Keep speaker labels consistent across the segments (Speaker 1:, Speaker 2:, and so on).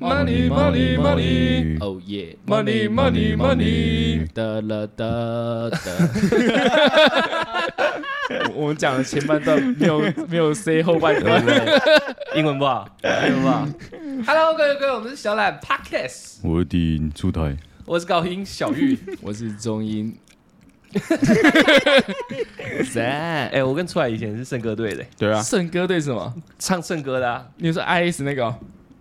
Speaker 1: Money, money, money,
Speaker 2: Oh yeah，
Speaker 1: money, money, money。
Speaker 2: 得了得得，
Speaker 1: 我们讲的前半段没有 没有 C 后半段。
Speaker 3: 英文不好，英文不好。
Speaker 1: Hello，各位各位，我们是小懒 Podcast，
Speaker 4: 我的出台，
Speaker 1: 我是高音小玉。
Speaker 2: 我是中 音。
Speaker 3: 哎、我跟出来以前是圣歌队的，
Speaker 4: 对啊，
Speaker 1: 圣歌队是什么？
Speaker 3: 唱圣歌的、啊，
Speaker 1: 你说 IS 那个哦？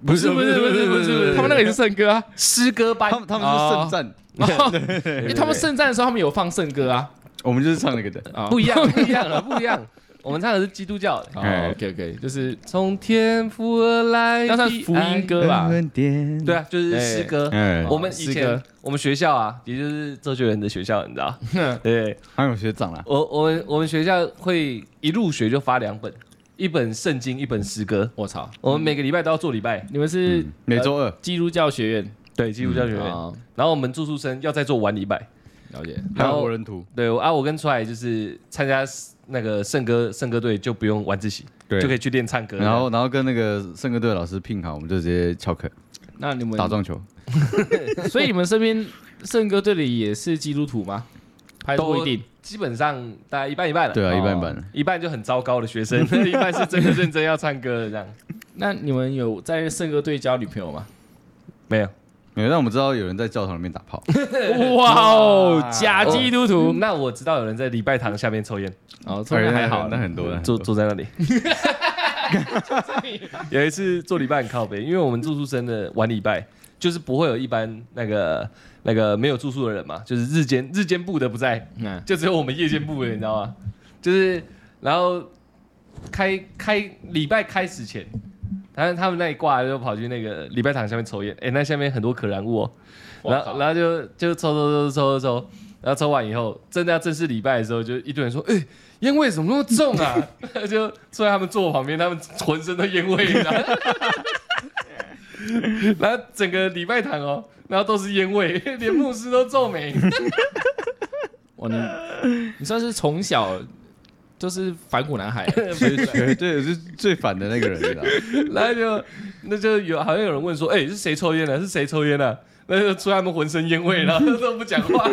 Speaker 4: 不是
Speaker 1: 不是不是不是不是，他们那个也是圣歌啊，
Speaker 3: 诗歌班
Speaker 4: 他们他们是圣战，
Speaker 1: 因为他们圣战的时候他们有放圣歌 啊，
Speaker 4: 我们就是唱那个的，
Speaker 1: 啊
Speaker 3: 不一样，不一样啊，不一样。我们唱的是基督教的，
Speaker 4: 哎
Speaker 2: OK OK，
Speaker 1: 哦就是
Speaker 3: 从天父而来，
Speaker 1: 那算福音。歌吧？
Speaker 4: 恩典，
Speaker 3: 对啊，就是诗歌。
Speaker 4: 哎，
Speaker 3: 我们以
Speaker 1: 诗
Speaker 3: 前
Speaker 1: 歌
Speaker 3: 我们学校啊，也就是周杰伦的学校，你知 道？对，
Speaker 4: 还有学长啦，
Speaker 3: 我我们我们学校会一入学就发两本，一本圣经，一本诗歌。
Speaker 2: 我操，
Speaker 3: 我们每个礼拜都要做礼拜，
Speaker 1: 你们是
Speaker 4: 嗯
Speaker 1: 呃
Speaker 4: 每周二
Speaker 2: 基督教学院
Speaker 3: 对基督教学院。
Speaker 4: 嗯
Speaker 1: 哦
Speaker 2: 啊，
Speaker 3: 然后我们住宿生要再做晚礼拜。
Speaker 2: 了解。
Speaker 4: 还
Speaker 3: 然
Speaker 4: 有
Speaker 3: 后
Speaker 4: 活人图，
Speaker 3: 对我啊，我跟出来就是参加那个圣歌圣歌队就不用晚自习，
Speaker 4: 对
Speaker 3: 就可以去练唱歌。
Speaker 4: 然后然后跟那个圣歌队的老师拼好，我们就直接翘课
Speaker 2: 那你们
Speaker 4: 打撞球，
Speaker 1: 所以你们身边圣歌队里也是基督徒吗？还是不一定？
Speaker 3: 基本上大概一半一半了。
Speaker 4: 对啊，
Speaker 2: 哦
Speaker 4: 一般般，
Speaker 3: 一半就很糟糕的学生， 一半是真的认真要唱歌的这样。
Speaker 1: 那你们有在圣歌队交女朋友吗？
Speaker 3: 没有，
Speaker 4: 没有，但我们知道有人在教堂里面打炮，
Speaker 1: 哇哦，假基督
Speaker 4: 嗯
Speaker 1: 徒！
Speaker 3: 那我知道有人在礼拜堂下面抽烟，
Speaker 1: 哦，这个还好
Speaker 4: 哎那，很 多的，
Speaker 3: 嗯坐坐在那里。有一次做礼拜很靠北，因为我们住宿生的晚礼拜就是不会有一般那个那个没有住宿的人嘛，就是日间日间部的不在，
Speaker 2: 嗯
Speaker 3: 就只有我们夜间部的，你知道吗？就是然后开开礼拜开始前，然后他们那一挂就跑去那个礼拜堂下面抽烟，哎、那下面很多可燃物哦、然后然后就就抽抽抽抽抽抽，然后抽完以后，正在正式礼拜的时候，就一堆人说，哎、烟味怎么那么重啊？ 就坐在他们坐我旁边，他们浑身都烟味，你知 道吗然后整个礼拜堂哦，然后都是烟味， 连牧师都皱眉。
Speaker 1: 哇，你哦你算是从小就是反骨男孩，
Speaker 4: 学学对是最反的那个人，你知道吗
Speaker 3: 然后就那就有好像有人问说，哎、是谁抽烟的？是谁抽烟的？那就出他们浑身烟 味，然后都不讲话。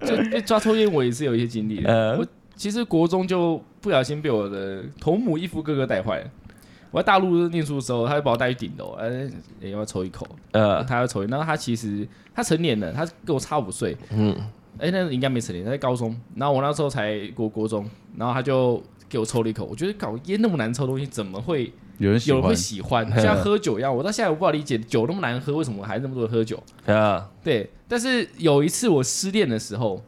Speaker 1: 就被抓抽烟，我也是有一些经历的。
Speaker 3: 呃
Speaker 1: 我其实国中就不小心被我的同母异父哥哥带坏了。我在大陆念书的时候，他就把我带去顶楼，哎、哎要不要抽一口？
Speaker 3: 呃，
Speaker 1: 他要抽烟，然后他其实他成年了，他跟我差五岁，
Speaker 3: 嗯，
Speaker 1: 哎、那应该没成年，他在高中，然后我那时候才国国中，然后他就给我抽了一口，我觉得搞烟那么难抽的东西，怎么会
Speaker 4: 有人喜
Speaker 1: 有人
Speaker 4: 欢
Speaker 1: 会，喜欢？ 就像喝酒一样，我到现在我无法理解酒那么难喝，为什么还那么多人喝酒？
Speaker 3: 啊，
Speaker 1: 对，但是有一次我失恋的时候，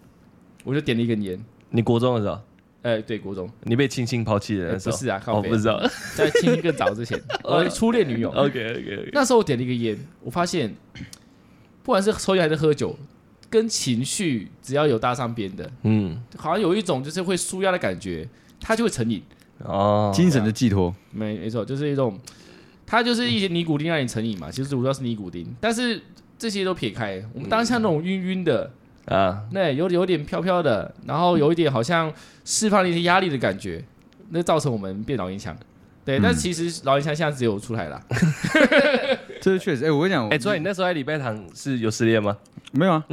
Speaker 1: 我就点了一根烟，
Speaker 3: 你国中的时候，
Speaker 1: 哎、对，国中
Speaker 3: 你被亲亲抛弃的
Speaker 1: 呃
Speaker 3: 那时
Speaker 1: 不
Speaker 3: 候，
Speaker 1: 是啊，
Speaker 3: 我、
Speaker 1: 靠北
Speaker 3: 不哦知道。
Speaker 1: 在亲更早 之前，我的初恋女友，
Speaker 3: OK OK
Speaker 1: 那时候我点了一个烟，我发现， 不管是抽烟还是喝酒，跟情绪只要有搭上边的，
Speaker 3: 嗯，
Speaker 1: 好像有一种就是会舒压的感觉，它就会成瘾。
Speaker 3: 哦，
Speaker 4: 精神的寄托，
Speaker 1: 没没错，就是一种，它就是一些尼古丁让你成瘾嘛。其实主要是尼古丁，但是这些都撇开，我们当下那种晕晕的，
Speaker 3: 啊，
Speaker 1: 那有有点飘飘的，然后有一点好像释放了一些压力的感觉，那造成我们变老烟枪。对，但其实老烟枪现在只有出来了，
Speaker 4: 这是确实。哎，我跟你讲，
Speaker 3: 哎、所以你那时候在礼拜堂是有失恋吗？
Speaker 4: 没有啊，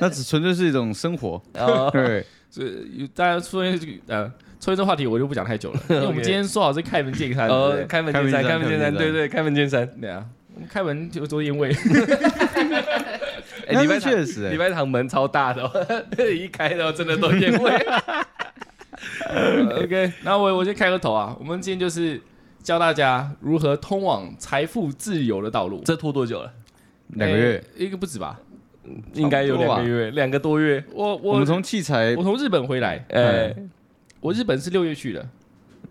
Speaker 4: 那只纯粹是一种生活，
Speaker 3: 哦，
Speaker 4: 对，
Speaker 1: 所以呃有大家出现这个呃，抽烟这话题我就不讲太久了，因为我们
Speaker 3: OK
Speaker 1: 今天说好是开门见山，对不
Speaker 3: 呃，
Speaker 1: 对
Speaker 3: 开门见山，开
Speaker 4: 开
Speaker 3: 门
Speaker 4: 门
Speaker 3: 见
Speaker 4: 见
Speaker 3: 山，
Speaker 4: 山
Speaker 3: 对对，开门见山。
Speaker 1: 对啊，我们开门就做烟味，
Speaker 3: 哎、
Speaker 4: 那
Speaker 3: 礼
Speaker 4: 是
Speaker 3: 拜堂
Speaker 4: 确实哎
Speaker 3: 礼拜堂门超大的、 哦，一开然后真的都烟味。
Speaker 4: 呃
Speaker 1: OK，那 我我先开个头啊，我们今天就是教大家如何通往财富自由的道路。
Speaker 3: 这拖多久了？
Speaker 4: 两个月。
Speaker 1: 诶一个不止吧？
Speaker 3: 应该有
Speaker 4: 差不多吧
Speaker 3: 两个月，两个多月。
Speaker 1: 我
Speaker 4: 我
Speaker 1: 我
Speaker 4: 们从器材
Speaker 1: 我，从日本回来，
Speaker 3: 哎、
Speaker 1: 我日本是六月去的，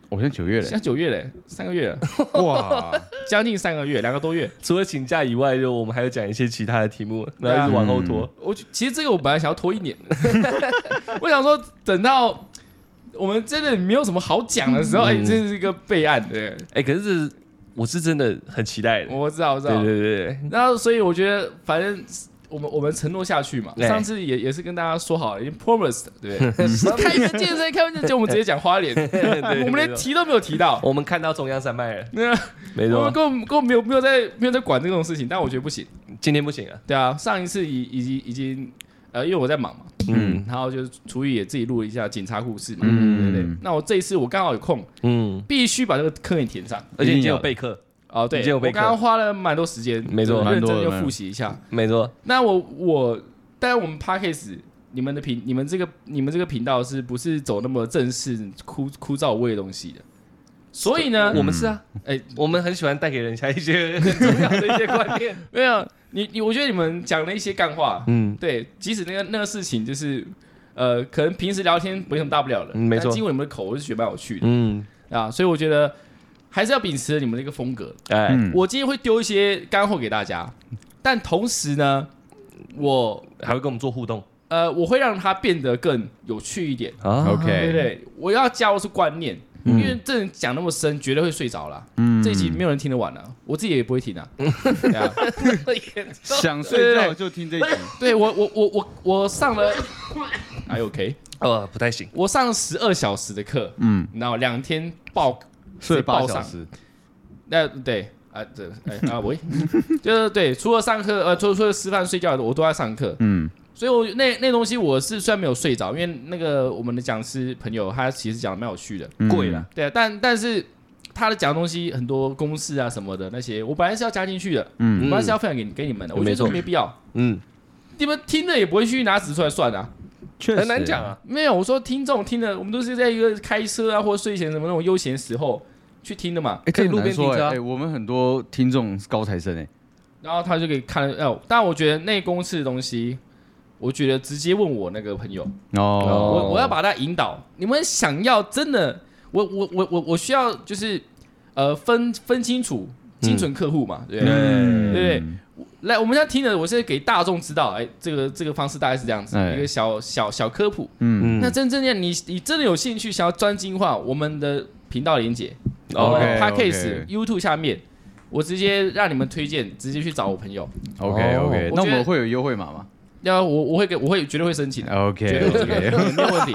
Speaker 4: 我现在九月
Speaker 1: 现在
Speaker 4: 了，
Speaker 1: 九月嘞，三个月了，
Speaker 4: 哇，
Speaker 1: 将近三个月，两个多月。
Speaker 3: 除了请假以外，就我们还有讲一些其他的题目，然后一直往后拖。
Speaker 1: 我就其实这个我本来想要拖一年， 我想说等到我们真的没有什么好讲的时候，哎、
Speaker 3: 嗯
Speaker 1: 这是一个备案。对，
Speaker 3: 哎、可是这我是真的很期待的。
Speaker 1: 我知道，我知道。
Speaker 3: 对对对，
Speaker 1: 然后所以我觉得，反正我们我们承诺下去嘛，
Speaker 3: 哎
Speaker 1: 上次也也是跟大家说好了，已经 promised，对不 对？开一个健身，开完健身，我们直接讲花莲，我们连提都没有提到。
Speaker 3: 我们看到中央山脉了，
Speaker 1: 那
Speaker 3: 没
Speaker 1: 我
Speaker 3: 错
Speaker 1: 们，根本根本没有没有在没有在管这种事情，但我觉得不行。
Speaker 3: 今天不行啊。
Speaker 1: 对啊，上一次已已经已经呃，因为我在忙嘛，
Speaker 3: 嗯
Speaker 1: 然后就是厨艺也自己录了一下警察故事嘛，对
Speaker 4: 嗯
Speaker 1: 不对？那我这一次我刚好有空，
Speaker 3: 嗯，
Speaker 1: 必须把这个坑给填上。
Speaker 3: 而且你
Speaker 4: 一定
Speaker 3: 今天有
Speaker 4: 要
Speaker 3: 备课，
Speaker 1: 哦，
Speaker 3: 你
Speaker 1: 对
Speaker 3: 今，天有
Speaker 1: 我
Speaker 3: 备
Speaker 1: 刚
Speaker 3: 课
Speaker 1: 刚花了蛮多时间，
Speaker 3: 没错
Speaker 1: 就是认真
Speaker 4: 蛮多
Speaker 1: 又
Speaker 4: 的
Speaker 1: 复习一下。
Speaker 3: 没错，
Speaker 1: 那我我，但我们 p a c k a g e 你们的频，你们这个你们这个频道是不是走那么正式、枯枯燥无味的东西的？所以呢，
Speaker 3: 我们是啊，
Speaker 1: 哎
Speaker 3: 我们很喜欢带给人家一些 很重要的一些观念。
Speaker 1: 没有你你，我觉得你们讲了一些干话，
Speaker 3: 嗯，
Speaker 1: 对，即使那个那个事情就是，呃，可能平时聊天没什么大不了的，
Speaker 3: 嗯没
Speaker 1: 但
Speaker 3: 错
Speaker 1: 经过你们的口，我是觉得蛮有趣的、
Speaker 3: 嗯，
Speaker 1: 啊，所以我觉得还是要秉持你们这个风格。
Speaker 3: 哎，
Speaker 4: 嗯，
Speaker 1: 我今天会丢一些干货给大家，但同时呢，我
Speaker 3: 还会跟我们做互动
Speaker 1: 呃我会让它变得更有趣一点，
Speaker 3: 啊
Speaker 4: OK
Speaker 1: 对不对？我要加入是观念，
Speaker 3: 嗯
Speaker 1: 因为这人讲那么深，绝对会睡着啦。
Speaker 4: 嗯
Speaker 1: 这一集没有人听得完啊，我自己也不会听啊。 对啊
Speaker 4: 想睡觉就听这一集，
Speaker 1: 对我我我我我上了，哎 OK，
Speaker 3: 呃，不太行，
Speaker 1: 我上十二小时的课，
Speaker 4: 嗯，
Speaker 1: 然后两天爆，
Speaker 4: 睡八
Speaker 1: 爆
Speaker 4: 小
Speaker 1: 上。
Speaker 4: 时，
Speaker 1: 那对啊，对，哎啊喂， 就是对，除了上课，呃，除除了吃饭睡觉，我都在上课，
Speaker 4: 嗯，
Speaker 1: 所以我那那东西我是虽然没有睡着，因为那个我们的讲师朋友他其实讲的蛮有趣的，
Speaker 4: 嗯
Speaker 3: 贵了，
Speaker 1: 对啊，但但是他的讲的东西很多公式啊什么的那些，我本来是要加进去的，我
Speaker 4: 嗯
Speaker 1: 本来是要分享给你给你们的，我觉
Speaker 3: 没
Speaker 1: 得
Speaker 3: 错
Speaker 1: 这没必要，
Speaker 3: 嗯，
Speaker 1: 你们听了也不会去拿纸出来算啊，
Speaker 4: 确实
Speaker 3: 很难讲，啊。
Speaker 1: 没有，我说听众听的，我们都是在一个开车啊或者睡前什么那种悠闲时候去听的嘛。
Speaker 4: 哎，
Speaker 3: 可以
Speaker 4: 这很
Speaker 3: 路
Speaker 4: 难
Speaker 3: 边
Speaker 4: 说
Speaker 3: 停车啊
Speaker 4: 哎，哎我们很多听众是高材生哎，
Speaker 1: 然后他就给看了，哦，但我觉得内公式的东西，我觉得直接问我那个朋友，
Speaker 4: 哦，
Speaker 1: 我我要把他引导。你们想要真的，我我我我我需要就是呃分分清楚精准客户嘛，对不对？
Speaker 4: 嗯
Speaker 1: 对来，我们现在听的，我是给大众知道，哎，这个这个方式大概是这样子，
Speaker 4: 哎
Speaker 1: 一个小小小科普。
Speaker 4: 嗯
Speaker 3: 嗯
Speaker 1: 那真正的你你真的有兴趣想要专精化，我们的频道连接 p
Speaker 4: OK，OK
Speaker 1: a c k a g e YouTube 下面。我直接让你们推荐，直接去找我朋友。
Speaker 4: ，OK
Speaker 1: 哦
Speaker 4: OK，
Speaker 1: 我
Speaker 4: 那
Speaker 1: 觉得
Speaker 4: 我们会有优惠码吗
Speaker 1: 要我我会给我会绝对会申请的。绝
Speaker 4: ？OK
Speaker 1: 对
Speaker 4: OK，
Speaker 1: 没有问题。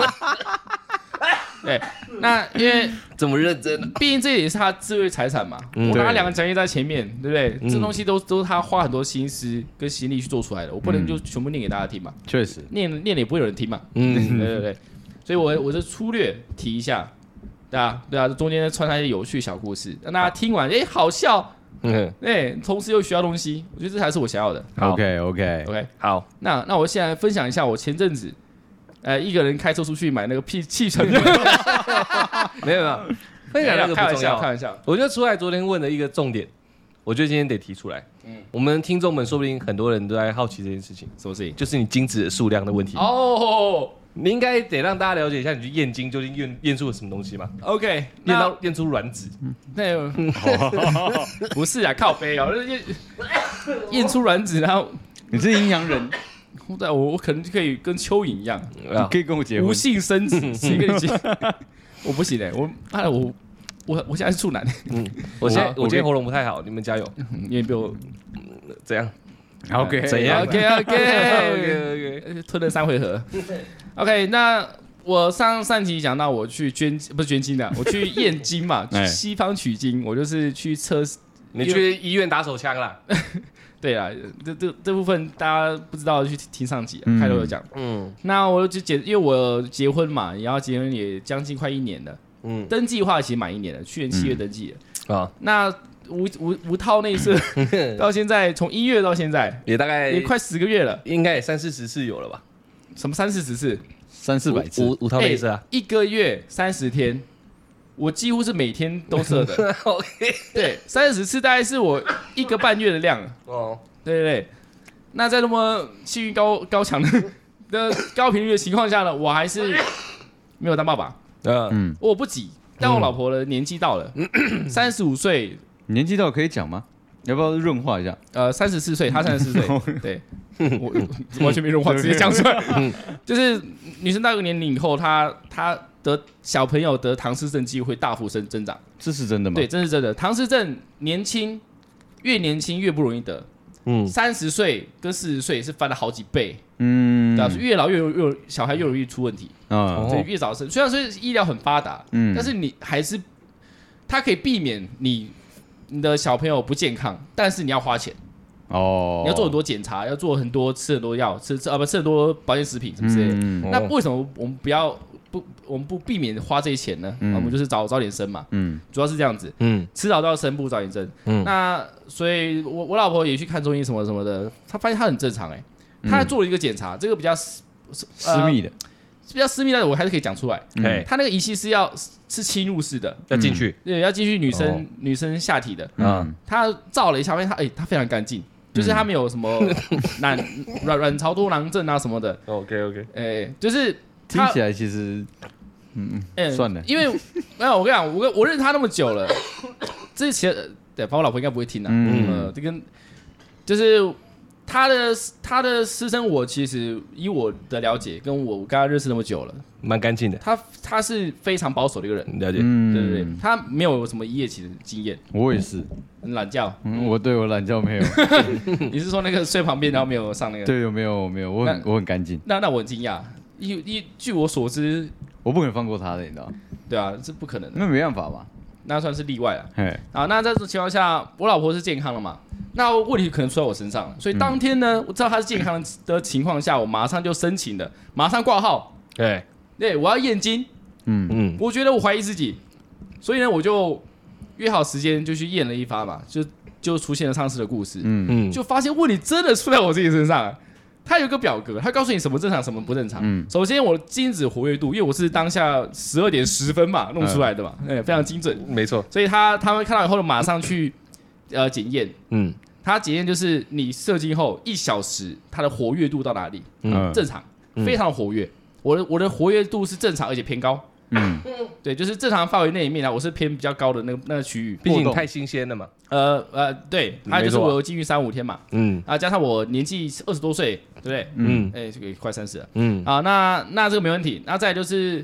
Speaker 1: 对，那因为
Speaker 3: 怎么认真啊？
Speaker 1: 毕竟这也是他智慧财产嘛，
Speaker 3: 嗯
Speaker 1: 我拿
Speaker 4: 对
Speaker 1: 两个讲义在前面，对不对？
Speaker 3: 嗯
Speaker 1: 这东西都都是他花很多心思跟心力去做出来的，我不能
Speaker 4: 嗯
Speaker 1: 就全部念给大家听嘛，
Speaker 4: 确实，
Speaker 1: 念念了也不会有人听嘛， 对
Speaker 3: 嗯，
Speaker 1: 对对。所以我我就粗略提一下，对啊对啊，中间穿插一些有趣小故事，让大家听完，哎，好笑，
Speaker 3: 嗯，
Speaker 1: 哎，同时又学到东西，我觉得这才是我想要的。
Speaker 3: 好
Speaker 4: OK OK，
Speaker 1: OK，
Speaker 3: 好，
Speaker 1: 那那我现在分享一下我前阵子，呃，一个人开车出去买那个屁汽 车。
Speaker 3: 没有没有，分享那个
Speaker 1: 开
Speaker 3: 不
Speaker 1: 玩
Speaker 3: 重
Speaker 1: 笑，开
Speaker 3: 要。
Speaker 1: 玩笑。
Speaker 3: 我觉得出来昨天问的一个重点，我觉得今天得提出来。嗯，我们听众们说不定很多人都在好奇这件事情，
Speaker 1: 什么事情？
Speaker 3: 就是你精子的数量的问题。
Speaker 1: 哦、
Speaker 3: 你应该得让大家了解一下，你去验精究竟验验出了什么东西嘛？
Speaker 1: o k
Speaker 3: 验
Speaker 1: 那
Speaker 3: 到验出卵子，
Speaker 1: 那 不是啊，靠背哦，验 验出卵子，然后
Speaker 4: 你是阴阳人，
Speaker 1: 我我可能就可以跟蚯蚓一样，
Speaker 4: 你
Speaker 3: 啊
Speaker 4: 可以跟我结
Speaker 1: 啊无
Speaker 4: 婚，
Speaker 1: 性生子， 谁跟你结？ 我不行哎、我妈的我我我现在是处男，
Speaker 3: 嗯我现在
Speaker 4: 我
Speaker 3: 我今天喉咙不太好，你们加 油。
Speaker 1: 你也被我哎
Speaker 3: 怎样？
Speaker 4: OK，
Speaker 3: 怎样
Speaker 1: OK OK，
Speaker 3: OK，
Speaker 1: 呃吞了三回合。OK，那我上上集讲到我去捐不是捐精 的，我去验精嘛，去
Speaker 4: 哎
Speaker 1: 西方取经，我就是去测试
Speaker 3: 你去医院打手枪啦。
Speaker 1: 对啊，这这这部分大家不知道去听上集、啊，
Speaker 4: 嗯
Speaker 1: 开头有讲。
Speaker 3: 嗯
Speaker 1: 那我就结，因为我结婚嘛，然后结婚也将近快一年了，
Speaker 3: 嗯
Speaker 1: 登记的话其实满一年了，去年七
Speaker 4: 嗯
Speaker 1: 月登记的。
Speaker 3: 啊，
Speaker 1: 那无无无套内射到现在，从一月到现在
Speaker 3: 也大概
Speaker 1: 也快十个月了，
Speaker 3: 应该也三四十次有了吧？
Speaker 1: 什么三四十次，
Speaker 4: 三四百次，
Speaker 3: 五五套
Speaker 1: 哎
Speaker 3: 内射 啊。
Speaker 1: 一个月三十天。我几乎是每天都射 的，
Speaker 3: OK，
Speaker 1: 对，三十次大概是我一个半月的量，
Speaker 3: 哦，
Speaker 1: 对对对，那在那么幸运高高强的的高频率的情况下呢，我还是没有当爸爸，
Speaker 3: 嗯，
Speaker 4: 嗯，
Speaker 1: 我不急。但我老婆的年纪到了，三十五岁，
Speaker 4: 你年纪到可以讲吗？要不要润化一下？
Speaker 1: 呃，三十四岁，她三十四 岁，对，我我完全没融化，直接讲出来，就是女生到一个年龄以后，她她得小朋友得唐氏症机会大幅增增长，
Speaker 4: 这是真的吗？
Speaker 1: 对，，真是真的，唐氏症年轻越年轻越不容易得，
Speaker 3: 嗯，
Speaker 1: 三十岁跟四十岁是翻了好几倍，
Speaker 4: 嗯，
Speaker 1: 对啊，所以越老越容越小孩越容易出问题，
Speaker 4: 啊，
Speaker 3: 哦
Speaker 1: 所以越早生。虽然说医疗很发达，
Speaker 4: 嗯，
Speaker 1: 但是你还是它可以避免你你的小朋友不健康，但是你要花钱，
Speaker 4: 哦，
Speaker 1: 你要做很多检查，要做很多吃很多药，吃吃啊不吃很多保健食品什么之类的。
Speaker 4: 嗯
Speaker 1: 那
Speaker 3: 哦
Speaker 1: 为什么我们不要不我们不避免花这些钱呢？
Speaker 4: 嗯
Speaker 1: 啊我们就是早早点生嘛，
Speaker 4: 嗯
Speaker 1: 主要是这样子，
Speaker 3: 嗯
Speaker 1: 迟早都要生，不如早点生。
Speaker 3: 嗯
Speaker 1: 那所以我我老婆也去看中医什么什么的，她发现她很正常哎、她还做了一个检查，这个比较私
Speaker 4: 私密的，
Speaker 1: 比较私密，但是我还是可以讲出来。
Speaker 4: 嗯
Speaker 3: 哎，
Speaker 1: 她那个仪器是要是侵入式的，
Speaker 3: 要进去，
Speaker 1: 对，要进去女生、
Speaker 3: 哦
Speaker 1: 女生下体的。
Speaker 4: 嗯
Speaker 1: 她照了一下，发现她哎、她非常干净，就是她没有什 么卵卵卵巢多囊症啊什么的，
Speaker 3: OK OK，
Speaker 1: 哎、就是
Speaker 4: 听
Speaker 1: 她
Speaker 4: 起来其实，嗯，
Speaker 1: 嗯，
Speaker 4: 算了
Speaker 1: 因为没有我跟你讲，我跟我认识他那么久了，之前呃对，反正我老婆应该不会听的、啊，
Speaker 4: 嗯
Speaker 1: 呃，这跟就是他的他的私生活，其实以我的了解，跟我跟他认识那么久了，
Speaker 3: 蛮干净的，
Speaker 1: 他他是非常保守的一个人，
Speaker 3: 了解。
Speaker 4: 嗯，
Speaker 1: 对对对，他没有什么一夜情的经验，
Speaker 4: 我也是，
Speaker 1: 很懒 觉。
Speaker 4: 嗯，我对我懒觉没有，
Speaker 1: 你是说那个睡旁边，然后没有上那个？
Speaker 4: 对，我没有，我没有，我很我很干净，
Speaker 1: 那那我很惊讶，因因据我所知，
Speaker 4: 我不可能放过他的，你知道吗，
Speaker 1: 对啊，这不可能的，
Speaker 4: 那没办法嘛，
Speaker 1: 那算是例外啊。
Speaker 4: 嘿，
Speaker 1: 啊，那在这种情况下，我老婆是健康的嘛？那问题可能出在我身上了，所以当天呢，我知道她是健康的情况下，我马上就申请了，马上挂号，
Speaker 3: 对，
Speaker 1: 对，我要验金，
Speaker 4: 嗯
Speaker 3: 嗯
Speaker 1: 我觉得我怀疑自己，所以呢，我就约好时间就去验了一发嘛，就就出现了上次的故事，
Speaker 4: 嗯
Speaker 3: 嗯，
Speaker 1: 就发现问题真的出在我自己身上啊。它有一个表格，它告诉你什么正常，什么不正常。
Speaker 4: 嗯
Speaker 1: 首先我精子活跃度，因为我是当下十二点十分
Speaker 3: 嗯
Speaker 1: 嘛弄出来的嘛，哎、非常精准。
Speaker 3: 没错，
Speaker 1: 所以他他们看到以后马上去呃检验，
Speaker 3: 嗯
Speaker 1: 他检验就是你射精后一小时，它的活跃度到哪里？
Speaker 4: 嗯
Speaker 1: 正常，
Speaker 3: 嗯
Speaker 1: 非常活跃。我的我的活跃度是正常而且偏高，
Speaker 4: 嗯，
Speaker 1: 对，就是正常范围内里面呢，我是偏比较高的那个那个区域。
Speaker 3: 毕竟
Speaker 4: 过
Speaker 3: 你
Speaker 4: 动
Speaker 3: 太新鲜了嘛，
Speaker 1: 呃呃，对，还有就是
Speaker 3: 没错啊
Speaker 1: 我有禁欲三五天嘛，
Speaker 3: 嗯
Speaker 1: 啊，加上我年纪二十多岁，对不对？
Speaker 3: 嗯
Speaker 1: 哎，这个也快三十了
Speaker 3: 嗯
Speaker 1: 啊，那那这个没问题。那再来就是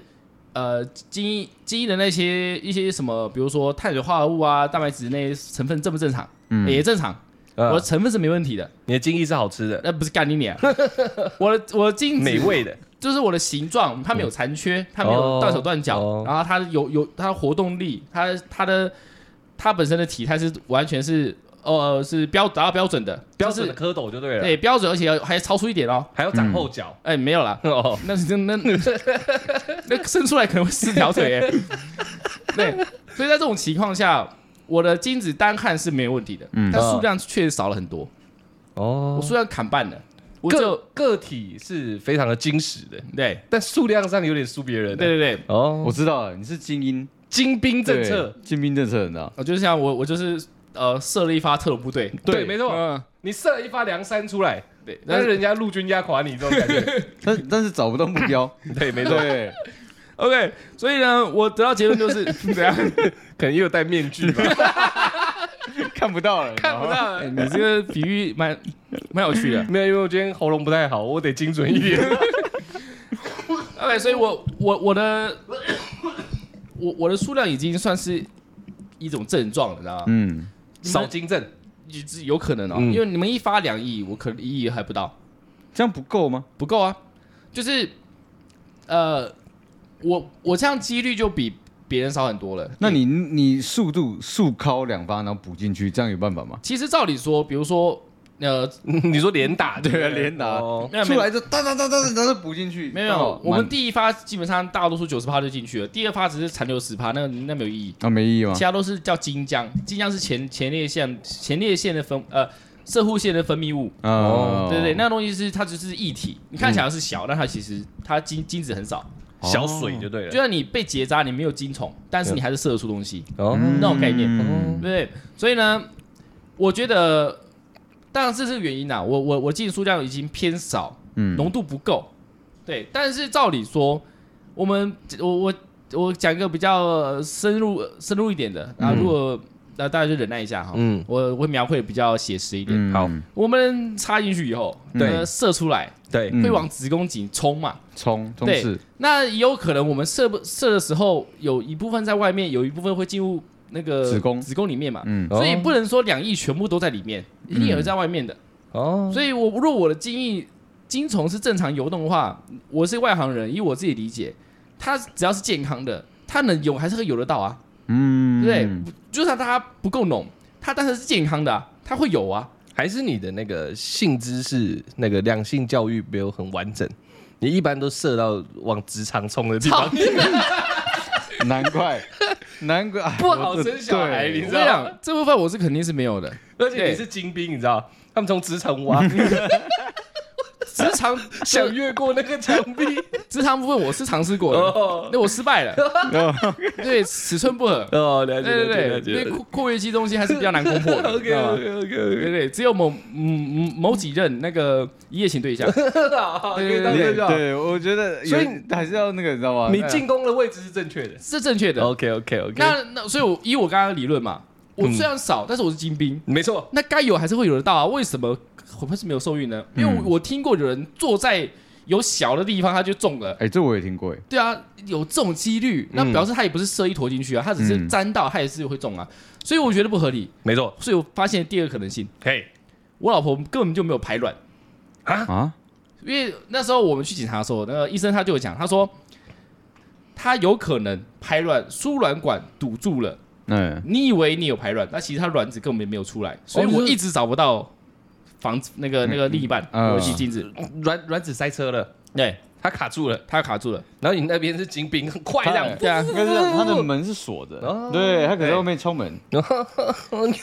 Speaker 1: 呃，基因基因的那些一些什么，比如说碳水化合物啊、蛋白质那些成分正不正常？
Speaker 4: 嗯
Speaker 1: 也正常，
Speaker 3: 啊
Speaker 1: 我的成分是没问题的，
Speaker 3: 你的精液是好吃的，
Speaker 1: 那不是干你脸，啊 我的我的精
Speaker 3: 美
Speaker 1: 子
Speaker 3: 味的，
Speaker 1: 就是我的形状，它没有残缺，它没有
Speaker 3: 哦
Speaker 1: 断手断脚，
Speaker 3: 哦
Speaker 1: 然后它有有它的活动力，它它的它本身的体态是完全是呃是标达到标准的，
Speaker 3: 标准的
Speaker 1: 就是
Speaker 3: 蝌蚪就对了，
Speaker 1: 对啊标准，而且还超出一点哦，
Speaker 3: 还要长后脚
Speaker 1: 哎没有啦，
Speaker 3: 哦，
Speaker 1: 那是那 那那生出来可能会四条腿、欸， 对，所以在这种情况下，我的精子单看是没有问题的，
Speaker 4: 嗯
Speaker 1: 但数量确实少了很多，我
Speaker 3: 哦，
Speaker 1: 数量砍半了，我
Speaker 3: 个
Speaker 1: 就
Speaker 3: 个体是非常的精实的，
Speaker 1: 对
Speaker 3: 但数量上有点输别人
Speaker 1: 对
Speaker 3: 的
Speaker 1: 对对，
Speaker 4: 我
Speaker 3: 哦。
Speaker 4: 知道了，你是精英
Speaker 3: 精兵政
Speaker 4: 对
Speaker 3: 策，
Speaker 4: 精兵政策，你知道，
Speaker 1: 我就是像我我就是呃设了一发特种部队，
Speaker 3: 对，没错，
Speaker 1: 嗯，
Speaker 3: 你射了一发梁山出来，
Speaker 1: 对，但
Speaker 3: 但是
Speaker 1: 是
Speaker 3: 人家陆军压垮你这种感觉，
Speaker 4: 但但是找不到目标，
Speaker 3: 对，没错，
Speaker 4: 对，
Speaker 1: OK，所以呢，我得到结论就是 啊怎样？
Speaker 3: 可能又戴面具吧，
Speaker 4: 看不到了，
Speaker 3: 看不到
Speaker 1: 哎。你这个比喻蛮蛮有趣的。
Speaker 3: 没有，因为我今天喉咙不太好，我得精准一点。
Speaker 1: OK，所以我我我的我我的数量已经算是一种症状了，你知道吗？
Speaker 4: 嗯，
Speaker 3: 少精症，
Speaker 1: 有有可能哦、
Speaker 3: 嗯
Speaker 1: 因为你们一发两亿，我可能一亿还不到，
Speaker 4: 这样不够吗？
Speaker 1: 不够啊。就是呃，我我这样几率就比别人少很多了。
Speaker 4: 那你你速度速敲两发，然后补进去，这样有办法吗？
Speaker 1: 其实照理说，比如说呃，
Speaker 3: 你说连打对不对
Speaker 4: 对连打
Speaker 3: 哦
Speaker 1: 那没
Speaker 4: 出来就哒哒哒哒哒哒补进去，
Speaker 1: 没
Speaker 4: 刚
Speaker 1: 有
Speaker 4: 好，
Speaker 1: 我们
Speaker 4: 满
Speaker 1: 第一发基本上大多数九十趴就进去了，第二发只是残留十趴，那个那没有意义。
Speaker 4: 啊没意义吗
Speaker 1: 其？他都是叫金浆，金浆是前前列腺前列腺的分呃射护腺的分泌物，
Speaker 4: 啊，
Speaker 1: 对对对，那东西是它就是液体，你看起来是小，但它其实它精精子很少，
Speaker 3: 小水就对
Speaker 1: 就
Speaker 3: 了。
Speaker 1: 像你被结扎，你没有精虫，但是你还是射得出东西，
Speaker 3: 哦
Speaker 4: 嗯
Speaker 1: 那种概念对
Speaker 4: 嗯
Speaker 1: 不对？所以呢，我觉得当然这是原因啦，啊我我我进数量已经偏少，
Speaker 4: 嗯
Speaker 1: 浓度不够。对，但是照理说，我们我我我讲一个比较呃深入呃深入一点的
Speaker 4: 嗯
Speaker 1: 啊，如果那、大家就忍耐一下哈。
Speaker 3: 嗯，
Speaker 1: 我我会描绘得比较写实一点。
Speaker 4: 嗯
Speaker 3: 好
Speaker 1: 我们插进去以后，
Speaker 4: 对
Speaker 1: 呃射出来
Speaker 3: 对，
Speaker 4: 嗯
Speaker 1: 会往子宫颈冲嘛？
Speaker 4: 冲冲
Speaker 1: 对
Speaker 4: 刺，
Speaker 1: 那也有可能我们射不射的时候，有一部分在外面，有一部分会进入那个
Speaker 4: 子宫
Speaker 1: 子宫里面嘛。
Speaker 4: 嗯
Speaker 1: 所以
Speaker 3: 哦
Speaker 1: 不能说两亿全部都在里面，一定有人在外面的。
Speaker 3: 哦，
Speaker 1: 所以我如果我的精益精虫是正常游动的话，我是外行人，以我自己理解，它只要是健康的，它能游还是会游得到啊，
Speaker 4: 嗯，
Speaker 1: 对不对？就算它不够浓，它但是是健康的、啊，它会有啊。
Speaker 3: 还是你的那个性知识，那个两性教育没有很完整，你一般都射到往职场冲的地方，
Speaker 4: 难怪，难怪
Speaker 3: 不好生小孩，你
Speaker 1: 我
Speaker 3: 知
Speaker 1: 跟你
Speaker 3: 道？
Speaker 1: 啊讲，这部分我是肯定是没有的。
Speaker 3: 而且你是精兵，你知道？他们从职场挖，
Speaker 1: 职场
Speaker 3: 想 越过那个墙壁，
Speaker 1: 职场部分我是尝试过的，
Speaker 3: 哦
Speaker 1: 那我失败了，
Speaker 4: 哦
Speaker 1: 对，尺寸不合。
Speaker 3: 哦，
Speaker 1: 对
Speaker 3: 了解了解
Speaker 1: 对
Speaker 3: 了
Speaker 1: 对，
Speaker 3: 解
Speaker 1: 对。括括约肌东西还是比较难攻 破的，你
Speaker 3: OK
Speaker 1: 知道吗
Speaker 3: OK OK
Speaker 1: 对对对，只有某嗯嗯某几任那个一夜情对 象，对对
Speaker 3: 当
Speaker 1: 对
Speaker 3: 这
Speaker 4: 对
Speaker 3: 就好
Speaker 4: 对，我觉得有
Speaker 3: 所以
Speaker 4: 还是要那个，你知道吗？
Speaker 3: 你进攻的位置是正确的。
Speaker 1: 是正确的。
Speaker 3: OK OK OK，
Speaker 1: 那那所以我，以我刚刚的理论嘛，我
Speaker 3: 嗯
Speaker 1: 虽然少，但是我是精兵，
Speaker 3: 没错，
Speaker 1: 那该有还是会有得到啊。为什么我们是没有受孕呢？因为
Speaker 3: 嗯
Speaker 1: 我我听过有人坐在有小的地方他就中了。
Speaker 4: 哎，这我也听过，哎，
Speaker 1: 对啊，有这种几率，那
Speaker 3: 嗯
Speaker 1: 表示他也不是射一坨进去啊，他只是
Speaker 4: 嗯
Speaker 1: 沾到，他也是会中啊，所以我觉得不合理。
Speaker 3: 没错，
Speaker 1: 所以我发现第二个可能性，
Speaker 3: 嘿，
Speaker 1: 我老婆根本就没有排卵，
Speaker 4: 啊，
Speaker 1: 因为那时候我们去检查的时候，那个医生他就有讲，他说他有可能排卵输卵管堵住了，
Speaker 4: 嗯，
Speaker 1: 你以为你有排卵，但其实他卵子根本没有出来，所以
Speaker 3: 哦
Speaker 1: 我
Speaker 3: 就是
Speaker 1: 一直找不到房子那个那个另一半，
Speaker 4: 嗯
Speaker 1: 我去镜子，
Speaker 3: 卵卵子塞车了，
Speaker 1: 对
Speaker 3: 它卡住了，
Speaker 1: 他卡住 了，
Speaker 3: 然后你那边是精兵，很快这样，
Speaker 1: 对啊，
Speaker 4: 但是他的门是锁的
Speaker 3: 哦，
Speaker 4: 对他可能在外面敲门，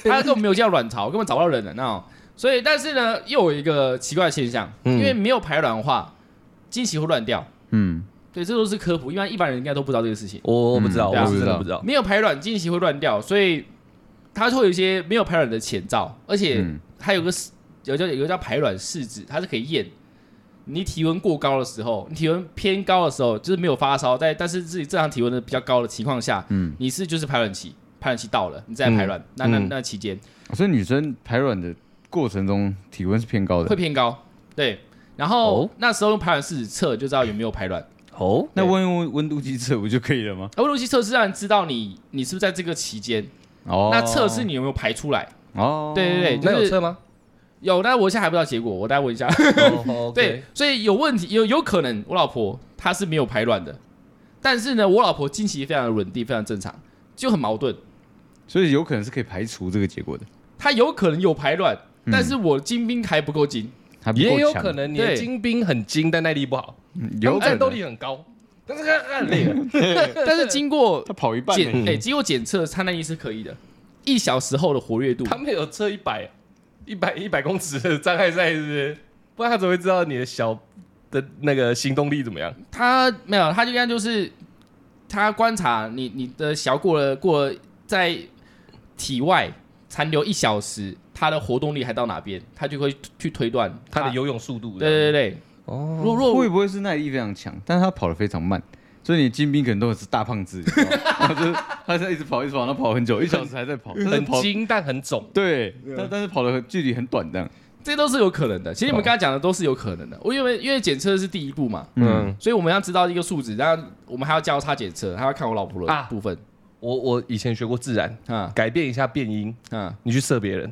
Speaker 1: 他根本没有叫卵巢，根本找不到人了那种。所以，但是呢，又有一个奇怪的现象，
Speaker 3: 嗯
Speaker 1: 因为没有排卵的话，经期会乱掉。
Speaker 4: 嗯，
Speaker 1: 对，这都是科普，一般一般人应该都不知道这个事情。
Speaker 3: 我我不知
Speaker 4: 嗯
Speaker 3: 道，哦我
Speaker 1: 对啊
Speaker 3: 真的不知道，
Speaker 1: 没有排卵，经期会乱掉，所以它会有一些没有排卵的前兆，而且
Speaker 4: 嗯
Speaker 1: 还有个试有叫有个叫排卵试纸，它是可以验。你体温过高的时候，你体温偏高的时候，就是没有发烧，但但是自己正常体温的比较高的情况下，
Speaker 4: 嗯
Speaker 1: 你是就是排卵期，排卵期到了，你再
Speaker 3: 嗯
Speaker 1: 排卵，那那那期间
Speaker 4: 所以女生排卵的过程中体温是偏高
Speaker 1: 会
Speaker 4: 的，
Speaker 1: 偏高，对。然后、
Speaker 3: 哦
Speaker 1: 那时候用排卵试纸测就知道有没有排卵。啊
Speaker 3: 哦，
Speaker 4: 那温用温度计测不就可以了吗？
Speaker 1: 而温度计测是让你知道你你是不是在这个期间，
Speaker 4: 哦
Speaker 1: 那测试你有没有排出来。
Speaker 4: 哦，
Speaker 1: 对对对，
Speaker 3: 那
Speaker 1: 就是
Speaker 3: 有测 吗？
Speaker 1: 有，但我现在还不知道结果，我待问一下。
Speaker 3: 哦，
Speaker 1: 对，所以有问题，有有可能我老婆她是没有排卵的，但是呢，我老婆经期非常的稳定，非常正常，就很矛盾。
Speaker 4: 所以有可能是可以排除这个结果的，
Speaker 1: 她有可能有排卵，
Speaker 4: 嗯
Speaker 1: 但是我精兵还不够精，
Speaker 4: 还不够
Speaker 3: 也有
Speaker 4: 强
Speaker 3: 可，能你的
Speaker 1: 对
Speaker 3: 精兵很精，但耐力不好，
Speaker 4: 嗯有
Speaker 3: 他们
Speaker 4: 可
Speaker 3: 战斗
Speaker 4: 能
Speaker 3: 力很高，但是他他很累了。
Speaker 1: 但是经过
Speaker 4: 他跑一 半
Speaker 1: 检
Speaker 4: 呢，
Speaker 1: 哎、经过检测，参那医是可以的，一小时后的活跃度
Speaker 3: 他。们有测一百一百一百公尺的障碍赛，是不是？不然他怎么会知道你的小的那个行动力怎么样？
Speaker 1: 他没有，他就应该就是他观察你你的小过了过了在体外残留一小时，他的活动力还到哪边，他就会去推断
Speaker 3: 他的游泳速度？
Speaker 1: 对对对对，
Speaker 3: 哦，
Speaker 1: 如若
Speaker 4: 会不会是耐力非常强，但是他跑得非常慢，所以你精兵可能都是大胖子，你知道吗然后就是他在一直跑，一直跑，他跑很久，一小时还在跑，但是
Speaker 3: 很
Speaker 4: 跑
Speaker 3: 精但很肿。
Speaker 4: 对，但但是跑的距离很短这样，
Speaker 1: 这都是有可能的。其实你们刚才讲的都是有可能的。我因为因为检测是第一步嘛，
Speaker 4: 嗯，
Speaker 1: 所以我们要知道一个数值，然后我们还要交叉检测，还要看我老婆
Speaker 3: 啊
Speaker 1: 的部分
Speaker 3: 我我以前学过自然，
Speaker 1: 啊
Speaker 3: 改变一下变音，
Speaker 1: 啊。
Speaker 3: 你去射别人，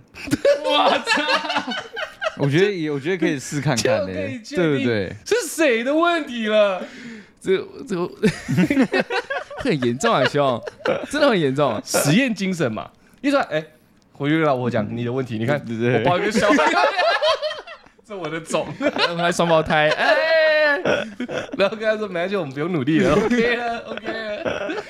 Speaker 4: 我觉得也我觉得可以试看看
Speaker 3: 就
Speaker 4: 的、
Speaker 3: 可以确定
Speaker 4: 对不对？
Speaker 3: 是谁的问题了？
Speaker 1: 这这个 很严重啊，兄，真的很严重啊。
Speaker 3: 实验精神嘛。一说，哎、回去让我讲你的问题，你看
Speaker 4: 对对
Speaker 3: 我抱一个小孩， 这我的 种，
Speaker 1: 我们还双胞胎，哎、
Speaker 3: 然后跟他说没关系，我们不用努力 了，OK 了，OK 了。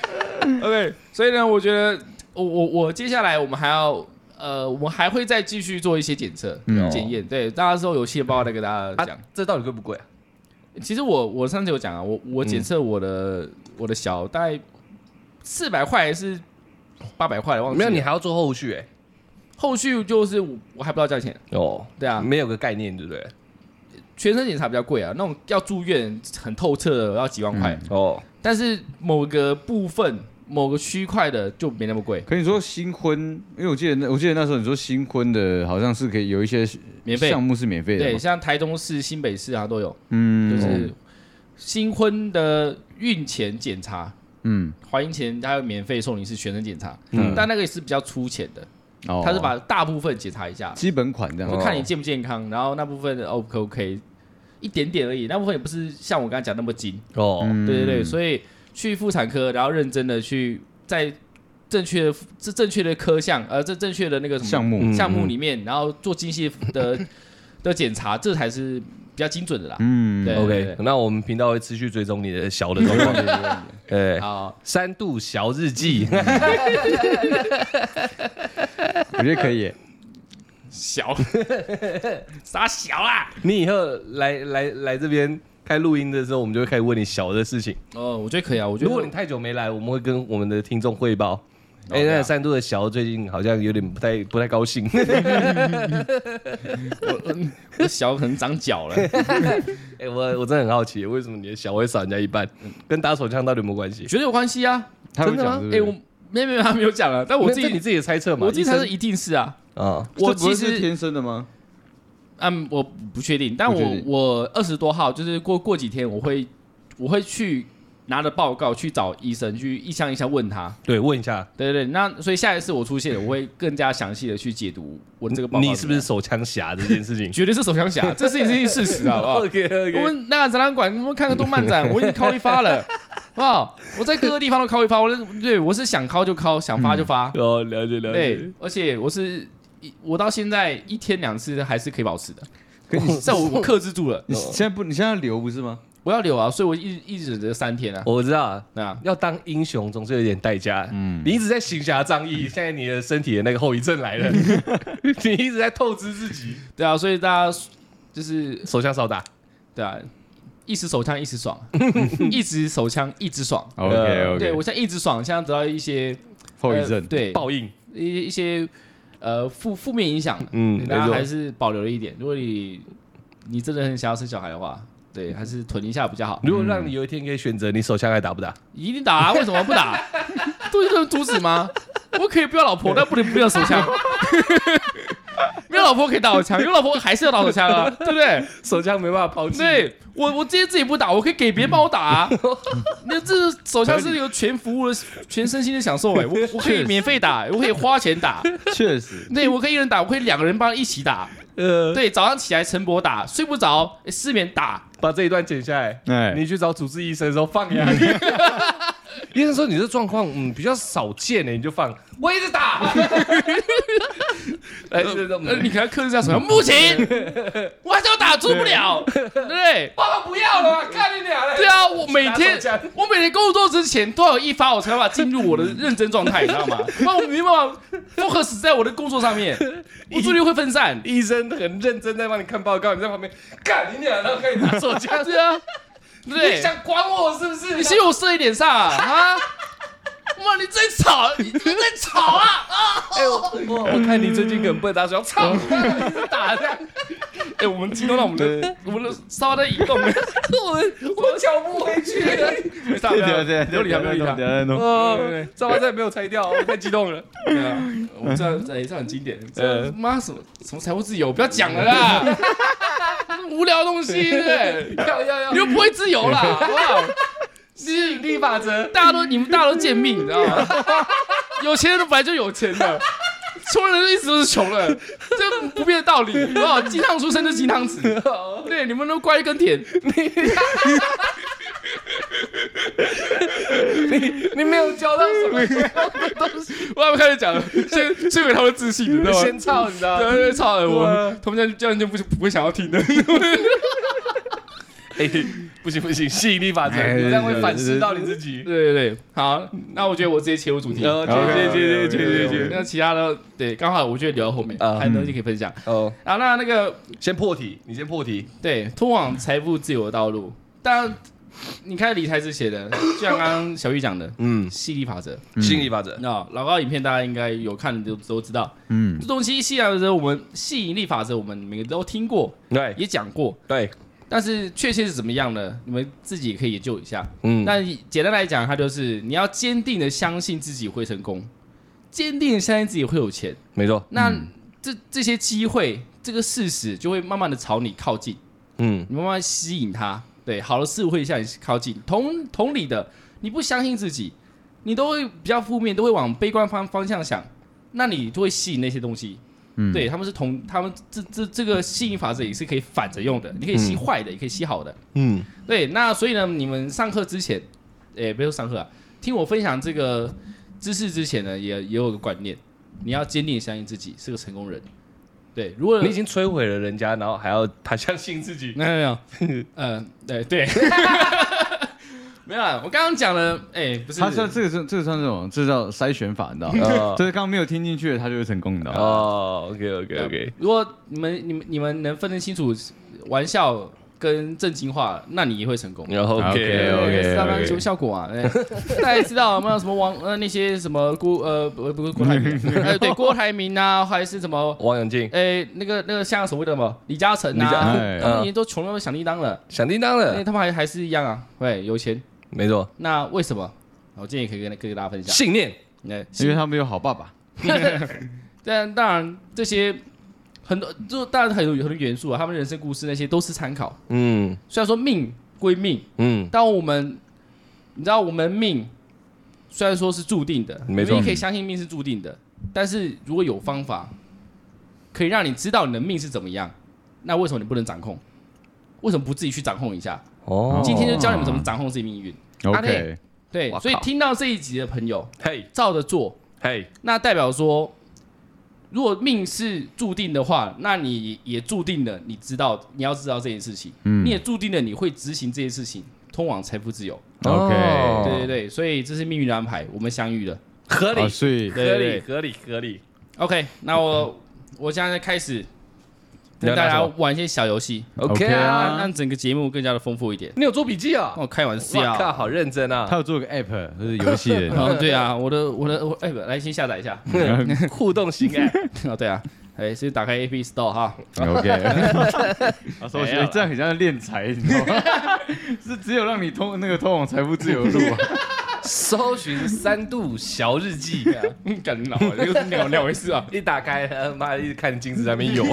Speaker 1: OK，所以呢，我觉得我我我接下来我们还要呃，我们还会再继续做一些检测、
Speaker 4: 嗯
Speaker 1: 检验，对，大家之后有细的报告再给大家讲。
Speaker 3: 啊，这到底贵不贵啊？
Speaker 1: 其实我我上次有讲啊，我我检测我的、
Speaker 3: 嗯
Speaker 1: 我的小大概四百块还是八百块，忘记
Speaker 3: 没有，
Speaker 1: 了
Speaker 3: 你还要做后续哎、
Speaker 1: 后续就是我我还不知道价钱，
Speaker 3: 哦，
Speaker 1: 对啊，
Speaker 3: 没有个概念，对不对？
Speaker 1: 全身检查比较贵啊，那种要住院很透彻的要几万块，
Speaker 3: 哦，
Speaker 1: 但是某个部分某个区块的就没那么贵，
Speaker 4: 可你说新婚，因为我记得那我记得那时候你说新婚的好像是可以有一些
Speaker 1: 免费
Speaker 4: 项目是免费的
Speaker 1: 对，
Speaker 4: 嘛，
Speaker 1: 像台中市、新北市啊都有。
Speaker 4: 嗯，
Speaker 1: 就是新婚的孕前检查、
Speaker 4: 嗯
Speaker 1: 怀孕前，他会免费送你是全身检查，
Speaker 3: 嗯
Speaker 1: 但那个也是比较粗浅的，
Speaker 4: 哦
Speaker 1: 他是把大部分检查一下，
Speaker 4: 基本款这样
Speaker 1: 就，看你健不健康，然后那部分的 O 不 OK，一点点而已，那部分也不是像我刚才讲那么精。
Speaker 3: 哦，
Speaker 4: 嗯
Speaker 1: 对对对，所以去妇产科，然后认真的去在正确的这正确的科项，呃，这正确的那个什么
Speaker 4: 项目
Speaker 3: 嗯
Speaker 1: 项目里面，然后做精细的 的检查，这才是比较精准的啦。
Speaker 4: 嗯
Speaker 1: 对
Speaker 3: OK，那我们频道会持续追踪你的小的状况。 对，嗯
Speaker 1: 好，
Speaker 3: 三度小日记，
Speaker 4: 我觉得可以耶。
Speaker 1: 小 傻小啊啦。
Speaker 3: 你以后来来来这边开录音的时候，我们就会开始问你小的事情。
Speaker 1: 哦，啊我觉得可以哦啊，我觉
Speaker 3: 如果你
Speaker 1: 得
Speaker 3: 太久没来，我们会跟我们的听众汇报。哎、那个三度的小最近好像有点不太不太 高兴。
Speaker 1: 我小可能长脚了。
Speaker 3: 哎、我我真的很好奇，为什么你的小会少人家一半，
Speaker 1: 嗯
Speaker 3: 跟打手枪到底有没有关系？
Speaker 1: 绝对有关系啊！
Speaker 4: 他有
Speaker 3: 真的吗
Speaker 4: 讲是不
Speaker 1: 哎、
Speaker 4: 是
Speaker 1: 我没有没有他没有讲啊，但我
Speaker 3: 那
Speaker 1: 自
Speaker 3: 这你
Speaker 1: 己
Speaker 3: 自己的猜测嘛，
Speaker 1: 我自己才是
Speaker 3: 医
Speaker 1: 一定是啊。
Speaker 3: 生啊，
Speaker 1: 我
Speaker 4: 这不
Speaker 1: 其
Speaker 4: 会
Speaker 1: 实
Speaker 4: 是天生的吗？
Speaker 1: 嗯，我不确定，但
Speaker 4: 不确
Speaker 1: 我
Speaker 4: 定
Speaker 1: 我二十多号，就是过过几天我会我会去拿着报告去找医生，去一项一项问他。
Speaker 3: 对，问一下，
Speaker 1: 对对对，那所以下一次我出现，我会更加详细的去解读我这个报告。？
Speaker 3: 你是不是？手枪侠这件事情
Speaker 1: 绝对是手枪 侠，这是已经是事实，好不好？
Speaker 3: OK
Speaker 1: 哦我
Speaker 3: OK，
Speaker 1: 们那展览馆，我们看个动漫展，我已经敲一发了，好不好？我在各个地方都敲一发，我对我是想敲就敲，想发就发。
Speaker 3: 哦，了解了解。
Speaker 1: 对，而且我是一我到现在一天两次还是可以保持的，
Speaker 4: 可你
Speaker 1: 在我我克制住了，哦
Speaker 4: 你现在不，你现在留不是吗？
Speaker 1: 我要留啊，所以我一一直忍着三
Speaker 4: 哦
Speaker 1: 天啊。
Speaker 3: 我知道，
Speaker 1: 那
Speaker 3: 要当英雄总是有点代价。嗯，你一直在行侠 仗义，现在你的身体的那个后遗症来了，你一直在透支自己，
Speaker 1: 对啊，所以大家就是
Speaker 3: 手枪少打。
Speaker 1: 对啊，一时手枪一时爽，啊 一直手枪一直爽。
Speaker 4: OK，OK
Speaker 1: 对我现在一直爽，现在得到一些
Speaker 4: 后遗
Speaker 1: 呃
Speaker 4: 症，
Speaker 1: 对
Speaker 3: 报应。
Speaker 1: 一些一些呃负负面影响啊，
Speaker 3: 嗯
Speaker 1: 大
Speaker 3: 没
Speaker 1: 家
Speaker 3: 错
Speaker 1: 还是保留了一点。如果你你真的很想要生小孩的话，对，还是囤一下比较好。
Speaker 3: 如果让你有一天可以选择，你手枪还打不打？
Speaker 1: 一定打、啊，为什么不打？ 都能阻止吗？我可以不要老婆，但不能不要手 枪。没有老婆可以打我枪，有老婆还是要打手枪 啊，对不对？
Speaker 3: 手枪没办法抛弃。
Speaker 1: 对我，我今天自己不打，我可以给别人帮我打 啊。那这手枪是一个全服务的、全身心的享受哎、我我可以免费打，我可以花钱打，
Speaker 4: 确实，
Speaker 1: 对我可以一人打，我可以两个人帮一起打。
Speaker 3: 呃，
Speaker 1: 对，早上起来晨勃打，睡不着诶失眠打，
Speaker 3: 把这一段剪下来。
Speaker 4: 哎，
Speaker 3: 你去找主治医生的时候放 呀，医生说你这状况嗯比较少见呢，你就放。我一直打，哎，这种
Speaker 1: 呃，你可能克制一下手 枪，不行，我还是要打，做不了，对不对？
Speaker 3: 爸爸不要了，看你俩了。
Speaker 1: 对啊，我每天
Speaker 3: 打手枪
Speaker 1: 我每天工作之前都要有一发，我才把进入我的认真状态，你知道吗？不然我没办法 focus 在我的工作上面，我注意力会分散。
Speaker 3: 医生很认真在帮你看报告，你在旁边干你俩，然后开始拿手枪，
Speaker 1: 对啊，对不
Speaker 3: 你
Speaker 1: 对？
Speaker 3: 想管我是不是？
Speaker 1: 你先给我射一脸上啊！啊！哇，你真吵，你你在吵 啊！
Speaker 3: 哎，我我我看你最近很不能打手枪，操，一直打这样，
Speaker 1: 哎，我们激动到我们的我们的沙发在移动，
Speaker 3: 我抢不回去了。
Speaker 1: 没事，
Speaker 4: 对对，
Speaker 1: 有理他，有理他。
Speaker 4: 他
Speaker 3: 哦，沙发再没有拆掉，我 太激动了。
Speaker 1: 对啊，我们这样这也是很经典。
Speaker 3: 呃
Speaker 1: 呃，妈什么什么财务自由，不要讲了 啦，无聊的东西，对不对
Speaker 3: 要要要
Speaker 1: 你，又不会自由啦，好不好？
Speaker 3: 吸引力法则。
Speaker 1: 大家都你们大家都贱命，你知道吗？有钱人本来就有钱 的，穷人一直都是穷人，这不变的道理，好不好？鸡汤出生就是鸡汤匙，对，你们都乖一根甜，
Speaker 3: 你没有教到什么，
Speaker 1: 我还没开始讲了，先摧毁他们自信，你知道吗？
Speaker 3: 先操，你知道
Speaker 1: 对
Speaker 3: 吗？啊
Speaker 1: 对对，操！我
Speaker 3: 哇
Speaker 1: 他们这样这样就不不会想要听 的。
Speaker 3: 哎，不行不行，吸引力法则，
Speaker 4: 哎
Speaker 3: 你这样会反思到你自己。
Speaker 1: 对对对，好，那我觉得我直接切入主题。
Speaker 3: 哦，
Speaker 4: OK，OK，OK，OK，OK
Speaker 3: 去去去去去去。
Speaker 1: 那其他的，对，刚好我觉得聊到后面，
Speaker 3: 啊
Speaker 1: 还有东西可以分享。
Speaker 3: 哦，
Speaker 1: 啊，那那个
Speaker 3: 先破题，你先破题。
Speaker 1: 对，通往财富自由的道路，当然，你看理财是写的，就像刚刚小玉讲的，
Speaker 3: 嗯，
Speaker 1: 吸引力法则。
Speaker 3: 吸引力法则。
Speaker 1: 那老高影片大家应该有看的都都知道，
Speaker 4: 嗯，
Speaker 1: 这东西吸引力法则，我们吸引力法则我们每个都听过，
Speaker 3: 对
Speaker 1: 也讲过，
Speaker 3: 对，
Speaker 1: 但是确切是怎么样呢？你们自己也可以研究一下。
Speaker 3: 嗯
Speaker 1: 那简单来讲，它就是你要坚定的相信自己会成功，坚定的相信自己会有钱。
Speaker 3: 没错。
Speaker 1: 那、这这些机会，这个事实就会慢慢的朝你靠近，
Speaker 3: 嗯，
Speaker 1: 你慢慢吸引它。对，好的事物会向你靠近。同同理的，你不相信自己，你都会比较负面，都会往悲观方方向想。那你就会吸引那些东西。
Speaker 4: 嗯
Speaker 1: 对，他们是同他们这这这个吸引法则也是可以反着用的，你可以吸坏的，也可以吸好的。
Speaker 3: 嗯，
Speaker 1: 对，那所以呢，你们上课之前，诶，不是上课啊，听我分享这个知识之前呢，也也有个观念，你要坚定地相信自己是个成功人。对，如果
Speaker 3: 你已经摧毁了人家，然后还要他相信自己，
Speaker 1: 没有没有，呃，对对， 没有啦，我刚刚讲了，哎，不是，
Speaker 4: 他算这个是这个算这种，这叫筛选法，你知道
Speaker 3: 哦
Speaker 4: 吗？ 就是刚刚没有听进去的，他就会成功，你知道吗？
Speaker 3: 哦，OK OK OK，
Speaker 1: 如果你们你们你们能分得清楚玩笑跟正经话，那你也会成功。
Speaker 3: 然后 OK
Speaker 4: OK，OK，OK
Speaker 1: 是大家求效果啊！哎大家知道有没有什么王呃那些什么郭呃不不是郭台铭，哎对郭台铭啊，还是什么
Speaker 3: 王永庆
Speaker 1: 哎那个那个像所谓的什么李嘉诚
Speaker 3: 李嘉
Speaker 1: 啊，
Speaker 4: 哎
Speaker 1: 他们已经都穷到响叮当了，
Speaker 3: 响嗯叮当
Speaker 1: 因为
Speaker 3: 了，
Speaker 1: 他们还还是一样啊，对，有钱。
Speaker 3: 没错，
Speaker 1: 那为什么？我建议可以跟可以跟大家分享。
Speaker 3: 信念，
Speaker 1: 哎，
Speaker 4: 因为他们有好爸爸，
Speaker 1: 但当然这些很多就当然很多很多元素啊，他们人生故事那些都是参考。
Speaker 3: 嗯
Speaker 1: 虽然说命归命，
Speaker 3: 嗯，
Speaker 1: 但我们你知道我们命虽然说是注定的，
Speaker 3: 没错
Speaker 1: 你们也可以相信命是注定的，但是如果有方法可以让你知道你的命是怎么样，那为什么你不能掌控？为什么不自己去掌控一下？
Speaker 3: 哦
Speaker 1: 今天就教你们怎么掌控自己命运。
Speaker 4: OK，
Speaker 1: 对
Speaker 3: 哇，靠
Speaker 1: 所以听到这一集的朋友，
Speaker 3: 嘿
Speaker 1: 照着做，
Speaker 3: 嘿，
Speaker 1: 那代表说，如果命是注定的话，那你也注定了，你知道你要知道这件事情，
Speaker 4: 嗯
Speaker 1: 你也注定了你会执行这件事情，通往财富自由。
Speaker 4: OK
Speaker 3: 哦
Speaker 1: 对对对，所以这是命运的安排，我们相遇了。
Speaker 3: 合
Speaker 4: 好，
Speaker 3: 理
Speaker 4: 哦所以
Speaker 1: 对
Speaker 3: 合
Speaker 1: 对对
Speaker 3: 理合理合理，
Speaker 1: OK，那我我现在开始跟
Speaker 3: 聊
Speaker 1: 大
Speaker 3: 大
Speaker 1: 家
Speaker 3: 家
Speaker 1: 玩一些小游戏，
Speaker 3: OK 啊
Speaker 1: 让，让整个节目更加的丰富一点。
Speaker 3: 你有做笔记啊？
Speaker 1: 我开玩
Speaker 3: 哇靠，
Speaker 1: 笑。
Speaker 3: 好认真啊！
Speaker 4: 他有做个 app，就是游戏 的，
Speaker 1: 哦，对啊，我的我的我哎，不来先下载一下。
Speaker 3: 互动型哎，
Speaker 1: 哦，对啊，哎，先打开 App Store 哈。
Speaker 4: OK，啊，所以我觉
Speaker 3: 没有
Speaker 4: 得
Speaker 3: 啦
Speaker 4: 这样很像练财，你知道吗？ 是只有让你通那个通往财富自由的路啊。
Speaker 3: 搜寻三度小日记，
Speaker 1: 干你老啊，这个是两两回事啊。
Speaker 3: 一打开，呃妈，一直看镜子在那边 游，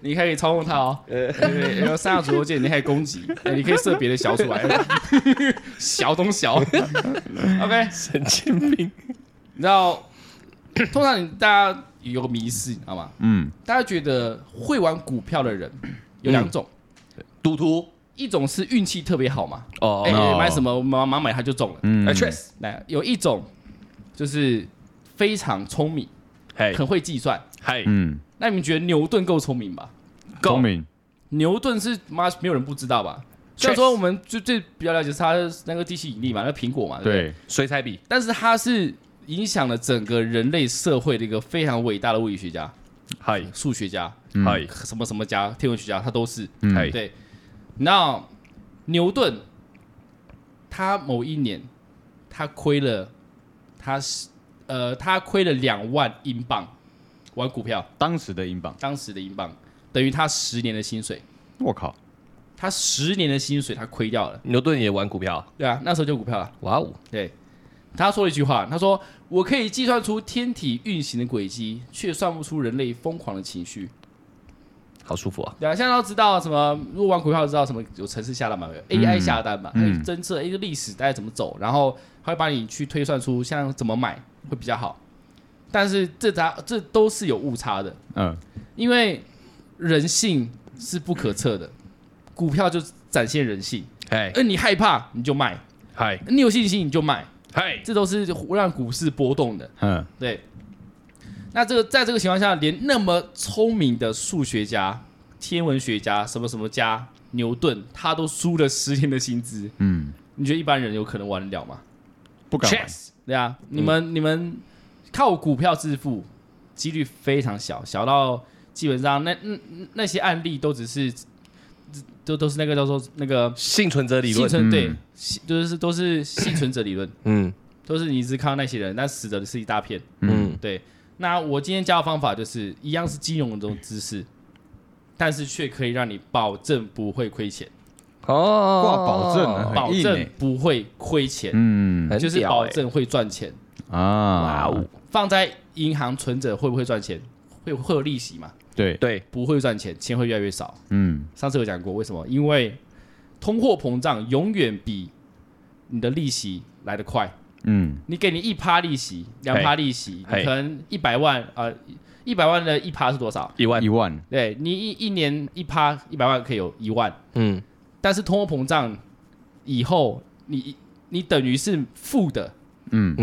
Speaker 1: 你可以操控它哦，对
Speaker 3: 呃
Speaker 1: 对对，然后三下主播键你可以攻击，哎你可以射别的小出来， 小东小。OK，
Speaker 3: 神经病。
Speaker 1: 你知道， 通常你大家有个迷失，你知道吗？
Speaker 4: 嗯，
Speaker 1: 大家觉得会玩股票的人有两种，
Speaker 3: 赌徒
Speaker 1: 一种是运气特别好嘛，
Speaker 3: 哦
Speaker 1: 哎、
Speaker 4: 哦
Speaker 1: 买什么马马买它就中了。
Speaker 4: 嗯
Speaker 3: 哎，确实，
Speaker 1: 来，有一种就是非常聪明，
Speaker 3: 嘿
Speaker 1: 很会计算。
Speaker 3: 嘿，
Speaker 4: 嗯，
Speaker 1: 那你们觉得牛顿够聪明吧？
Speaker 3: 够
Speaker 4: 聪明，
Speaker 1: 牛顿是妈没有人不知道吧？
Speaker 3: 确
Speaker 1: 虽
Speaker 3: 实
Speaker 1: 然说我们最最比较了解是他的那个地心引力嘛，那个苹果嘛，对不对
Speaker 4: 对，
Speaker 3: 水彩笔
Speaker 1: 但是他是影响了整个人类社会的一个非常伟大的物理学家、
Speaker 3: 嘿
Speaker 1: 数学家、
Speaker 4: 嗯
Speaker 3: 嘿
Speaker 1: 什么什么家、天文学家，他都是。
Speaker 4: 嗯
Speaker 3: 嘿
Speaker 1: 对，那牛顿他某一年他亏了，他是呃他亏了两万英镑玩股票，
Speaker 4: 当时的英镑，
Speaker 1: 当时的英镑等于他十年的薪水，
Speaker 4: 我靠，
Speaker 1: 他十年的薪水他亏掉了，
Speaker 3: 牛顿也玩股票，
Speaker 1: 对啊，那时候就股票了。
Speaker 3: 哇哦，
Speaker 1: 对，他说了一句话，他说：“我可以计算出天体运行的轨迹，却算不出人类疯狂的情绪。
Speaker 3: 好舒服啊”！
Speaker 1: 对啊，现在都知道什么，如果玩股票知道什么有城市下单嘛有，AI 下单嘛，
Speaker 4: 嗯
Speaker 1: 嗯、侦测一个历史大概怎么走，然后他会帮你去推算出像怎么买会比较好。但是这咱这都是有误差的，
Speaker 4: 嗯，
Speaker 1: 因为人性是不可测的，股票就展现人性。
Speaker 3: 嘿
Speaker 1: 哎，你害怕你就卖，
Speaker 3: 嘿
Speaker 1: 你有信心你就卖，
Speaker 3: 嘿，
Speaker 1: 这都是让股市波动的。
Speaker 4: 嗯，
Speaker 1: 对，那这个在这个情况下，连那么聪明的数学家、天文学家、什么什么家牛顿，他都输了十年的薪资，
Speaker 4: 嗯，
Speaker 1: 你觉得一般人有可能玩得了吗？
Speaker 4: 不敢玩，嗯
Speaker 3: Chess
Speaker 1: 对啊，你们、你们靠股票致富几率非常小，小到基本上那那那些案例都只是都都是那个叫做那个
Speaker 3: 幸存者理
Speaker 1: 幸
Speaker 3: 论，
Speaker 1: 存对
Speaker 4: 嗯，
Speaker 1: 幸就是都是幸存者理论，
Speaker 3: 嗯
Speaker 1: 都是你只看到那些人，但死的是一大片。
Speaker 3: 嗯，
Speaker 1: 对，那我今天教的方法就是一样是金融的这种知识，但是却可以让你保证不会亏钱，
Speaker 3: 哦
Speaker 4: 挂保证啊
Speaker 1: 保
Speaker 4: 很硬
Speaker 1: 证
Speaker 4: 欸
Speaker 1: 不会亏钱，
Speaker 4: 嗯
Speaker 3: 很
Speaker 1: 就是
Speaker 3: 屌
Speaker 1: 保
Speaker 3: 欸
Speaker 1: 证会赚钱。
Speaker 4: 啊，
Speaker 3: 哇哦，
Speaker 1: 放在银行存着会不会赚钱？会会有利息嘛？
Speaker 4: 对，
Speaker 3: 对，
Speaker 1: 不会赚钱，钱会越来越少。
Speaker 4: 嗯，
Speaker 1: 上次有讲过，为什么？因为通货膨胀永远比你的利息来得快。
Speaker 4: 嗯，
Speaker 1: 你给你一趴利息，两趴利息，
Speaker 3: 嘿
Speaker 1: 你可能一百万啊，一、百万的一趴是多少？
Speaker 3: 一万
Speaker 4: 一，万，
Speaker 1: 对你一一年一趴一百万可以有一万，
Speaker 3: 嗯，
Speaker 1: 但是通货膨胀以后，你你等于是负的，
Speaker 4: 嗯，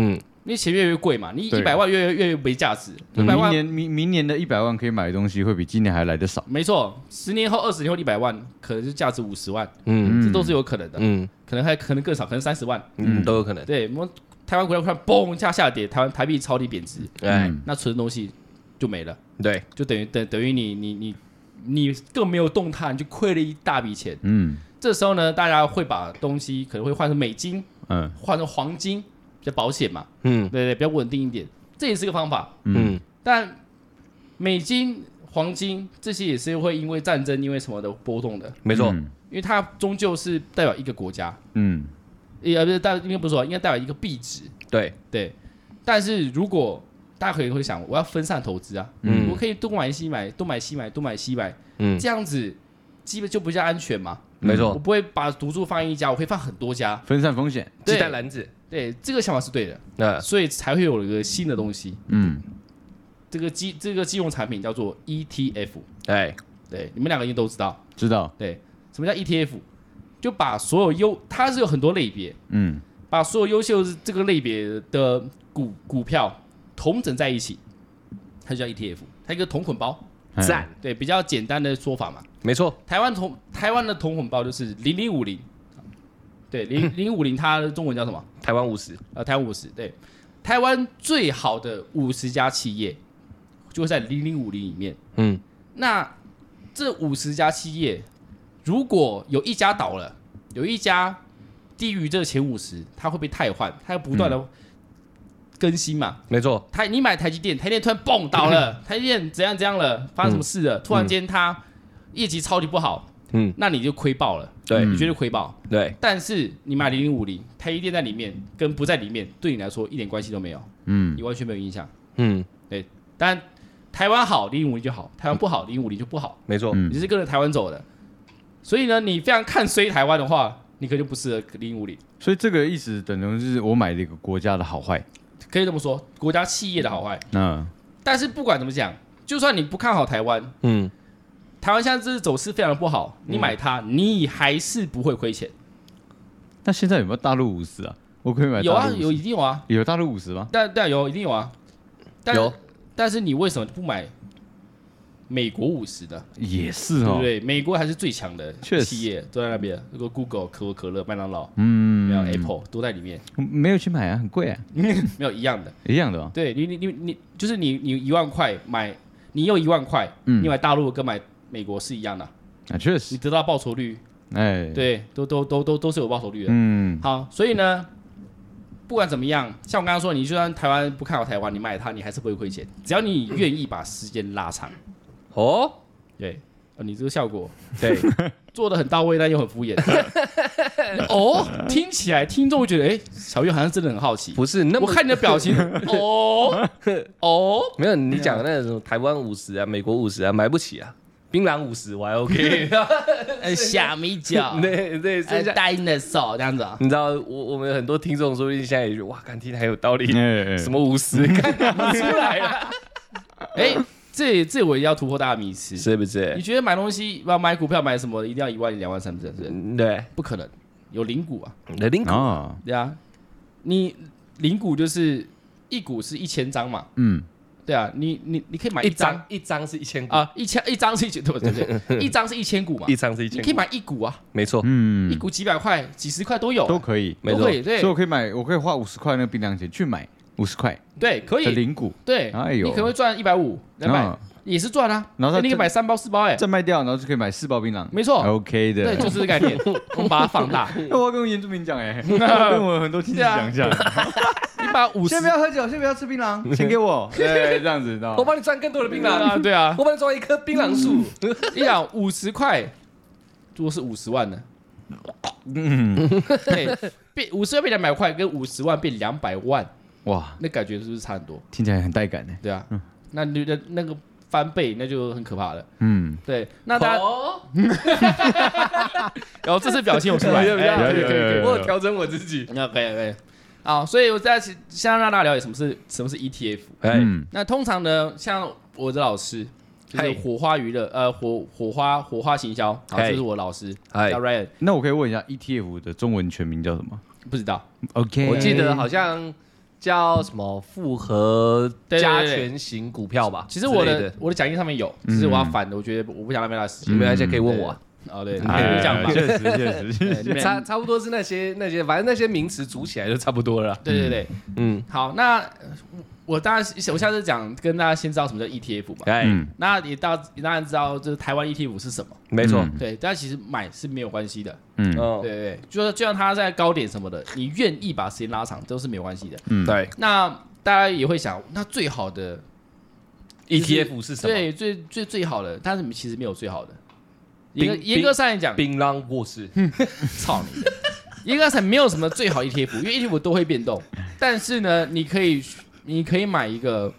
Speaker 1: 因为钱越来越贵嘛，你
Speaker 4: 对
Speaker 1: 一百万越来越越没价值，
Speaker 3: 嗯
Speaker 1: 一百
Speaker 4: 明
Speaker 1: 万
Speaker 4: 年明明年的一百万可以买的东西会比今年还来得少，
Speaker 1: 没错，十年后、二十年后一百万可能是价值五十万，
Speaker 3: 嗯
Speaker 1: 这都是有可能的，
Speaker 3: 嗯
Speaker 1: 可能还可能更少，可能三十万。
Speaker 3: 嗯，都有可能。
Speaker 1: 对，我们台湾股票突然嘣一下下跌，台湾台币超低贬值，
Speaker 3: 哎，
Speaker 4: 嗯
Speaker 1: 那存的东西就没了，
Speaker 3: 对，
Speaker 1: 就等于等等于你你你你更没有动它，你就亏了一大笔钱。
Speaker 4: 嗯
Speaker 1: 这时候呢，大家会把东西可能会换成美金，
Speaker 4: 嗯
Speaker 1: 换成黄金，比较保险嘛，
Speaker 3: 嗯
Speaker 1: 对对，比较稳定一点，这也是个方法。
Speaker 4: 嗯
Speaker 3: 嗯
Speaker 1: 但美金、黄金这些也是会因为战争、因为什么的波动的，
Speaker 3: 没错，
Speaker 4: 嗯
Speaker 1: 因为它终究是代表一个国家，
Speaker 4: 嗯
Speaker 1: 也呃不是代应该不是说应该代表一个币值，
Speaker 3: 对，
Speaker 1: 对。但是如果大家可能会想，我要分散投资啊，
Speaker 3: 嗯
Speaker 1: 我可以东买西买，东买西买，东买西买，
Speaker 3: 嗯，
Speaker 1: 这样子基本就比较安全嘛。
Speaker 3: 没
Speaker 1: 我
Speaker 3: 错，
Speaker 1: 不会把赌注放一家，我可以放很多家。
Speaker 4: 分散风险，
Speaker 1: 对
Speaker 3: 鸡蛋篮子，啊
Speaker 1: 对，这个想法是对的，
Speaker 3: 那
Speaker 1: 所以才会有一个新的东西。
Speaker 4: 嗯
Speaker 1: 这个金这个金融产品叫做 ETF，
Speaker 3: 哎，
Speaker 1: 对，你们两个一定都知道。
Speaker 4: 知道，
Speaker 1: 对，什么叫 ETF？就把所有优，它是有很多类别，
Speaker 4: 嗯
Speaker 1: 把所有优秀这个类别的股股票统整在一起，它就叫 ETF，它一个同捆包。
Speaker 4: 哎
Speaker 3: 赞，
Speaker 1: 对，比较简单的说法嘛。
Speaker 3: 没错，
Speaker 1: 台湾同台湾的同捆包就是零零五零，对，零零五零它的中文叫什么？
Speaker 3: 台湾五十，
Speaker 1: 呃，台湾五十，对，台湾最好的五十家企业就会在零零五零里面。
Speaker 3: 嗯，
Speaker 1: 那这五十家企业，如果有一家倒了，有一家低于这前五十，它会被汰换，它要不断的更新嘛。
Speaker 3: 没错，
Speaker 1: 台你买台积电，台积电突然蹦倒 了，台积电怎样怎样了，发生什么事了？突然间它业绩超级不好，
Speaker 3: 嗯，
Speaker 1: 那你就亏爆了，
Speaker 3: 对
Speaker 1: 你绝对亏爆。
Speaker 3: 对，
Speaker 1: 但是你买零零五零，台积电在里面跟不在里面，对你来说一点关系都没有，
Speaker 4: 嗯
Speaker 1: 你完全没有影响。
Speaker 3: 嗯，
Speaker 1: 但台湾好零零五零就好，台湾不好零零五零就不好。
Speaker 3: 没错，
Speaker 4: 嗯
Speaker 1: 你是跟着台湾走的，所以呢，你非常看衰台湾的话，你可能就不适合零五零，
Speaker 4: 所以这个意思等同是我买了一个国家的好坏，
Speaker 1: 可以这么说，国家企业的好坏。
Speaker 4: 嗯
Speaker 1: 但是不管怎么讲，就算你不看好台湾，
Speaker 3: 嗯，
Speaker 1: 台湾现在这次走势非常的不好，
Speaker 4: 嗯
Speaker 1: 你买它，你还是不会亏钱。
Speaker 4: 那现在有没有大陆五十啊？我可以买
Speaker 1: 有
Speaker 4: 大
Speaker 1: 啊，
Speaker 4: 陆50
Speaker 1: 有一定有啊，
Speaker 4: 有大陆五十吗？
Speaker 1: 但但有一定有啊，但
Speaker 3: 有，
Speaker 1: 但是你为什么不买美国五十的？
Speaker 4: 也是
Speaker 1: 对不
Speaker 4: 哦，
Speaker 1: 对？美国还是最强的
Speaker 4: 确实
Speaker 1: 企业都在那边，如果 Google、可口可乐、麦当劳、
Speaker 4: 嗯，
Speaker 1: 还有 Apple 都在里 面，
Speaker 4: 没有去买啊，很贵啊，
Speaker 1: 没有一样的。
Speaker 4: 一样的哦，
Speaker 1: 对你，你你你，就是你，你一万块买，你用一万块，
Speaker 4: 嗯
Speaker 1: 你买大陆跟买美国是一样的，
Speaker 4: 啊，确
Speaker 1: 你
Speaker 4: 实，
Speaker 1: 得到报酬率，
Speaker 4: 哎，，
Speaker 1: 对，都都都都都是有报酬率的。
Speaker 4: 嗯
Speaker 1: 好，所以呢，不管怎么样，像我刚刚说，你就算台湾不看好台湾，你卖它，你还是不会亏钱，只要你愿意把时间拉长。
Speaker 3: 哦，
Speaker 1: 对，呃你这个效果
Speaker 3: 对，
Speaker 1: 做的很到位，但又很敷衍。 哦，听起来听众会觉得，哎，小月好像真的很好奇。
Speaker 3: 不是那
Speaker 1: 我
Speaker 3: 么
Speaker 1: 看你的表 情，哦哦，
Speaker 3: 没有，你讲的那种台湾五十啊，美国五十啊，买不起啊，槟榔五十我还 OK，
Speaker 1: 呃，虾米饺。
Speaker 3: 对对，剩
Speaker 1: 哎啊
Speaker 3: 下。
Speaker 1: dinosaur 这样子啊，
Speaker 3: 你知道，我我们很多听众说不定现在也觉得哇，看听的很有道理，
Speaker 1: 嗯
Speaker 4: 哎哎
Speaker 3: 什么五十， 看不出来了，
Speaker 1: 哎、这这我也要突破大家的迷思。
Speaker 3: 是不
Speaker 1: 你
Speaker 3: 是？
Speaker 1: 觉得买东西要买股票买什么的，一定要一万两万三不是？是
Speaker 3: 嗯对，
Speaker 1: 不可能，有零股啊，
Speaker 3: 你的领口
Speaker 4: 啊，
Speaker 1: 对啊，你零股就是一股是一千张嘛，
Speaker 4: 嗯
Speaker 1: 对啊，你你你可以买
Speaker 3: 一
Speaker 1: 张
Speaker 3: 张一张是一千股，
Speaker 1: 啊，一千一张是一千，对不对？对不对一张是一千股嘛
Speaker 3: 哦一，张是一
Speaker 1: 你
Speaker 3: 千
Speaker 1: 可以
Speaker 3: 股，
Speaker 1: 买一股啊，
Speaker 3: 没错，
Speaker 1: 一
Speaker 4: 嗯，
Speaker 1: 股几百块、几十块都有啊，
Speaker 4: 都可以，
Speaker 3: 没
Speaker 1: 都
Speaker 3: 错
Speaker 1: 可，以，对
Speaker 4: 所以我可以买，我可以花五十块那个槟榔钱去买五十块
Speaker 1: 对，可
Speaker 4: 的
Speaker 1: 以，
Speaker 4: 零股，
Speaker 1: 对，
Speaker 4: 哎
Speaker 1: 你
Speaker 4: 呦
Speaker 1: 可能会赚一百五、两百
Speaker 4: 啊，
Speaker 1: 也是赚啊，
Speaker 4: 然后再
Speaker 1: 哎你可以买三包四包，哎，
Speaker 4: 再卖掉，然后就可以买四包槟榔，
Speaker 1: 没错
Speaker 4: ，OK 的，
Speaker 1: 对，就是这个概念，我们把它放大。
Speaker 4: 那我要跟我原住民讲 哎，我要跟我很多亲戚
Speaker 1: 啊
Speaker 4: 讲一下，
Speaker 1: 你把五十
Speaker 4: 先不要喝酒，先不要吃槟榔，钱 给我，对，这样子，你知道
Speaker 3: 我
Speaker 4: 吗？
Speaker 3: 帮你赚更多的槟
Speaker 1: 啊，
Speaker 3: 榔，
Speaker 1: 对 啊，
Speaker 3: 我帮你种一棵槟榔树，
Speaker 1: 你想五十块，如果是五十万呢？
Speaker 4: 嗯，
Speaker 1: 对，变五十万变两百块，跟五十万变两百万，
Speaker 4: 哇，
Speaker 1: 那感觉是不是差很多？
Speaker 4: 听起来很带感呢，
Speaker 1: 对啊，那你的那个翻倍，那就很可怕了。
Speaker 4: 嗯，
Speaker 1: 对，那大家，
Speaker 3: 哦，
Speaker 1: 然后这次表现有出来，
Speaker 3: 有有有
Speaker 1: 哎
Speaker 4: 有有有有
Speaker 3: 我有调整我自己，
Speaker 1: 那可以可以。啊，所以我在现在让大家了解什么是什么是 ETF。
Speaker 3: 哎，
Speaker 4: 嗯
Speaker 1: 那通常呢，像我的老师就是
Speaker 3: 嗨
Speaker 1: 火花娱乐，呃，火火花火花行销，好，
Speaker 3: 嗨
Speaker 1: 这是我老师
Speaker 3: 嗨
Speaker 1: 叫 Ryan，
Speaker 4: 那我可以问一下 ETF 的中文全名叫什么
Speaker 1: 不知道，
Speaker 4: ？OK，
Speaker 3: 我记得好像叫什么复合
Speaker 1: 对对对
Speaker 3: 加权型股票吧。
Speaker 1: 其实我
Speaker 3: 之类嗯
Speaker 1: 的嗯我的讲义上面有，只是我要反的，我觉得我不想浪费他的时
Speaker 3: 你
Speaker 1: 间。
Speaker 3: 们还是可以问我啊。
Speaker 1: 哦，对，你可以
Speaker 4: 哎
Speaker 1: 这样吧。
Speaker 4: 确实 确实，
Speaker 1: 对你们
Speaker 3: 差差不多是那些那些，反正那些名词组起来就差不多了啦。
Speaker 1: 对对对，
Speaker 3: 嗯，
Speaker 1: 好，那呃我当然是我下次讲跟大家先知道什么叫 E ETF 吧。
Speaker 3: 哎，
Speaker 4: 嗯，
Speaker 1: 那也大也当然知道，就是台湾 ETF 是什么，
Speaker 3: 没错，
Speaker 1: 对，但其实买是没有关系的，
Speaker 4: 嗯
Speaker 1: 嗯对
Speaker 3: 嗯，
Speaker 1: 对，对就是就像它在高点什么的，你愿意把时间拉长都是没有关系的。
Speaker 4: 嗯，
Speaker 3: 对
Speaker 1: 那大家也会想，那最好的
Speaker 3: ，ETF E 是什么？
Speaker 1: 对最最最好的，但是其实没有最好的。严格
Speaker 3: 冰
Speaker 1: 严格上来讲，
Speaker 3: 槟榔过世，
Speaker 1: 嗯操你的！严格上没有什么最好 ETF，因为 ETF 都会变动。但是呢，你可以你可以买一个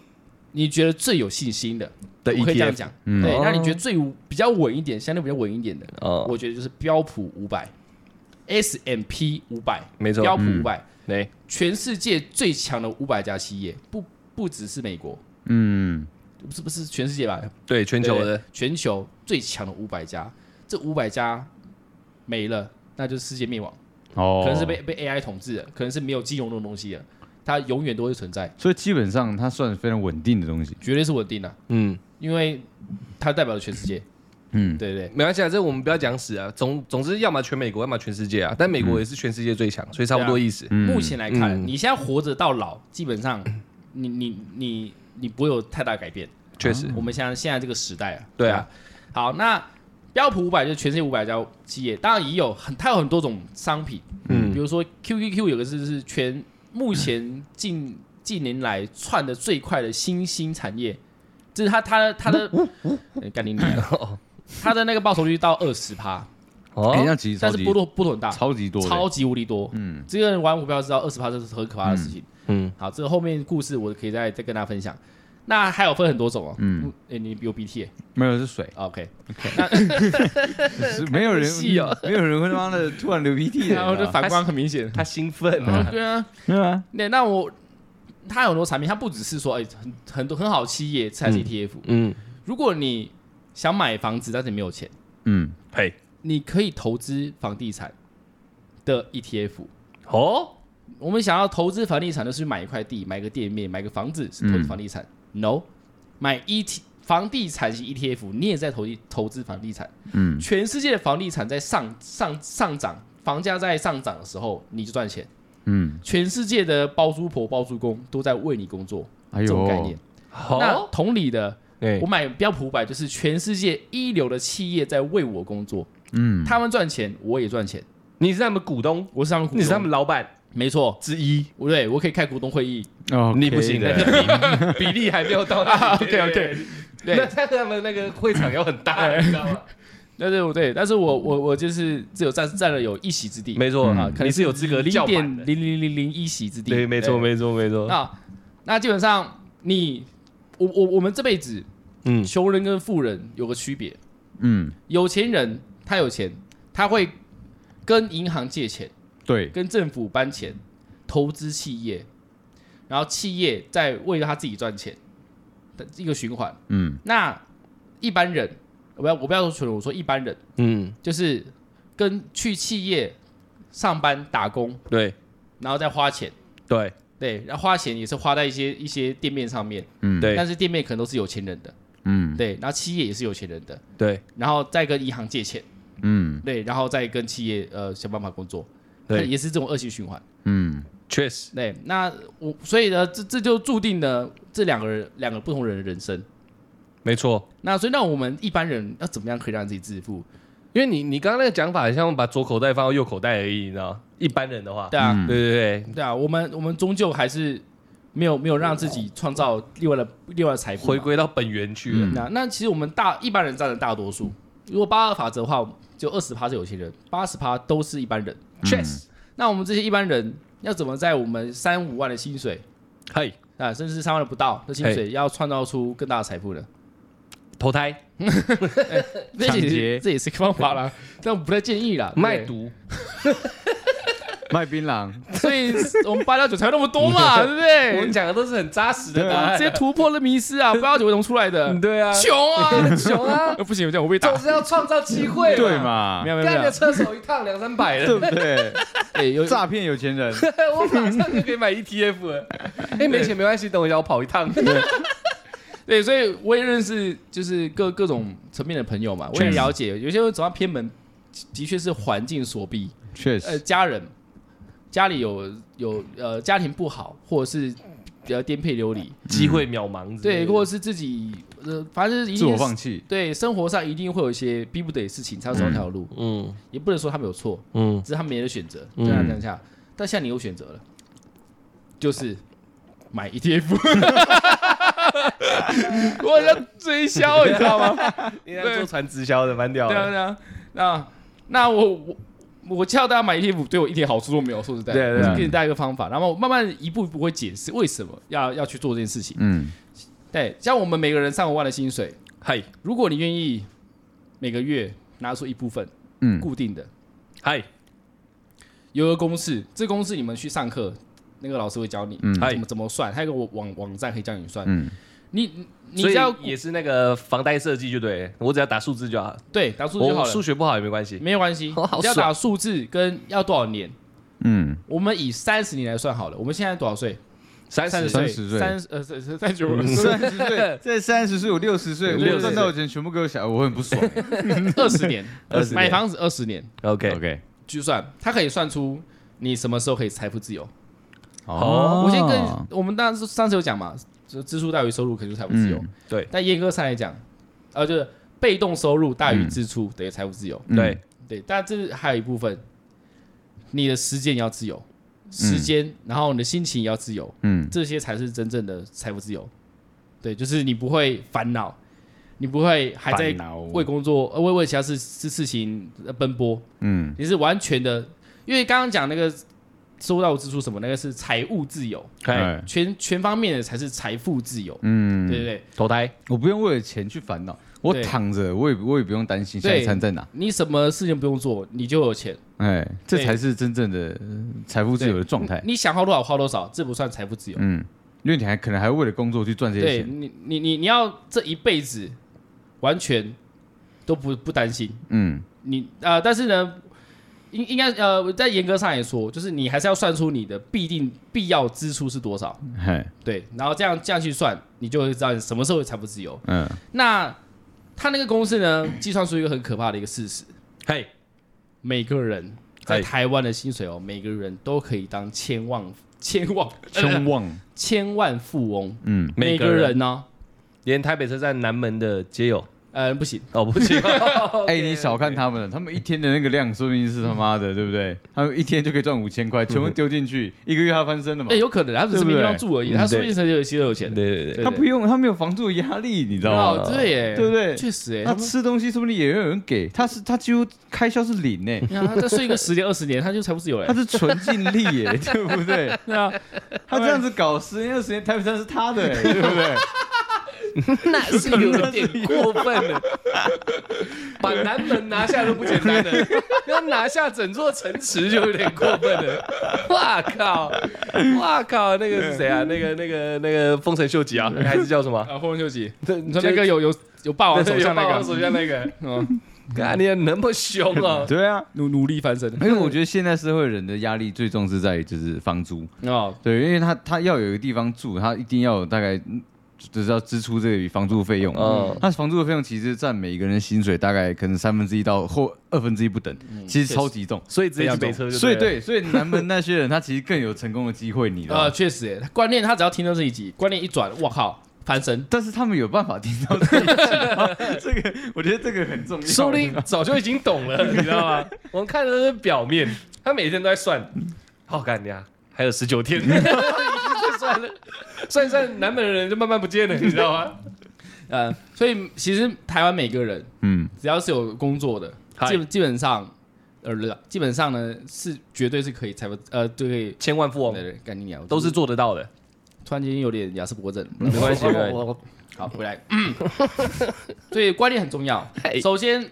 Speaker 1: 你觉得最有信心的
Speaker 3: 的
Speaker 1: 我可以这样
Speaker 3: ETF
Speaker 1: 讲，
Speaker 4: 嗯
Speaker 1: 对，
Speaker 3: 哦
Speaker 1: 让你觉得最比较稳一点，相对比较稳一点的，
Speaker 3: 哦，
Speaker 1: 我觉得就是标普五百、S M P 五百、
Speaker 3: 没错，
Speaker 1: 标普
Speaker 4: 嗯
Speaker 1: 五百，
Speaker 3: 对，
Speaker 1: 全世界最强的五百家企业，不不只是美国，
Speaker 4: 嗯
Speaker 1: 不是不是全世界吧？
Speaker 3: 对，全球的
Speaker 1: 对全球最强的五百家，这五百家没了，那就是世界灭亡。
Speaker 4: 哦，
Speaker 1: 可能是被被 AI 统治的，可能是没有金融这种东西的，它永远都会存在，
Speaker 4: 所以基本上它算是非常稳定的东西。
Speaker 1: 绝对是稳定的，
Speaker 3: 嗯，
Speaker 1: 因为它代表了全世界，
Speaker 4: 嗯
Speaker 1: 对不对？
Speaker 3: 没关系啊，这我们不要讲死啊。总总之，要么全美国，要么全世界啊。但美国也是全世界最强，所以差不多意思。
Speaker 1: 目前来看，
Speaker 3: 啊嗯
Speaker 1: 你现在活着到老，基本上你你你你不会有太大改变。
Speaker 3: 确实，
Speaker 1: 我们现在现在这个时代啊，
Speaker 3: 对啊，
Speaker 1: 好，那标普五百就是全世界五百家企业，当然也有很它有很多种商品，
Speaker 3: 嗯
Speaker 1: 比如说 QQQ 有个是是全目前近近年来窜的最快的新兴产业，这是它它的它的哎干你娘
Speaker 3: 哦
Speaker 1: 它的那个报酬率到二十趴，
Speaker 4: 哎，
Speaker 3: 哦，
Speaker 4: 那其实超
Speaker 1: 但是
Speaker 4: 级
Speaker 1: 波动波动很大，
Speaker 4: 超级多的，
Speaker 1: 超级无敌多。
Speaker 4: 嗯
Speaker 1: 这个人玩股票知道二十趴这是很可怕的事情。
Speaker 3: 嗯，
Speaker 1: 好，这个后面故事我可以再再跟大家分享。那还有分很多种哦，嗯哎、
Speaker 4: 嗯，
Speaker 1: 你有鼻涕耶啊
Speaker 4: 没有是水，
Speaker 1: ，OK，
Speaker 4: 是没有人
Speaker 1: 细哦
Speaker 4: 没有人会他妈的突然流鼻涕的，
Speaker 1: 然后就反光很明显，
Speaker 3: 他兴奋
Speaker 1: 嗯
Speaker 3: 啊，
Speaker 1: 对啊，
Speaker 4: 没 有啊，
Speaker 1: 那那我它有很多产品，它不只是说哎、很很多很好的企业才是
Speaker 3: 嗯
Speaker 1: ETF，、
Speaker 3: 嗯，
Speaker 1: 如果你想买房子但是你没有钱，
Speaker 4: 嗯
Speaker 3: 嘿，
Speaker 1: 你可以投资房地产的 E ETF。
Speaker 3: 哦，
Speaker 1: 我们想要投资房地产，就是买一块地、买个店面、买个房子，是投资
Speaker 4: 嗯
Speaker 1: 房地产。No，买 ET 房地产型 ETF，你也在投资投资房地产。
Speaker 4: 嗯
Speaker 1: 全世界的房地产在上上上涨，房价在上涨的时候，你就赚钱。
Speaker 4: 嗯，
Speaker 1: 全世界的包租婆、包租公都在为你工作，
Speaker 4: 哎
Speaker 1: 这
Speaker 4: 呦，
Speaker 1: 种概念。
Speaker 3: 哦
Speaker 1: 那
Speaker 3: 好，
Speaker 1: 同理的，
Speaker 3: 哎
Speaker 1: 我，买标普五百就是全世界一流的企业在为我工作，
Speaker 4: 嗯，
Speaker 1: 他们赚钱，我也赚钱，
Speaker 3: 你是他们股东，
Speaker 1: 我是他们股
Speaker 3: 你是他
Speaker 1: 东，
Speaker 3: 们老板
Speaker 1: 没错，
Speaker 3: 之一，
Speaker 1: 我对我可以开股东会议，
Speaker 4: 哦，
Speaker 3: 你不 行的，那个比比例还没有到那 里。
Speaker 1: OK，OK 对
Speaker 3: 那他他们那个会场要很 大，你知道吗？
Speaker 1: 对对对，但是我我我就是只有占占了有一席之地，
Speaker 3: 没错
Speaker 4: 嗯
Speaker 3: 啊，你是有资格
Speaker 1: 零
Speaker 3: 叫板
Speaker 1: 点
Speaker 3: 的。
Speaker 1: 零零零零一席之地，
Speaker 3: 对，没错，没错，没错。
Speaker 1: 那那基本上你我我我们这辈子
Speaker 3: 嗯，
Speaker 1: 穷人跟富人有个区别，
Speaker 4: 嗯，
Speaker 1: 有钱人他有钱，他会跟银行借钱，
Speaker 4: 对，
Speaker 1: 跟政府搬钱，投资企业，然后企业再为他自己赚钱的一个循环。
Speaker 4: 嗯
Speaker 1: 那一般人，我不要我不要说穷人，我说一般人
Speaker 3: 嗯，
Speaker 1: 就是跟去企业上班打工，
Speaker 3: 对，
Speaker 1: 然后再花钱。
Speaker 3: 对，
Speaker 1: 对，然后花钱也是花在一些一些店面上面，
Speaker 4: 嗯，
Speaker 3: 对
Speaker 1: 但是店面可能都是有钱人的，
Speaker 4: 嗯
Speaker 1: 对，然后企业也是有钱人的，
Speaker 3: 对，
Speaker 1: 然后再跟银行借钱，
Speaker 4: 嗯
Speaker 1: 对，然后再跟企业呃想办法工作，
Speaker 3: 对
Speaker 1: 可也是这种恶性循环。
Speaker 4: 嗯
Speaker 3: 确实，
Speaker 1: 对，那我所以呢，这这就注定呢，这两个人两个不同人的人生。
Speaker 3: 没错。
Speaker 1: 那所以，那我们一般人要怎么样可以让自己致富？
Speaker 3: 因为你你刚刚那个讲法，很像把左口袋放到右口袋而已，你知道吗？一般人的话，
Speaker 1: 对啊，
Speaker 4: 嗯
Speaker 3: 对对对，
Speaker 1: 对啊，我们我们终究还是没有没有让自己创造另外的另外的财富嘛啊
Speaker 3: 回。归到本源去了。
Speaker 1: 那那其实我们大一般人占了大多数。如果八二法则的话，就二十趴是有钱人，八十趴都是一般人。
Speaker 3: 确实，
Speaker 1: 那我们这些一般人要怎么在我们三五万的薪水
Speaker 3: 嘿，
Speaker 1: 啊，甚至是三万的不到的薪水，要创造出更大的财富呢？
Speaker 3: 投胎、
Speaker 1: 这
Speaker 4: 抢
Speaker 1: 也
Speaker 4: 劫
Speaker 1: 是这也是个方法啦，但我不太建议啦。
Speaker 3: 卖
Speaker 1: 对
Speaker 3: 毒，
Speaker 4: 卖槟榔，
Speaker 1: 所以我们八加九才会那么多 嘛，对不
Speaker 3: 我们
Speaker 1: 对？
Speaker 3: 讲的都是很扎实的答
Speaker 1: 直
Speaker 3: 案。
Speaker 1: 接突破了迷失啊！八加九为什么出来的
Speaker 3: 嗯？啊对啊，
Speaker 1: 穷 啊！
Speaker 3: 穷啊，
Speaker 1: 呃不行，我这样我被打啊
Speaker 3: 总。是要创造机会。
Speaker 4: 对？嘛
Speaker 1: 没？有没有没
Speaker 3: 干个
Speaker 1: 有，
Speaker 3: 厕所一趟两三百
Speaker 4: 对
Speaker 3: 了，
Speaker 4: 不对？
Speaker 1: 哎，有
Speaker 4: 诈骗有钱人，
Speaker 3: 我马上就可以买 ETF 了。哎，没钱没关系，等我一下我跑一趟。
Speaker 1: 对，所以我也认识就是各各种层面的朋友嘛，我也了解，有些人走到偏门，的确是环境所逼，
Speaker 4: 确
Speaker 1: 呃，
Speaker 4: 实，
Speaker 1: 家人家里有有呃家庭不好，或者是比较颠沛流离，
Speaker 3: 机会渺茫之类
Speaker 1: 对，
Speaker 3: 的，
Speaker 1: 或者是自己呃，反正是一
Speaker 4: 自
Speaker 1: 定
Speaker 4: 我
Speaker 1: 是
Speaker 4: 放弃，
Speaker 1: 对生活上一定会有一些逼不得已的事情，才会走那条路，
Speaker 3: 嗯
Speaker 1: 也不能说他们有错，
Speaker 3: 嗯，
Speaker 1: 只是他们没得选择。
Speaker 3: 嗯
Speaker 1: 这样讲一下，但现在你有选择了，就是买 E ETF。我好像追销，你知道 吗？
Speaker 3: 你在做传直销的，蛮屌
Speaker 1: 对啊，
Speaker 3: 的。
Speaker 1: 对啊。那那我我我叫大家买 ETF，对我一点好处都没有，说实在的，
Speaker 3: 对啊
Speaker 1: 我
Speaker 3: 对啊
Speaker 1: 就给你带一个方法，然后慢慢一步一步会解释为什么要要去做这件事情。
Speaker 4: 嗯，
Speaker 1: 对，像我们每个人上万的薪水，
Speaker 3: 嗨
Speaker 1: 如果你愿意每个月拿出一部分
Speaker 4: 嗯
Speaker 1: 固定的，
Speaker 3: 嗨
Speaker 1: 有一个公式，这公式你们去上课，那个老师会教你，
Speaker 4: 嗯
Speaker 1: 怎么怎么算，还有一个网网站可以教你算。
Speaker 4: 嗯，
Speaker 1: 你你你
Speaker 3: 所
Speaker 1: 只
Speaker 3: 以
Speaker 1: 要
Speaker 3: 也是那个房贷设计，就对我只要打数字就好，
Speaker 1: 对打数字就好
Speaker 3: 我
Speaker 1: 了
Speaker 3: 哦数，学不好也没关系。
Speaker 1: 没有关系，
Speaker 3: 好好
Speaker 1: 你只要打数字跟要多少年。
Speaker 4: 嗯，
Speaker 1: 我们以三十年来算好了，我们现在多少岁？
Speaker 3: 三
Speaker 1: 三
Speaker 3: 十
Speaker 1: 十
Speaker 3: 岁
Speaker 1: 岁，
Speaker 4: 30岁
Speaker 1: 三十呃三三九
Speaker 4: 三十 岁，这三十岁，我六十岁，
Speaker 3: 60
Speaker 4: 我赚到的钱全部给我小孩，我很不 爽。
Speaker 1: 二十 年，
Speaker 3: 嗯20年
Speaker 1: 买房子二十年，
Speaker 3: 嗯，OK，
Speaker 4: OK，
Speaker 1: 就算它可以算出你什么时候可以财富自由。
Speaker 3: 哦
Speaker 1: 我先跟我们当时上次有讲嘛，就支出大于收入，可能就是财务自由。
Speaker 4: 嗯
Speaker 3: 对
Speaker 1: 但严格上来讲，呃，就是被动收入大于支出等于财务自由。
Speaker 4: 嗯
Speaker 3: 对，
Speaker 1: 对，但这还有一部分，你的时间也要自由，时间，然后你的心情也要自由，
Speaker 4: 嗯
Speaker 1: 这些才是真正的财务自由。对，就是你不会烦恼，你不会还在为工作、呃、为为其他事事事情呃奔波，
Speaker 4: 嗯
Speaker 1: 你是完全的，因为刚刚讲那个收到支出什么，那个是财务自由。
Speaker 3: 嗨，
Speaker 4: 哎
Speaker 1: 全全方面的才是财富自由，对
Speaker 4: 嗯，
Speaker 1: 不对？
Speaker 3: 投胎，
Speaker 4: 我不用为了钱去烦恼，我
Speaker 1: 对
Speaker 4: 躺着，我也不我也不用担心下
Speaker 1: 对
Speaker 4: 一餐在哪，
Speaker 1: 啊你什么事情不用做，你就有钱。
Speaker 4: 哎，这
Speaker 1: 对
Speaker 4: 才是真正的呃财富自由的状态。
Speaker 1: 你想花多少花多少，这不算财富自由。
Speaker 4: 嗯，因为你还可能还为了工作去赚这些
Speaker 1: 对
Speaker 4: 钱，
Speaker 1: 你，你你你要这一辈子完全都不不担心
Speaker 4: 嗯
Speaker 1: 你啊、呃但是呢，应应该呃，在严格上来说，就是你还是要算出你的必定必要支出是多少，
Speaker 4: 嘿，
Speaker 1: 对，呃然后这样这样去算，你就会知道你什么时候财富自由。
Speaker 4: 嗯，
Speaker 1: 那他那个公式呢， 计算出一个很可怕的一个事实，
Speaker 3: 嗨，
Speaker 1: 每个人在
Speaker 3: 哎
Speaker 1: 台湾的薪水哦，每个人都可以当千万千万
Speaker 4: 凶旺，
Speaker 1: 千万富翁，
Speaker 4: 嗯，
Speaker 1: 每
Speaker 3: 每
Speaker 1: 个
Speaker 3: 个人
Speaker 1: 人呢、
Speaker 3: 连台北车站南门的街友，
Speaker 1: 呃，不行，
Speaker 3: 哦，不行，
Speaker 4: 哎，你小看他们了，他们一天的那个 量，说明是他妈的，对不对？他们一天就可以赚五千块，全部丢进 去，一个月他翻身了嘛
Speaker 1: 哎、？有可能他只是
Speaker 4: 对不
Speaker 1: 没
Speaker 4: 对
Speaker 1: 地方住而已，他
Speaker 3: 嗯
Speaker 1: 说
Speaker 3: 对
Speaker 1: 不定才有些有钱
Speaker 3: 对对对，
Speaker 1: 对
Speaker 4: 他不用，他没有房租的压力，你知道吗？
Speaker 1: 哦，对耶，
Speaker 4: 对不对
Speaker 1: 确实哎，
Speaker 4: 他
Speaker 1: 他们
Speaker 4: 吃东西说不定也有人给，他是他几乎开销是零呢，
Speaker 1: 你看哎他再睡个十年二十年，他就财富自由
Speaker 4: 他
Speaker 1: 哎，
Speaker 4: 是纯净利耶， 对不对？
Speaker 1: 对啊，
Speaker 4: 他这样子搞十年二十年，台北山是他的， 哎对不对？
Speaker 3: 那是有点 过分了， 把南门拿下都不简 单了，要拿下整座城池就有点过分了。哇靠！哇靠！那个是谁啊？那个、那个、那个丰臣秀吉啊，还是叫什么？
Speaker 1: 啊，后面休息，
Speaker 3: 对，
Speaker 1: 你
Speaker 3: 你
Speaker 1: 说那个有有有霸王手
Speaker 3: 手
Speaker 1: 像那
Speaker 3: 下那个，
Speaker 1: 个，
Speaker 3: 手下 那 个，
Speaker 1: 嗯，
Speaker 3: 看你那么凶啊！
Speaker 4: 对啊，
Speaker 1: 努努力翻身，
Speaker 3: 哎
Speaker 4: 因为我觉得现在社会人的压力最重是在于就是房租，
Speaker 1: 哦，
Speaker 4: 对，因为他他要有一个地方住，他一定要有大概嗯就是要支出这笔房租费用。
Speaker 3: 嗯
Speaker 4: 嗯，那房租的费用其实占每一个人薪水大概可能三分之一到后二分之一不等，其实超级重。
Speaker 3: 所以直接去北车就
Speaker 4: 所以
Speaker 3: 嗯对
Speaker 4: 对，所以南 门那些人他其实更有成功的机会，你
Speaker 3: 啊
Speaker 4: 知道
Speaker 1: 呃，
Speaker 4: 吗？
Speaker 1: 确实哎，观念他只要听到这一集，观念一转，我靠，翻身，
Speaker 4: 但是他们有办法听到这一 句，这个我觉得这个很重要。
Speaker 3: 了， 说不定早就已经懂了，你知道吗？ 我们看的是表面，他每天都在算，好干呀，还有十九 天，算了，算一算，南本的人就慢慢不见了，你知道吗？
Speaker 1: 呃，所以其实台湾每个人
Speaker 4: 嗯，
Speaker 1: 只要是有工作的，
Speaker 3: 嗨
Speaker 1: 基本基本上，呃，基本上呢是绝对是可以财富，呃，对，
Speaker 3: 千万富
Speaker 1: 对
Speaker 3: 翁
Speaker 1: 对，干你鸟，
Speaker 3: 都是做得到的，
Speaker 1: 突然间有点雅思伯症，
Speaker 3: 没关系，没关系。
Speaker 1: 我好回来，嗯， 所以观念很重要
Speaker 3: 嗨。
Speaker 1: 首先，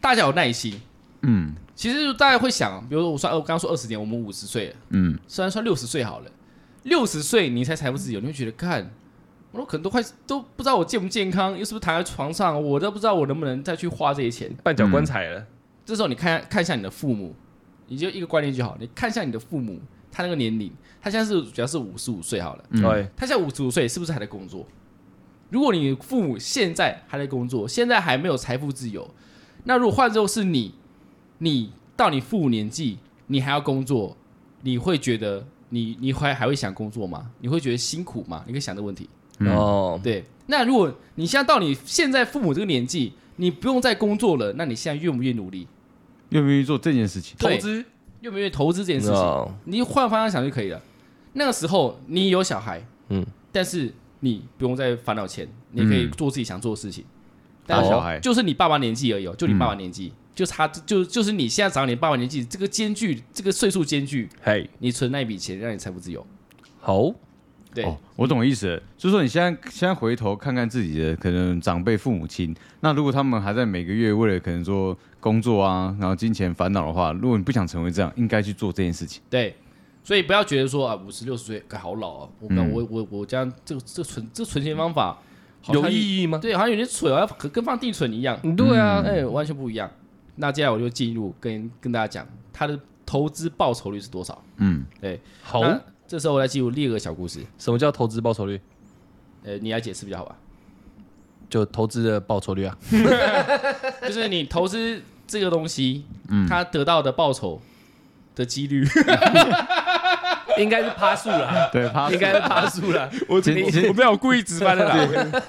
Speaker 1: 大家有耐心，
Speaker 4: 嗯，
Speaker 1: 其实大家会想，比如我算，我刚刚说二十年，我们五十岁了，
Speaker 4: 嗯，
Speaker 1: 虽然算六十岁好了，六十岁你才财富自由，你会觉得看，我可能都快都不知道我健不健康，又是不是躺在床上，我都不知道我能不能再去花这些钱。
Speaker 3: 绊脚棺材了，
Speaker 1: 这时候你看看一下你的父母，你就一个观念就好，你看一下你的父母，他那个年龄，他现在是主要是五十五岁好了，
Speaker 4: 嗯
Speaker 3: 对，
Speaker 1: 他现在五十五岁是不是还在工作？如果你父母现在还在工作，现在还没有财富自由，那如果换作是你，你到你父母年纪，你还要工作，你会觉得你你还还会想工作吗？你会觉得辛苦吗？你可以想这个问题。
Speaker 4: 嗯
Speaker 3: 哦，
Speaker 1: 对，那如果你现在到你现在父母这个年纪，你不用再工作了，那你现在愿不愿意努力？
Speaker 4: 愿不愿意做这件事情？哦
Speaker 1: 对
Speaker 3: 投资
Speaker 1: 愿不愿意投资这件事情？
Speaker 3: 哦，
Speaker 1: 你换方向想就可以了。那个时候你有小孩，
Speaker 3: 嗯，
Speaker 1: 但是你不用再烦恼钱，你可以
Speaker 4: 嗯哦
Speaker 1: 做自己想做的事情。
Speaker 4: 打
Speaker 1: 但
Speaker 4: 小孩
Speaker 1: 就是你爸爸年纪而已、哦，就你爸爸年
Speaker 4: 嗯
Speaker 1: 纪，就差就就是你现在长你爸爸年纪这个间距，这个岁数间距，
Speaker 3: 嘿，
Speaker 1: 你存那一笔钱让你财富自由。
Speaker 3: 好，
Speaker 1: 对，
Speaker 4: 哦，我懂意思了，就是说你现在现在回头看看自己的可能长辈父母亲，那如果他们还在每个月为了可能说工作啊，然后金钱烦恼的话，如果你不想成为这样，应该去做这件事情。
Speaker 1: 对，所以不要觉得说啊，五十六十岁好老哦，我、
Speaker 4: 嗯
Speaker 1: 我我我这样这个这存这存钱方法好像
Speaker 3: 有意义吗？
Speaker 1: 对，好像有点蠢啊，跟跟放定存一样。
Speaker 3: 对啊，
Speaker 1: 哎、完全不一样。那接下来我就进入跟跟大家讲它的投资报酬率是多少。
Speaker 4: 嗯，
Speaker 3: 好，
Speaker 1: 那这时候我来进入第二个小故事，
Speaker 3: 什么叫投资报酬率？
Speaker 1: 呃，你来解释比较好吧？
Speaker 3: 就投资的报酬率啊，
Speaker 1: 就是你投资这个东 西，
Speaker 4: 嗯
Speaker 1: 它得到的报酬的几率，
Speaker 3: 应该是趴数啦，
Speaker 4: 对，他
Speaker 3: 应该是趴数啦。
Speaker 1: 我
Speaker 4: 简简
Speaker 1: 没有故意直翻的啦。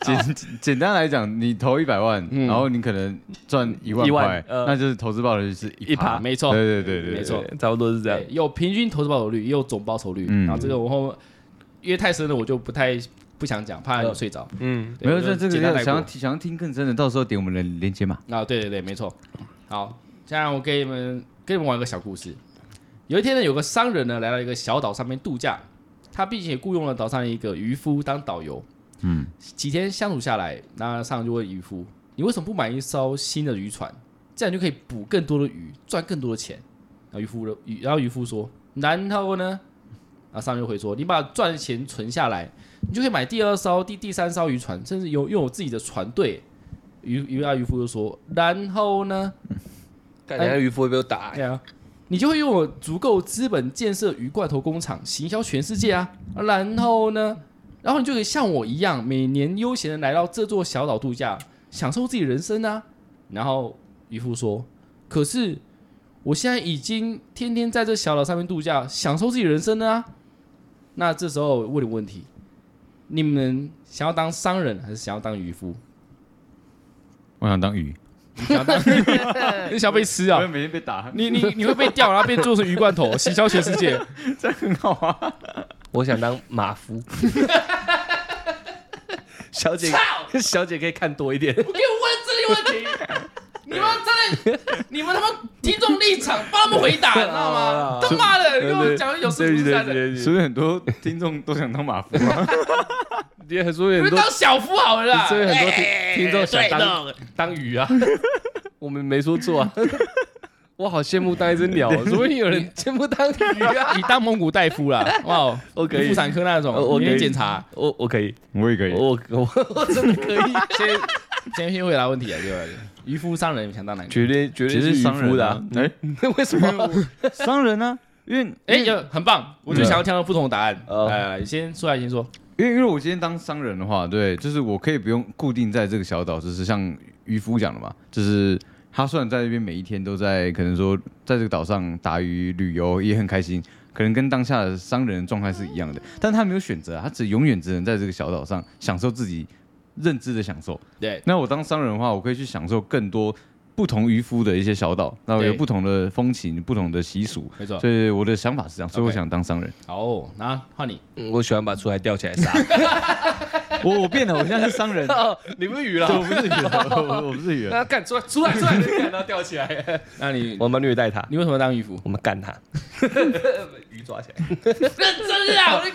Speaker 4: 简简单来讲，你投一百万，然后你可能赚一万
Speaker 3: 一万
Speaker 4: 块，
Speaker 3: 呃
Speaker 4: 那就是投资报酬率是一
Speaker 3: 一趴
Speaker 1: 没错，
Speaker 4: 对对对对，
Speaker 1: 没错
Speaker 3: 对，差不多是这样
Speaker 1: 对，。有平均投资报酬率，也有总报酬率。
Speaker 4: 嗯
Speaker 1: 然后这个我后因为太深了，我就不太不想讲，怕你睡着。
Speaker 3: 嗯，
Speaker 1: 对
Speaker 4: 没有
Speaker 1: 我就
Speaker 4: 这这个
Speaker 1: 简单
Speaker 4: 要
Speaker 1: 带
Speaker 4: 想要
Speaker 1: 过
Speaker 4: 听想要听更深的，到时候点我们的链接嘛。
Speaker 1: 啊，对对对，没错。好，现在我给你们给你们玩一个小故事。有一天呢，有个商人呢来到一个小岛上面度假，他并且雇佣了岛上一个渔夫当导游。
Speaker 4: 嗯，
Speaker 1: 几天相处下来，那商人就问渔夫：“你为什么不买一艘新的渔船？这样你就可以捕更多的鱼，赚更多的钱。”然后渔夫的渔，然后渔夫说：“然后呢？”啊，商人就回说：“你把赚的钱存下来，你就可以买第二艘、第第三艘渔船，甚至有拥有自己的船队。”渔渔啊渔夫就说：“然后呢？
Speaker 3: 感觉渔夫会被我打欸，
Speaker 1: 对啊，你就会拥有足够资本建设鱼罐头工厂，行销全世界啊。然后呢，然后你就可以像我一样，每年悠闲的来到这座小岛度假，享受自己人生啊。然后渔夫说：“可是我现在已经天天在这小岛上面度假，享受自己人生了啊。”那这时候问你问题：你们想要当商人还是想要当渔夫？
Speaker 4: 我想当鱼，
Speaker 1: 你想要当你想要被吃啊？
Speaker 4: 每天被打，
Speaker 1: 你你你会被钓，然后被做成鱼罐头，行销全世界。
Speaker 4: 这很好啊。
Speaker 3: 我想当马夫。 小姐，小姐可以看多一点。
Speaker 1: 我给我问这些问题，你们站在你们他妈听众立场帮他们回答，你知道吗？他妈的，给我讲有事不是的，
Speaker 4: 所以很多听众都想当马夫啊。
Speaker 3: 也很所以
Speaker 1: 你
Speaker 3: 很
Speaker 1: 们
Speaker 3: 多，
Speaker 1: 当小夫好了啦。
Speaker 3: 所以很多
Speaker 1: 哎
Speaker 3: 听听众想当当鱼啊，我们没说错 啊。我好羡慕当一只鸟，怎么会有人羡慕当鱼啊？
Speaker 1: 你当蒙古大夫啦，哇哦，
Speaker 3: 我可以
Speaker 1: 妇产科那种
Speaker 3: 呃我，可
Speaker 1: 你
Speaker 3: 以
Speaker 1: 去检查。
Speaker 3: 我我可以，
Speaker 4: 我也可以，
Speaker 3: 我我我真的可以，
Speaker 1: 先先先回答问题啊，对吧？渔夫商人想当哪个？
Speaker 3: 绝对绝对
Speaker 4: 其实
Speaker 3: 是渔
Speaker 4: 商
Speaker 3: 夫
Speaker 4: 人
Speaker 3: 的
Speaker 4: 啊
Speaker 3: 啊。，
Speaker 4: 哎，
Speaker 3: 为什么？
Speaker 4: 商人呢？因为
Speaker 1: 哎，有很棒，我就想要听到不同的答案。
Speaker 3: 嗯
Speaker 1: 来来，来先说来，先说。
Speaker 4: 因为因为我今天当商人的话，对，就是我可以不用固定在这个小岛，就是像渔夫讲的嘛，就是他虽然在那边每一天都在，可能说在这个岛上打鱼旅游也很开心，可能跟当下的商人的状态是一样的，但他没有选择啊，他只永远只能在这个小岛上享受自己认知的享受。
Speaker 1: 对，
Speaker 4: 那我当商人的话，我可以去享受更多不同渔夫的一些小岛，那有
Speaker 1: 对
Speaker 4: 不同的风情、不同的习俗，
Speaker 1: 没错。
Speaker 4: 所以我的想法是这样，所以我
Speaker 1: OK
Speaker 4: 想当商人。
Speaker 1: 好，那换你。
Speaker 3: 嗯我喜欢把出海吊起来杀。
Speaker 4: 我我变了，我现在是商人。
Speaker 3: 哦你不是鱼
Speaker 4: 对，
Speaker 3: 了
Speaker 4: 我。不是鱼啊，我我不是鱼 啊。
Speaker 3: 那干出来出来出来，然后吊起来。
Speaker 1: 那你
Speaker 3: 我们虐待他，
Speaker 1: 你为什么要当渔夫？
Speaker 3: 我们干 他，鱼抓起来。
Speaker 1: 认真啊！我就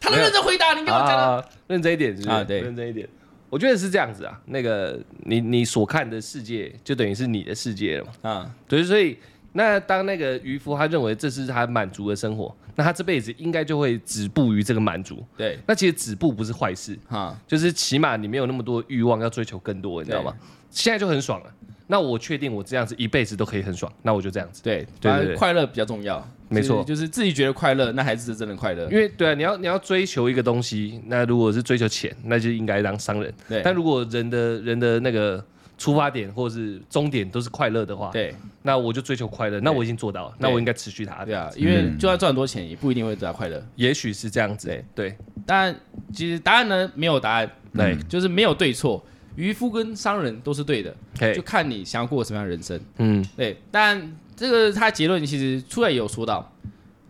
Speaker 1: 他都认真回答，你给我讲的。
Speaker 3: 啊，认真一点是不是
Speaker 1: 啊对
Speaker 3: 认真一点。我觉得是这样子啊，那个你你所看的世界就等于是你的世界了嘛。
Speaker 1: 啊，
Speaker 3: 对，所以那当那个渔夫他认为这是他满足的生活，那他这辈子应该就会止步于这个满足。
Speaker 1: 对，
Speaker 3: 那其实止步不是坏事，
Speaker 1: 啊，
Speaker 3: 就是起码你没有那么多欲望要追求更多，你知道吗？现在就很爽了。那我确定我这样子一辈子都可以很爽，那我就这样子。
Speaker 1: 对，
Speaker 3: 对
Speaker 1: 反正
Speaker 3: 对
Speaker 1: 快乐比较重要，
Speaker 3: 没错
Speaker 1: 就是就是自己觉得快乐，那还是真的快乐。
Speaker 3: 因为对啊，你要你要追求一个东西，那如果是追求钱，那就应该当商人。
Speaker 1: 对
Speaker 3: 但如果人的人的那个出发点或是终点都是快乐的话，，
Speaker 1: 对
Speaker 3: 那我就追求快乐，那我已经做到了，那我应该持续它。
Speaker 1: 对，啊，因为就算赚很多钱，也不一定会得到快乐。
Speaker 3: 也许是这样子。对
Speaker 1: 但其实答案呢，没有答案，
Speaker 3: 对，
Speaker 1: 就是没有对错。渔夫跟商人都是对的，就
Speaker 3: 嘿，
Speaker 1: 看你想要过什么样的人生。
Speaker 3: 嗯，
Speaker 1: 对，但这个他结论其实出来也有说到，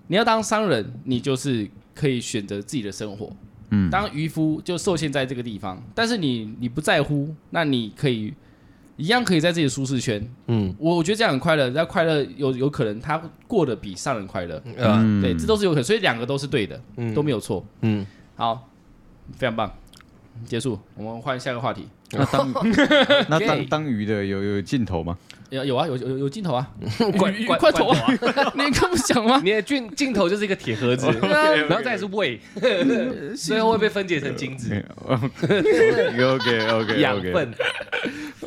Speaker 1: 你要当商人，你就是可以选择自己的生活。嗯，当渔夫就受限在这个地方，但是你你不在乎，那你可以一样可以在自己的舒适圈。
Speaker 3: 嗯，
Speaker 1: 我我觉得这样很快乐，那快乐有有可能他过得比商人快乐。
Speaker 3: 啊，
Speaker 4: 嗯
Speaker 1: 对，这都是有可能，所以两个都是对的，都没有错。
Speaker 3: 嗯，
Speaker 1: 好，非常棒，结束，我们换下一个话题。
Speaker 4: 那当那当
Speaker 3: Gay
Speaker 4: 当鱼的有有镜头 吗？
Speaker 1: 有有啊，有有有镜头啊，
Speaker 3: 罐
Speaker 1: 鱼鱼
Speaker 3: 罐
Speaker 1: 罐头啊
Speaker 3: 罐，
Speaker 1: 你看不讲吗？
Speaker 3: 你的镜镜头就是一个铁盒子，然后再来是胃， 最后会被分解成精
Speaker 4: 嗯
Speaker 3: 子、
Speaker 4: OK OK
Speaker 3: 养
Speaker 4: OK，
Speaker 3: 分，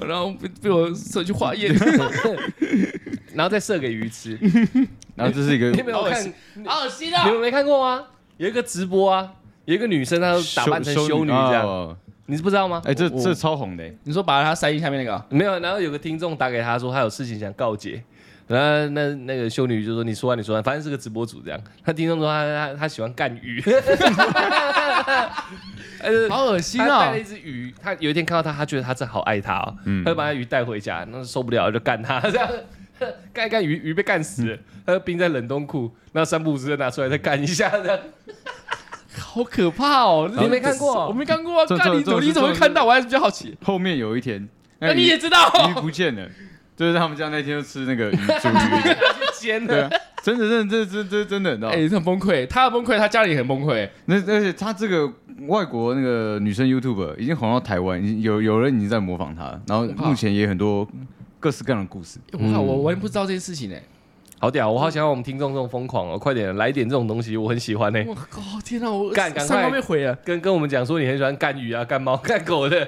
Speaker 1: 然后被被我射去化 验。
Speaker 3: 然后再射给鱼吃。
Speaker 4: 然后这是一个
Speaker 3: 你有没有看？
Speaker 1: 好恶心啊
Speaker 3: 你！们没看过吗？有一个直播啊，有一个女生她 打扮成修女这样，哦
Speaker 4: 哦
Speaker 3: 你是不知道吗？
Speaker 4: 哎，这
Speaker 1: 我
Speaker 4: 这超红的，
Speaker 1: 你说把它塞进下面那个啊，
Speaker 3: 没有。然后有个听众打给她说，她有事情想告解。然后那那个修女就说：“你说啊，你说啊，反正是个直播主这样。”她听众说她她她喜欢干鱼，呃，
Speaker 1: 好恶心
Speaker 3: 他带
Speaker 1: 啊
Speaker 3: 了！一只鱼，他有一天看到他，他觉得他真的好爱他哦，他就把他鱼带回家，那受不了就干他，这样干一干鱼，鱼被干死了，他就冰在冷冻库，那三不五时就拿出来再干一下，这样
Speaker 1: 好可怕哦！
Speaker 3: 你没看过
Speaker 1: 我没看过啊！
Speaker 4: 这
Speaker 1: 干你
Speaker 4: 这
Speaker 1: 怎么
Speaker 4: 这
Speaker 1: 你怎么会
Speaker 4: 这
Speaker 1: 看到？我还是比较好奇。
Speaker 4: 后面有一天，
Speaker 1: 那你
Speaker 4: 鱼
Speaker 1: 也知道
Speaker 4: 鱼不见了，就是他们家那天就吃那个鱼煮 鱼，
Speaker 3: 尖
Speaker 4: 对
Speaker 3: 的
Speaker 4: 啊，真的真的真的真的真的，你知道吗？
Speaker 1: 哎，这很崩溃，他很崩溃，他家里也很崩溃。
Speaker 4: 那而且他这个外国那个女生 YouTube 已经红到台湾，已经有有人已经在模仿她了，然后目前也很多各式各样的故事。
Speaker 1: 我靠，我完全不知道这件事情哎！
Speaker 3: 好屌！我好想要我们听众这种疯狂哦，快点来点这种东西，我很喜欢欸呢、
Speaker 1: 我靠，天哪！我
Speaker 3: 干赶快
Speaker 1: 三方面毁了。
Speaker 3: 跟跟我们讲说你很喜欢干鱼啊、干猫、干狗的，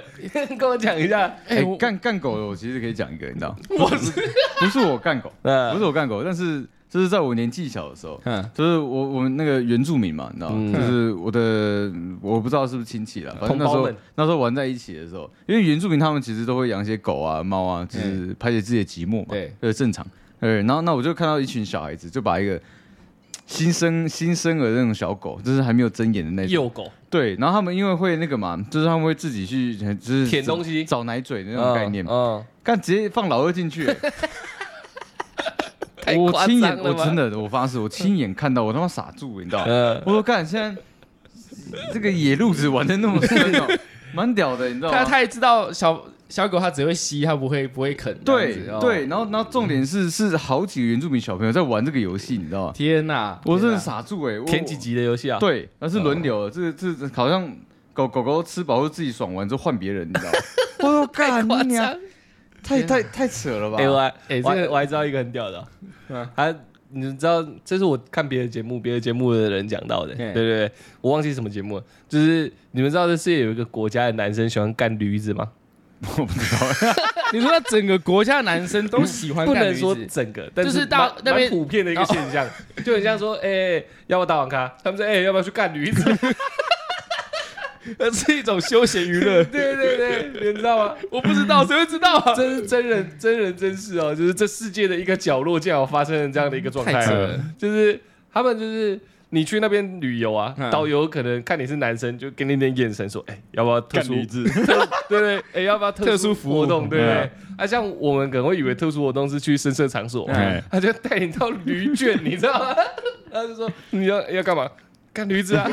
Speaker 3: 跟我讲一下。
Speaker 4: 哎
Speaker 1: 哎，我，
Speaker 4: 干干狗的我其实可以讲一个，你知道，
Speaker 1: 我是
Speaker 4: 不是我干狗，
Speaker 3: 嗯
Speaker 4: 不是我干狗，但是这是在我年纪小的时 候，
Speaker 1: 嗯
Speaker 4: 就是我我们那个原住民嘛，你知道，
Speaker 3: 嗯
Speaker 4: 就是我的我不知道是不是亲戚了，反正那时
Speaker 3: 同胞
Speaker 4: 候
Speaker 3: 们
Speaker 4: 那时候玩在一起的时候，因为原住民他们其实都会养一些狗啊、猫啊，
Speaker 3: 嗯
Speaker 4: 就是排解自己的寂寞嘛，
Speaker 1: 对，
Speaker 4: 呃，正常，对。然后那我就看到一群小孩子就把一个新生新生儿的那种小狗，就是还没有睁眼的那种，
Speaker 3: 幼狗，
Speaker 4: 对。然后他们因为会那个嘛，就是他们会自己去就是
Speaker 3: 舔东西
Speaker 4: 找奶嘴的那种概念，
Speaker 3: 嗯，
Speaker 4: 干直接放老二进去、
Speaker 3: 太
Speaker 4: 我
Speaker 3: 夸
Speaker 4: 亲
Speaker 3: 张
Speaker 4: 眼，
Speaker 3: 了
Speaker 4: 我
Speaker 3: 吧
Speaker 4: 真的，我发誓，我亲眼看到，我他妈傻住，你知道？
Speaker 3: 嗯，
Speaker 4: 我说干，现在这个野路子玩的那么深哦，蛮屌的，你知道
Speaker 1: 他
Speaker 4: 吗？
Speaker 1: 他也知道小小狗它只会吸，它不会不会啃。
Speaker 4: 对
Speaker 1: 这样子哦
Speaker 4: 对，然后然后重点是是好几个原住民小朋友在玩这个游戏，你知道吗？
Speaker 1: 天哪！
Speaker 4: 我真
Speaker 1: 天
Speaker 4: 的
Speaker 1: 哪
Speaker 4: 傻住哎，我
Speaker 3: 前几集的游戏啊，，
Speaker 4: 对，那是轮流的，这这这好像狗狗狗吃饱后自己爽完之后换别人，你知道吗？我说干你娘，太太太扯了吧
Speaker 3: 哎、？我还，
Speaker 1: 啊哎
Speaker 3: 我还
Speaker 1: 这个
Speaker 3: 我还知道一个很屌的、
Speaker 1: 嗯
Speaker 3: 他你知道，这是我看别的节目，别的节目的人讲到的，
Speaker 1: 嘿
Speaker 3: 对对对，我忘记什么节目了，就是你们知道这世界有一个国家的男生喜欢干驴子吗？
Speaker 4: 我不知道，
Speaker 1: 你说整个国家的男生都喜 欢
Speaker 3: 不
Speaker 1: 干
Speaker 3: 能
Speaker 1: 驴
Speaker 3: 说
Speaker 1: 子，
Speaker 3: 整个，但
Speaker 1: 就是大
Speaker 3: 大
Speaker 1: 那边
Speaker 3: 普遍的一个现象，就很像说，哎、要不要打网咖？他们说，哎、要不要去干驴子？。
Speaker 1: 那是一种休闲娱乐
Speaker 3: 对对对，你知道吗？
Speaker 1: 我不知道，谁会知道啊？
Speaker 3: 这是 真人真人真事哦，就是这世界的一个角落，竟然有发生了这样的一个状态哦
Speaker 1: 太扯了，
Speaker 3: 就是他们就是你去那边旅游啊，
Speaker 1: 嗯
Speaker 3: 导游可能看你是男生，就给你一点眼神说，哎、要不要特 殊？
Speaker 4: 子，
Speaker 3: 对对，哎、要不要特
Speaker 1: 特殊服务
Speaker 3: 活动？对不对
Speaker 4: 嗯？
Speaker 3: 啊，像我们可能会以为特殊活动是去深色场所，
Speaker 4: 嗯
Speaker 3: 他就带你到驴圈，你知道吗？ 他就说你要要干嘛？干驴子啊，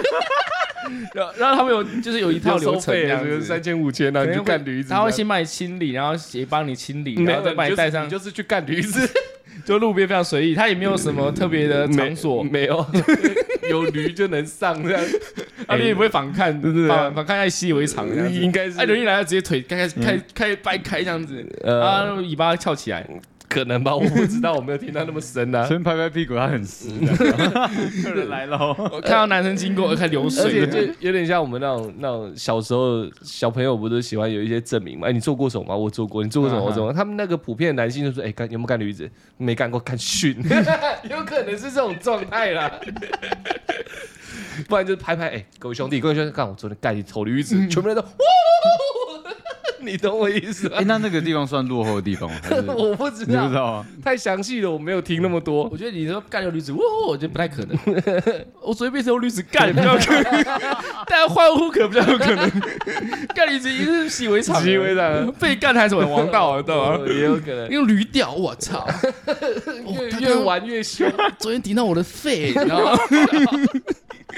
Speaker 1: 然后然后他们有就是有一
Speaker 3: 一
Speaker 1: 套流程这样
Speaker 3: 是
Speaker 1: 子
Speaker 3: 三。千五千啊，
Speaker 1: 可
Speaker 3: 你
Speaker 1: 能
Speaker 3: 就
Speaker 1: 会
Speaker 3: 干驴子这样。
Speaker 1: 他会先帮你清理，然后也帮你清理，
Speaker 3: 没
Speaker 1: 然
Speaker 3: 有，
Speaker 1: 后再把
Speaker 3: 你就是
Speaker 1: 带上
Speaker 3: 你，就是去干驴子。
Speaker 1: 就路边非常随意，他也没有什么特别的
Speaker 3: 没
Speaker 1: 场所。
Speaker 3: 没有，有驴就能上这样。
Speaker 1: 啊，你也不会反 抗，
Speaker 3: 对对对
Speaker 1: 反反抗爱习以为常这样子，
Speaker 3: 应该是
Speaker 1: 爱人一来了直接腿开
Speaker 3: 嗯
Speaker 1: 开开开掰开这样子，
Speaker 3: 呃，
Speaker 1: 啊，尾巴翘起来，
Speaker 3: 可能吧，我不知道，我没有听到那么深啊。
Speaker 4: 先拍拍屁股，他很湿。客人来了，
Speaker 1: 我看到男生经过，我开始流
Speaker 3: 呃而且
Speaker 1: 水，
Speaker 3: 就有点像我们那种那种小时候小朋友不都喜欢有一些证明嘛？哎，你做过什么吗？我做过，你做过什
Speaker 1: 嗯
Speaker 3: 么？
Speaker 1: 嗯
Speaker 3: 我做过。他们那个普遍的男性就说：“哎，干有没有干驴子？没干过，干训。” 有可能是这种状态啦。 不然就是拍拍，哎，各位兄弟，各位兄弟，看我昨天干你头驴
Speaker 1: 嗯
Speaker 3: 子，全部人都哇， 你懂我意思吗
Speaker 4: 哎，？那那个地方算落后的地方吗？还是
Speaker 3: 我不
Speaker 4: 你
Speaker 3: 知
Speaker 4: 不知
Speaker 3: 道，
Speaker 4: 道啊？
Speaker 3: 太详细了，我没有听那么多。
Speaker 1: 我觉得你说干掉驴子，哇，我觉得不太可 能。我随便说驴子干比较可能，但欢呼可比较有可能。干驴子一定是习以为常，
Speaker 3: 习以为常，
Speaker 1: 被干才是我的王 道，啊知道吗？
Speaker 3: 哦也有可能，
Speaker 1: 用驴屌，我操！哦
Speaker 3: 越
Speaker 1: 他
Speaker 3: 越
Speaker 1: 刚
Speaker 3: 玩越 凶。
Speaker 1: 昨天顶到我的肺，你知道吗？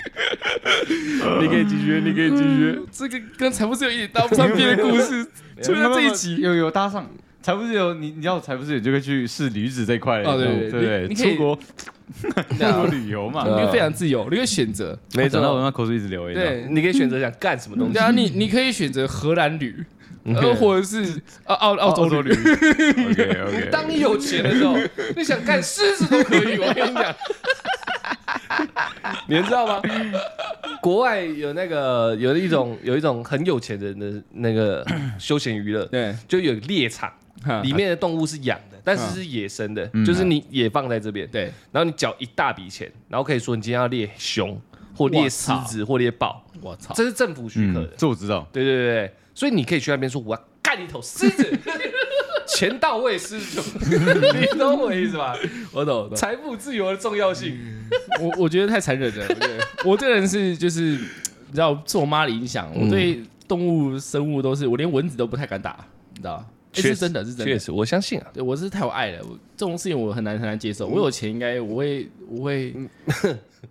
Speaker 3: 你可以继续，你可以继续。
Speaker 1: 这个跟财富自由一点搭不上边的故 事，出现在这一集。
Speaker 4: 有有搭上。财富自由，你你要财富自由，就可以去试驴子这一块了。
Speaker 1: 哦对对
Speaker 4: 对
Speaker 1: 你
Speaker 4: 对，
Speaker 1: 你可以啊
Speaker 4: 出国出 国旅游嘛
Speaker 1: 你，
Speaker 3: 啊
Speaker 1: 可以非常自由，你可以选择。
Speaker 3: 没
Speaker 4: 讲到我
Speaker 3: 错，
Speaker 4: 那口水一直流。哎
Speaker 1: 啊对
Speaker 3: 你可以选择想干什么东西
Speaker 1: 对。啊，你你可以选择荷兰 驴，
Speaker 3: 嗯
Speaker 1: 呃，或者是呃澳澳洲 驴。
Speaker 4: ，OK OK。
Speaker 3: 当你有钱的时候，你想干狮子都可以。我跟你 讲，你们知道吗？国外有那个有一种有一种很有钱人的那个休闲娱乐，
Speaker 1: 对，
Speaker 3: 就有猎场，
Speaker 1: 哈
Speaker 3: 里面的动物是养的，但是是野生的，
Speaker 4: 嗯
Speaker 3: 就是你也放在这边，
Speaker 1: 对，
Speaker 3: 然后你缴一大笔钱，然后可以说你今天要猎熊或猎狮子或猎豹，
Speaker 1: 我操！
Speaker 3: 这是政府许可的
Speaker 4: 嗯，。这我知道。
Speaker 3: 对对对对，所以你可以去那边说我要干你头狮子，钱到位狮子，你懂我意思吧？
Speaker 1: 我懂，我懂。
Speaker 3: 财富自由的重要性，
Speaker 1: 我我觉得太残忍 了。我觉得我这个人是就是，你知道受我妈的影响，我
Speaker 3: 嗯
Speaker 1: 对动物生物都是，我连蚊子都不太敢打，你知道吗？欸
Speaker 3: 确
Speaker 1: 是
Speaker 3: 实
Speaker 1: 真的，是真
Speaker 3: 确
Speaker 1: 的。
Speaker 3: 实我相信啊，
Speaker 1: 对，我是太有爱了，我这种事情我很难很难接受。我有钱应该我会我会，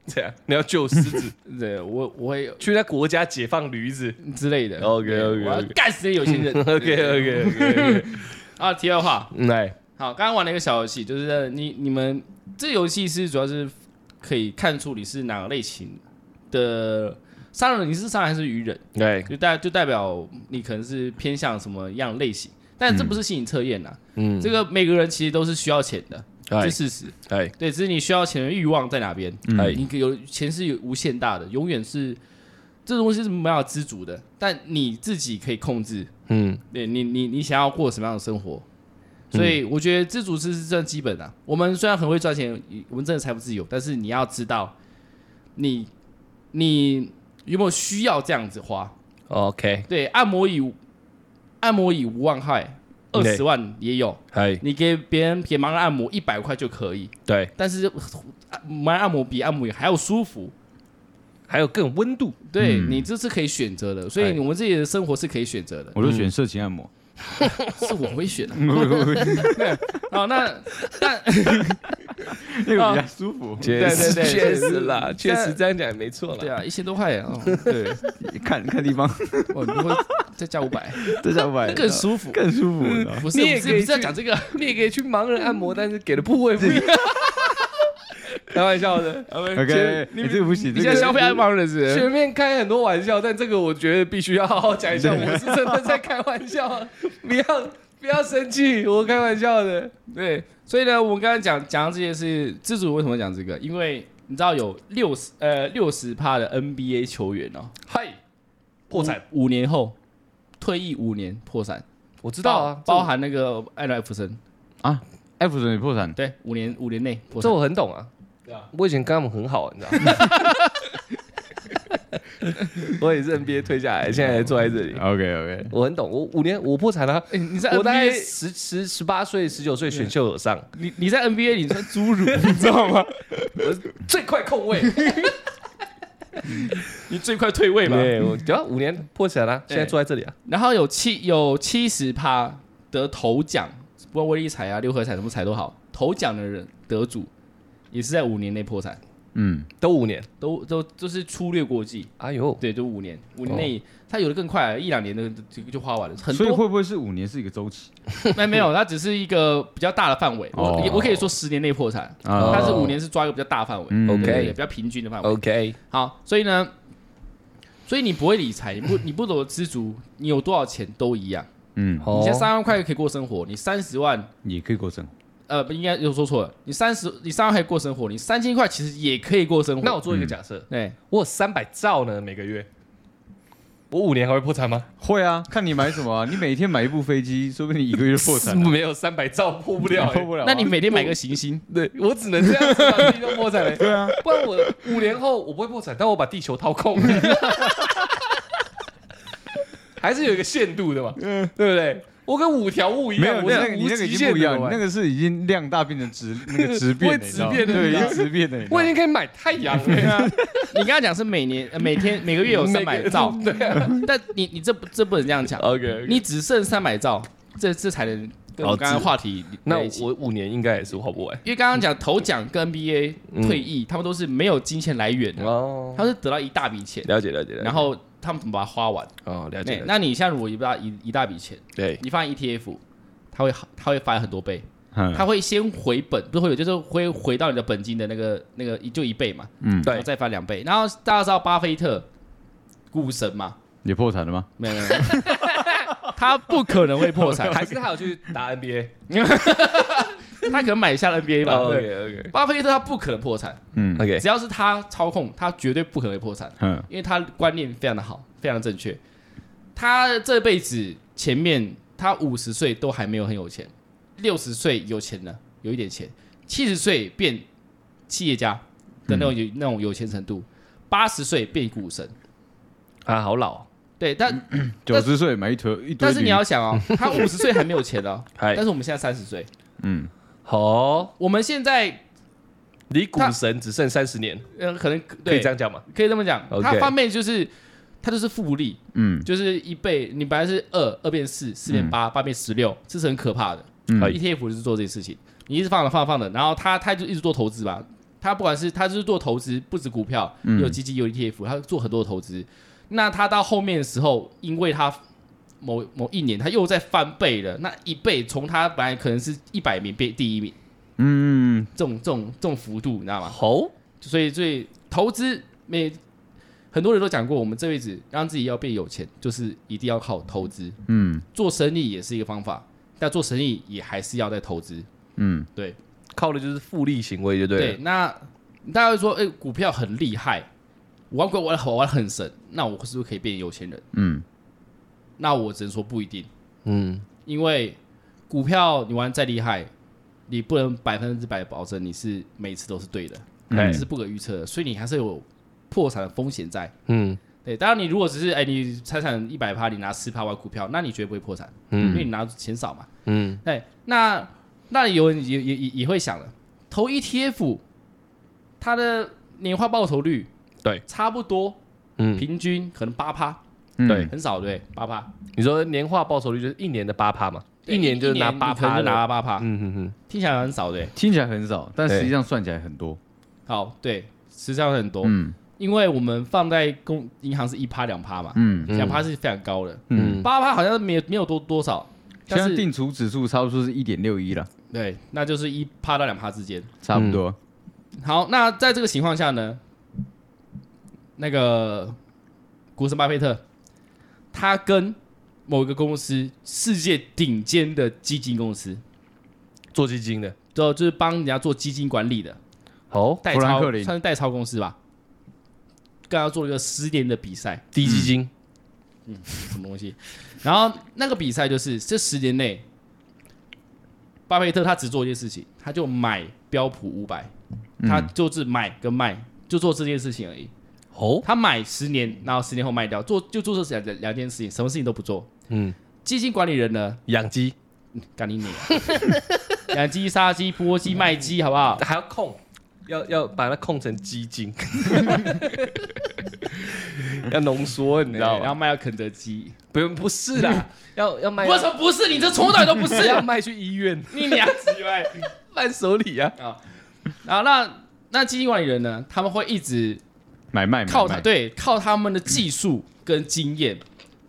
Speaker 3: 这样你要救狮子，
Speaker 1: 对我我会
Speaker 3: 去那国家解放驴子。
Speaker 1: 之类的。
Speaker 3: OK，OK，OK
Speaker 1: 对我要干死那有钱人
Speaker 3: OK OK OK，
Speaker 1: 啊！题外话，
Speaker 3: 来，
Speaker 1: 好，刚刚玩了一个小游戏，就是呃你你们这游戏是主要是可以看出你是哪个类型的商人，你是商人还是愚人？
Speaker 3: 对，
Speaker 1: 就代就代表你可能是偏向什么样类型，但这不是心理测验呐。啊
Speaker 3: 嗯，
Speaker 1: 这个每个人其实都是需要钱的，这
Speaker 3: 哎
Speaker 1: 是事实。
Speaker 3: 哎
Speaker 1: 对，只是你需要钱的欲望在哪边。
Speaker 3: 哎
Speaker 1: 你有钱是有无限大的，永远是这东西是没办法知足的，但你自己可以控制。
Speaker 3: 嗯，
Speaker 1: 对你，你你想要过什么样的生活？所以
Speaker 3: 嗯
Speaker 1: 我觉得知足是是算基本的、我们虽然很会赚钱，我们真的财富自由，但是你要知道，你你有没有需要这样子花？
Speaker 3: OK，
Speaker 1: 对，按摩椅，按摩椅无万害，二
Speaker 3: 对
Speaker 1: 十万也有。
Speaker 3: 哎，
Speaker 1: 你给别人别盲人按摩一百块就可以，
Speaker 3: 对，
Speaker 1: 但是呃盲人按摩比按摩椅还要舒服。
Speaker 3: 还有更有温度，
Speaker 1: 对、
Speaker 4: 嗯
Speaker 1: 你这是可以选择的，所
Speaker 3: 哎
Speaker 1: 以我们自己的生活是可以选择 的，
Speaker 4: 我都选色情按摩。
Speaker 1: 是我会选的。 好，那但
Speaker 4: 那个
Speaker 1: 啊
Speaker 4: 比较舒服。
Speaker 3: 确
Speaker 1: 实
Speaker 3: 确
Speaker 1: 确
Speaker 3: 实
Speaker 1: 实
Speaker 3: 啦，确实这样讲也没错
Speaker 1: 对
Speaker 3: 啦。
Speaker 1: 啊，一千多块耶哦，
Speaker 4: 对，看看地方，
Speaker 1: 哦，你会再加五百，
Speaker 4: 这叫玩
Speaker 1: 更舒服。
Speaker 4: 更舒服。啊你知道吗
Speaker 1: 不是，
Speaker 3: 你
Speaker 1: 我
Speaker 3: 也
Speaker 1: 们是
Speaker 3: 可以
Speaker 1: 不是要
Speaker 3: 去
Speaker 1: 讲这个？
Speaker 3: 你也可以去盲人按摩，但是给的部位不一 样。开玩笑的，
Speaker 4: OK，你这个不行，
Speaker 1: 你
Speaker 4: 这
Speaker 1: 现在
Speaker 4: 个
Speaker 1: 消费爱盲人是不是？
Speaker 3: 前面开很多玩笑，但这个我觉得必须要好好讲一下，我是真的在开玩笑 啊，不要不要生气，我开玩笑的。
Speaker 1: 对，所以呢，我们刚才讲讲到这些是自主为什么讲这个？因为你知道有六十呃六十趴的 NBA 球员哦，
Speaker 3: 嗨，破产，
Speaker 1: 五五年后退役五年破产，
Speaker 3: 我知
Speaker 1: 知
Speaker 3: 道啊，
Speaker 1: 包含那个艾伦艾弗森，
Speaker 4: 啊，艾弗森也破产，
Speaker 1: 对，五年五年内破
Speaker 3: 这
Speaker 1: 产。
Speaker 3: 我很懂啊
Speaker 1: 对啊。
Speaker 3: 我以前跟他们很好，你知道吗？ 我也是 NBA 退下来，现在还坐在这里，
Speaker 4: OK OK，
Speaker 3: 我很懂。我五年我破产了、
Speaker 1: 哎你在
Speaker 3: 我大概
Speaker 1: NBA，
Speaker 3: 十十十八岁、十九岁选秀有上，
Speaker 1: 你你在 NBA 你算侏儒，你知道吗？
Speaker 3: 最快控位。
Speaker 1: 你最快退位嘛。
Speaker 3: 对，我对啊，五年破产了，
Speaker 1: 对
Speaker 3: 现在坐在这里啊。
Speaker 1: 然后有七有七十趴得头奖，不管威力彩啊、六合彩什么彩都好，头奖的人得主也是在五年内破产，
Speaker 4: 嗯，
Speaker 3: 都五年。
Speaker 1: 都都就是粗略国际。
Speaker 3: 哎呦，
Speaker 1: 对，就五年，五年内、他有的更快，啊一两年的就就花完了，很
Speaker 4: 所以
Speaker 1: 多。
Speaker 4: 会不会是五年是一个周期
Speaker 1: 没没有，它只是一个比较大的范围。我、
Speaker 4: 哦
Speaker 1: 也我可以说十年内破产，
Speaker 3: 哦
Speaker 1: 但是五年是抓一个比较大范围、
Speaker 4: 嗯
Speaker 1: 对对
Speaker 3: OK
Speaker 1: 对比较平均的范围。
Speaker 3: OK，
Speaker 1: 好，所以呢，所以你不会理财，你不你不懂得知足，你有多少钱都一样。
Speaker 4: 嗯，
Speaker 1: 你现在
Speaker 2: 哦，
Speaker 1: 三万块可以过生活，你三十万，
Speaker 4: 也可以过生活。
Speaker 1: 呃，不应该又说错了，你三十你三万块可以过生活，你三千块其实也可以过生活。
Speaker 3: 那我做一个假设，
Speaker 1: 对，
Speaker 3: 我有三百兆呢，每个月，我五年还会破产吗？
Speaker 4: 会啊，看你买什么啊。 你每天买一部飞机，说不定你一个月就破产了，啊
Speaker 3: 没有三百兆破不了、欸
Speaker 4: 破不了啊。
Speaker 1: 那你每天买个行星，
Speaker 3: 对我只能这样子把自己都破 产了、
Speaker 4: 对啊，
Speaker 3: 不然我五年后我不会破产，但我把地球掏 空，还是有一个限度的嘛，对不对？我跟五条悟一
Speaker 4: 嗯没
Speaker 3: 样，
Speaker 4: 有
Speaker 3: 我
Speaker 4: 那个
Speaker 3: 是
Speaker 4: 你
Speaker 3: 无
Speaker 4: 那个
Speaker 3: 极
Speaker 4: 已经
Speaker 3: 限
Speaker 4: 不一
Speaker 3: 的
Speaker 4: 样，你那
Speaker 3: 个
Speaker 4: 个是已经量大变成质 那个质变
Speaker 3: 会
Speaker 4: 了，你知道吗
Speaker 3: 质变的
Speaker 4: 对，已
Speaker 3: 你知道
Speaker 4: 经质变的。你知道
Speaker 3: 我
Speaker 4: 吗
Speaker 3: 已经可以买太 阳了，
Speaker 4: 啊
Speaker 1: 你刚刚讲是每年、呃每天每个月有三
Speaker 3: 每
Speaker 1: 百
Speaker 3: 个
Speaker 1: 兆，
Speaker 3: 对啊
Speaker 1: 但你你这不这不能这样讲，
Speaker 3: ，OK，
Speaker 1: 你只剩三百兆，这这才能跟我
Speaker 3: 哦
Speaker 1: 们刚刚
Speaker 3: 只
Speaker 1: 话题
Speaker 3: 那
Speaker 1: 在一起
Speaker 3: 我五年应该也是花不完
Speaker 1: 因为刚刚讲投奖跟 NBA
Speaker 3: 嗯
Speaker 1: 退役，他们都是没有金钱来源的，
Speaker 3: 哦
Speaker 1: 他们是得到一大笔钱，
Speaker 3: 了解了解，了解
Speaker 1: 然后他们怎么把它花完？
Speaker 3: 哦了
Speaker 1: 哎对
Speaker 3: 解，，
Speaker 1: 那你像如果一大一一大笔钱，
Speaker 3: 对
Speaker 1: 你放在 ETF，它会好，它会翻很多倍，
Speaker 4: 嗯
Speaker 1: 它会先回本，不是会有，就是会回到你的本金的那个那个一就一倍嘛，
Speaker 4: 嗯，
Speaker 1: 然后
Speaker 3: 对，
Speaker 1: 再翻两倍。然后大家知道巴菲特股神嘛？
Speaker 4: 也破产了吗？
Speaker 1: 没有 没有，没有他不可能会破产，
Speaker 3: 还是他有去打 NBA，
Speaker 1: 他可能买下了 NBA
Speaker 3: 哦
Speaker 1: 吧？对，
Speaker 3: OK
Speaker 1: 巴菲特他不可能破产，
Speaker 4: 嗯
Speaker 3: OK，
Speaker 1: 只要是他操控，他绝对不可能会破产。
Speaker 4: 嗯
Speaker 1: 因为他观念非常的好，非常正确。他这辈子前面他五十岁都还没有很有钱，六十岁有钱了，有一点钱，七十岁变企业家的那
Speaker 3: 嗯
Speaker 1: 种有、那种有钱程度，八十岁变股神。
Speaker 3: 啊好老，
Speaker 1: 对，
Speaker 3: 嗯
Speaker 1: 但
Speaker 4: 九十岁买一坨一堆驴，
Speaker 1: 但是你要想哦，他五十岁还没有钱哦，
Speaker 3: 嗨
Speaker 1: 但是我们现在三十岁，
Speaker 4: 嗯，
Speaker 3: 好，
Speaker 1: 我们现在
Speaker 3: 离股神只剩三十年，
Speaker 1: 呃可能
Speaker 3: 可以
Speaker 1: 对
Speaker 3: 这样讲吗？
Speaker 1: 可以这么讲，
Speaker 3: OK
Speaker 1: 他方面就是他就是复利，
Speaker 4: 嗯
Speaker 1: 就是一倍，你本来是二，二变四，四变八，八变十六，这是很可怕的。呃
Speaker 4: 嗯
Speaker 1: ETF 就是做这些事情，你一直放着放着放着，然后他他就一直做投资吧，他不管是他就是做投资，不止股票，也有基金，也有 ETF，他做很多的投资。那他到后面的时候，因为他某某一年他又在翻倍了，那一倍从他本来可能是一百名变第一名，
Speaker 4: 嗯，
Speaker 1: 这种这种这种幅度，你知道吗？
Speaker 3: 好，
Speaker 1: 所以所以投资每很多人都讲过，我们这辈子让自己要变有钱，就是一定要靠投资。
Speaker 4: 嗯
Speaker 1: 做生意也是一个方法，但做生意也还是要在投资。
Speaker 4: 嗯
Speaker 3: 靠的就是复利行为，就对了。
Speaker 1: 那大家会说，哎、股票很厉害，我玩股玩好玩很神，那我是不是可以变有钱人？
Speaker 4: 嗯，
Speaker 1: 那我只能说不一定，
Speaker 3: 嗯，
Speaker 1: 因为股票你玩再厉害，你不能百分之百保证你是每次都是对的，
Speaker 3: 哎
Speaker 1: 这是不可预测的，所以你还是有破产的风险在。
Speaker 3: 嗯
Speaker 1: 对，当然你如果只是哎、你财产一百趴，你拿十趴玩股票，那你绝对不会破产，因为你拿钱少嘛。
Speaker 3: 嗯，
Speaker 1: 对，那那有人也也也也会想了，投 E ETF，它的年化报酬率
Speaker 3: 对
Speaker 1: 差不多，
Speaker 3: 嗯
Speaker 1: 平均可能八趴，
Speaker 4: 嗯
Speaker 3: 对
Speaker 1: 很少对，八趴，
Speaker 3: 你说年化报酬率就是一年的八趴嘛，一年就是拿
Speaker 1: 你
Speaker 3: 八
Speaker 1: 可能
Speaker 3: 趴
Speaker 1: 就拿
Speaker 3: 的，
Speaker 1: 八趴，
Speaker 3: 嗯嗯嗯，
Speaker 1: 听起来很少对，
Speaker 4: 听起来很少，但
Speaker 3: 对哦
Speaker 4: 实际上算起来很多。
Speaker 1: 好对，实际上很多，
Speaker 4: 嗯
Speaker 1: 因为我们放在公银行是一趴两趴嘛，
Speaker 4: 嗯
Speaker 1: 两趴是非常高的，
Speaker 4: 嗯，
Speaker 3: 嗯
Speaker 1: 八趴好像没有没有多多少，
Speaker 4: 现
Speaker 1: 但
Speaker 4: 在
Speaker 1: 是
Speaker 4: 定除指数差不多是一点六一了，
Speaker 1: 对，那就是一趴到两趴之间。
Speaker 4: 差不多。
Speaker 1: 好，那在这个情况下呢，那个股神巴菲特，他跟某一个公司，世界顶尖的基金公司，
Speaker 3: 做基金的，
Speaker 1: 就就是帮人家做基金管理的
Speaker 3: 好，
Speaker 1: 代
Speaker 4: 富兰
Speaker 1: 操，
Speaker 4: 克林
Speaker 1: 算是代操公司吧。跟他做了一个十年的比赛，
Speaker 3: 低基金，
Speaker 1: 什么东西？然后那个比赛就是这十年内，巴菲特他只做一件事情，他就买标普五百，他就是买跟卖，就做这件事情而已。
Speaker 3: 哦，
Speaker 1: 他买十年，然后十年后卖掉，做就做这两两件事情，什么事情都不做。
Speaker 3: 嗯，
Speaker 1: 基金管理人呢，
Speaker 3: 养鸡
Speaker 1: 干你娘！养鸡、杀鸡、剥鸡、卖鸡，好不好？
Speaker 3: 还要控，要要把它控成基金， 要浓缩，你知道
Speaker 1: 然后
Speaker 3: 吗？
Speaker 1: 卖到肯德基。
Speaker 3: 不用，不是啦，要要卖
Speaker 1: 我
Speaker 3: 到，
Speaker 1: 说不是，你这从头到尾都不
Speaker 3: 不是
Speaker 1: 是
Speaker 3: 哎要卖去医院
Speaker 1: 你娘鸡歪
Speaker 3: 伴手礼啊，
Speaker 1: 啊！然后那那基金管理人呢，他们会一直
Speaker 4: 买卖买
Speaker 1: 靠
Speaker 4: 卖
Speaker 1: 他对靠他们的技术跟经验